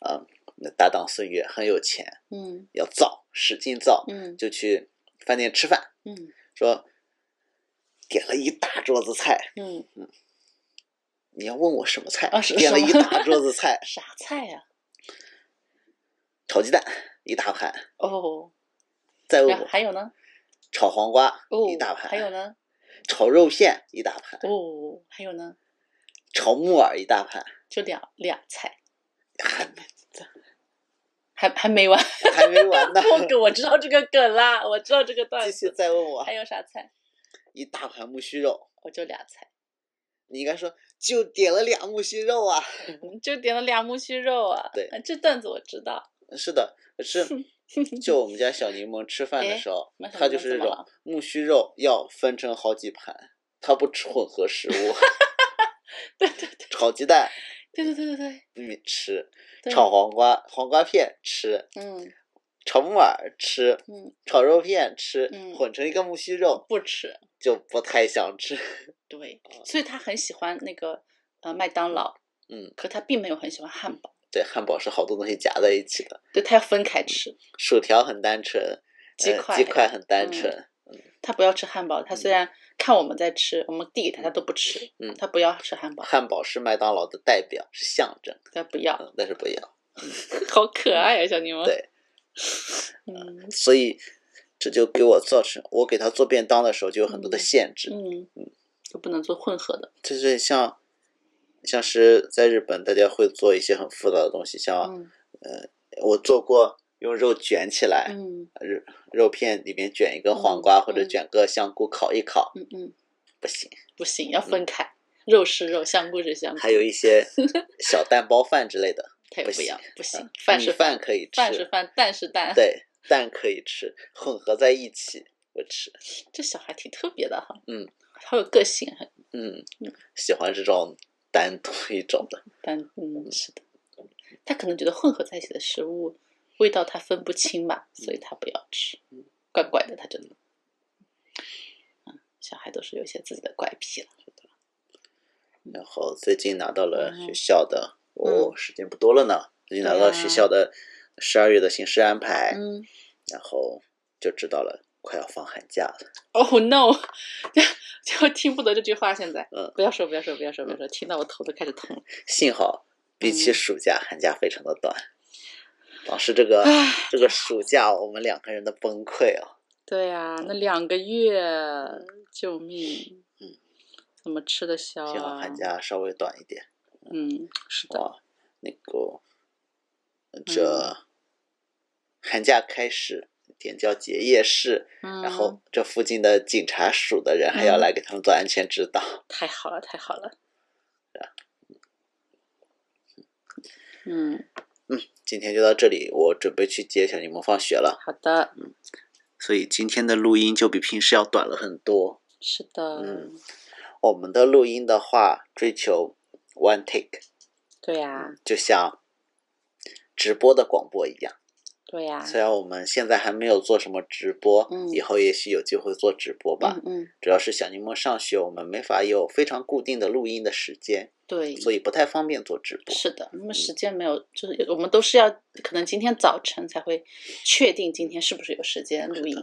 呃，那搭档孙悦很有钱，
嗯
要造，使劲造，
嗯
就去饭店吃饭，
嗯
说点了一大桌子菜，
嗯
你要问我什么菜？
啊是
点了
什么，
一大桌子菜啊
啥菜呀、
炒鸡蛋一大盘，
哦，
再问
然后
我
还有呢？
炒黄瓜
哦，
一大盘，
还有呢？
炒肉片一大盘，
哦，还有呢？
炒木耳一大盘，
就两两菜，
还
还还没完。
还没完呢，
我梗我知道这个梗啦，我知道这个段
嗯继续
子。
再问我
还有啥菜？
一大盘木须肉，
我就俩菜，
你应该说就点了俩木须肉啊。
就点了俩木须肉啊。
对
啊，这段子我知道。
是的，可是就我们家小柠檬吃饭的时候
那，小
它
柠
就
檬
是
怎
这
么
种
了
木须肉要分成好几盘，它不吃混合食物，
对对对
炒鸡蛋
对对对对
你吃，
对。
炒黄瓜黄瓜片吃，
嗯
炒木耳吃，
嗯，
炒肉片吃，
嗯
混成一个木须肉
不吃。
就不太想吃。
对，所以他很喜欢那个呃麦当劳，
嗯，
可他并没有很喜欢汉堡，
对，汉堡是好多东西夹在一起的，
对他要分开吃，
薯条很单纯，
鸡
呃
块
鸡块很单
嗯
纯，
他不要吃汉堡。他虽然看我们在吃，我们递给他，他都不吃，
嗯
他不要吃汉堡，
汉堡是麦当劳的代表，是象征，
他不要，
嗯，但是不一样。
好可爱啊，小柠檬。
嗯对，
嗯
所以这就给我造成，我给他做便当的时候就有很多的
嗯
限制，
嗯，就不能做混合的。
就是像像是在日本，大家会做一些很复杂的东西，像、呃
嗯
我做过用肉卷起来，
嗯
肉肉片里面卷一根黄
嗯
瓜、或者
嗯
卷个香菇烤一烤，
嗯嗯，
不行，
不行，要分开，肉是肉，香菇是香菇，
嗯还有一 些小蛋包饭之类的，
他也
不
不
行
要，不行，饭
米
是
饭可以吃，
饭是饭，蛋是蛋。，
对，蛋可以吃，混合在一起我吃。
这小孩挺特别的哈。
嗯，
好有个性，很
嗯
嗯，
喜欢这种单独一种的。
但嗯，是的，他可能觉得混合在一起的食物味道他分不清吧，所以他不要吃，
嗯
怪怪的，他真的。嗯，小孩都是有一些自己的怪癖了。
然后最近拿到了
嗯
学校的，哦，时间不多了呢，最近拿
对
到
呀
学校的十二月的形式安排，
嗯
然后就知道了快要放寒假了。
，Oh no，就听不得这句话。现在，
嗯
不要说，不要说，不要说，不要说，听到我头都开始痛了。
幸好比起
嗯
暑假，寒假非常的短。老师，这个
唉
这个暑假我们两个人的崩溃哦，
对呀、那两个月，救命！
嗯，
怎么吃得消
幸好
啊
寒？假稍微短一点。
嗯，是的，
哇，那个
嗯
这寒假开始，点交结业式，
嗯，
然后这附近的警察署的人还要
嗯
来给他们做安全指导。
太好了，太好了。嗯，
今天就到这里，我准备去接小柠檬放学了，
好的，
嗯所以今天的录音就比平时要短了很多。
是的，
嗯我们的录音的话，追求 one take，
对呀、
就像直播的广播一样。
对呀、
虽然我们现在还没有做什么直播，
嗯
以后也许有机会做直播吧。
嗯嗯，
主要是小柠檬上学，我们没法有非常固定的录音的时间，
对，
所以嗯不太方便做直播。
是的，那么时间没有，就是我们都是要可能今天早晨才会确定今天是不是有时间录音。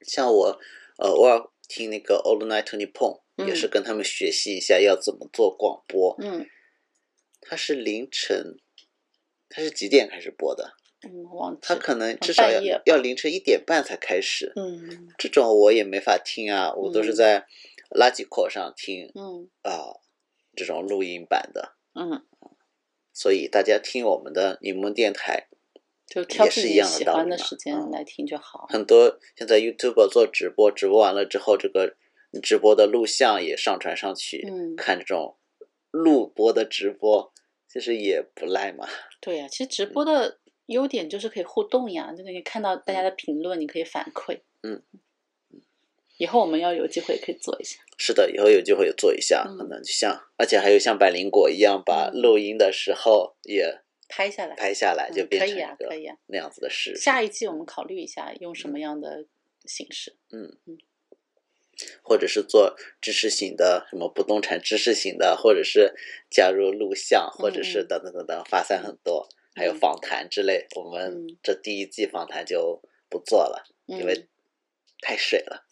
像我，呃，偶尔听那个 All Night to Nippon，、
嗯
也是跟他们学习一下要怎么做广播。
嗯
它是凌晨，它是几点开始播的？
嗯，忘记
它
了。
可能至少
半夜
要
吧
要凌晨一点半才开始。
嗯
这种我也没法听啊，我都是
嗯
在垃圾口上听
嗯
啊、这种录音版的。
嗯，
所以大家听我们的柠檬电台，
就挑
也
自
是一
己
样的
喜
道
欢
理
的
嘛
时间
嗯
来听就好。
很多现在 YouTube 做直播，直播完了之后，这个直播的录像也上传上去，
嗯
看这种录播的直播，其实也不赖嘛。
对呀、啊其实直播
嗯
的优点就是可以互动呀，就是你看到大家的评论，你可以反馈。
嗯，
以后我们要有机会可以做一下。
是的，以后有机会也做一下，
嗯
可能就像，而且还有像百灵果一样，把
嗯
录音的时候也
拍下来，
拍下来，就
嗯
变
可
成
以
一
啊，
个嗯
可以啊。
那样子的视频。
下一期我们考虑一下用什么样的形式。
或者是做知识型的，什么不动产知识型的，或者是加入录像，或者是
嗯
等等等等，发散很多，还有
嗯
访谈之类。我们
嗯
这第一季访谈就不做了，
嗯、
因为太水了。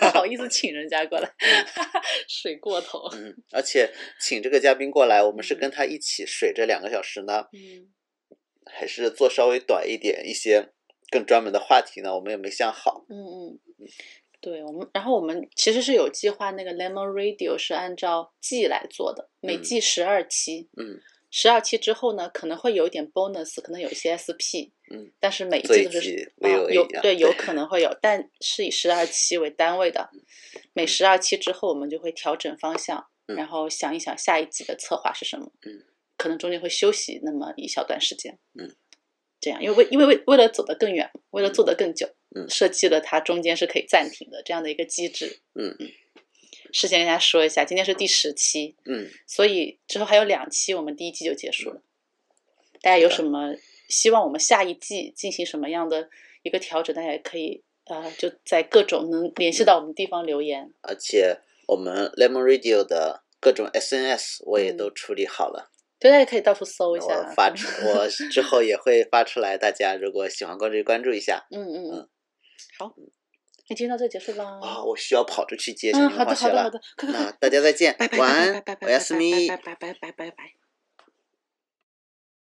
不好意思请人家过来， 水过头。
嗯， 而且请这个嘉宾过来，我们是
嗯
跟他一起水这两个小时呢，
嗯
还是做稍微短一点一些更专门的话题呢？我们也没想好。
嗯嗯，对我们，然后我们其实是有计划，那个 Lemon Radio 是按照季来做的，每
嗯
季十二期。
嗯，
十二期之后呢，可能会有一点 bonus，可能有一些 SP，
嗯，
但是每一
这
季
一
都是
集
啊
VOA
有
一样
对有可能会有，但是以十二期为单位的，每十二期之后我们就会调整方向，
嗯
然后想一想下一季的策划是什么，
嗯，
可能中间会休息那么一小段时间，
嗯，
这样，因为为因为为为了走得更远，为了做得更久，
嗯
设计了它中间是可以暂停的这样的一个机制，
嗯
事先跟大家说一下，今天是第十期，
嗯，
所以之后还有两期，我们第一季就结束了。大家有什么希望我们下一季进行什么样的一个调整？大家也可以呃，就在各种能联系到我们地方留言。
而且我们 Lemon Radio 的各种 SNS 我也
嗯
都处理好了。
对，大家可以到处搜一下
我
啊。
发出， 我之后也会发出来，大家如果喜欢关注关注一下
嗯嗯
嗯
嗯，好，那今天到这结束吧。
啊、我需要跑出去接小
嗯，
樱
好
花
的
雪
好的好
了。
的，快快
那
快，
大家再见
拜，拜
晚
拜
安
拜拜拜，
我要思密。
拜拜拜拜拜拜拜拜。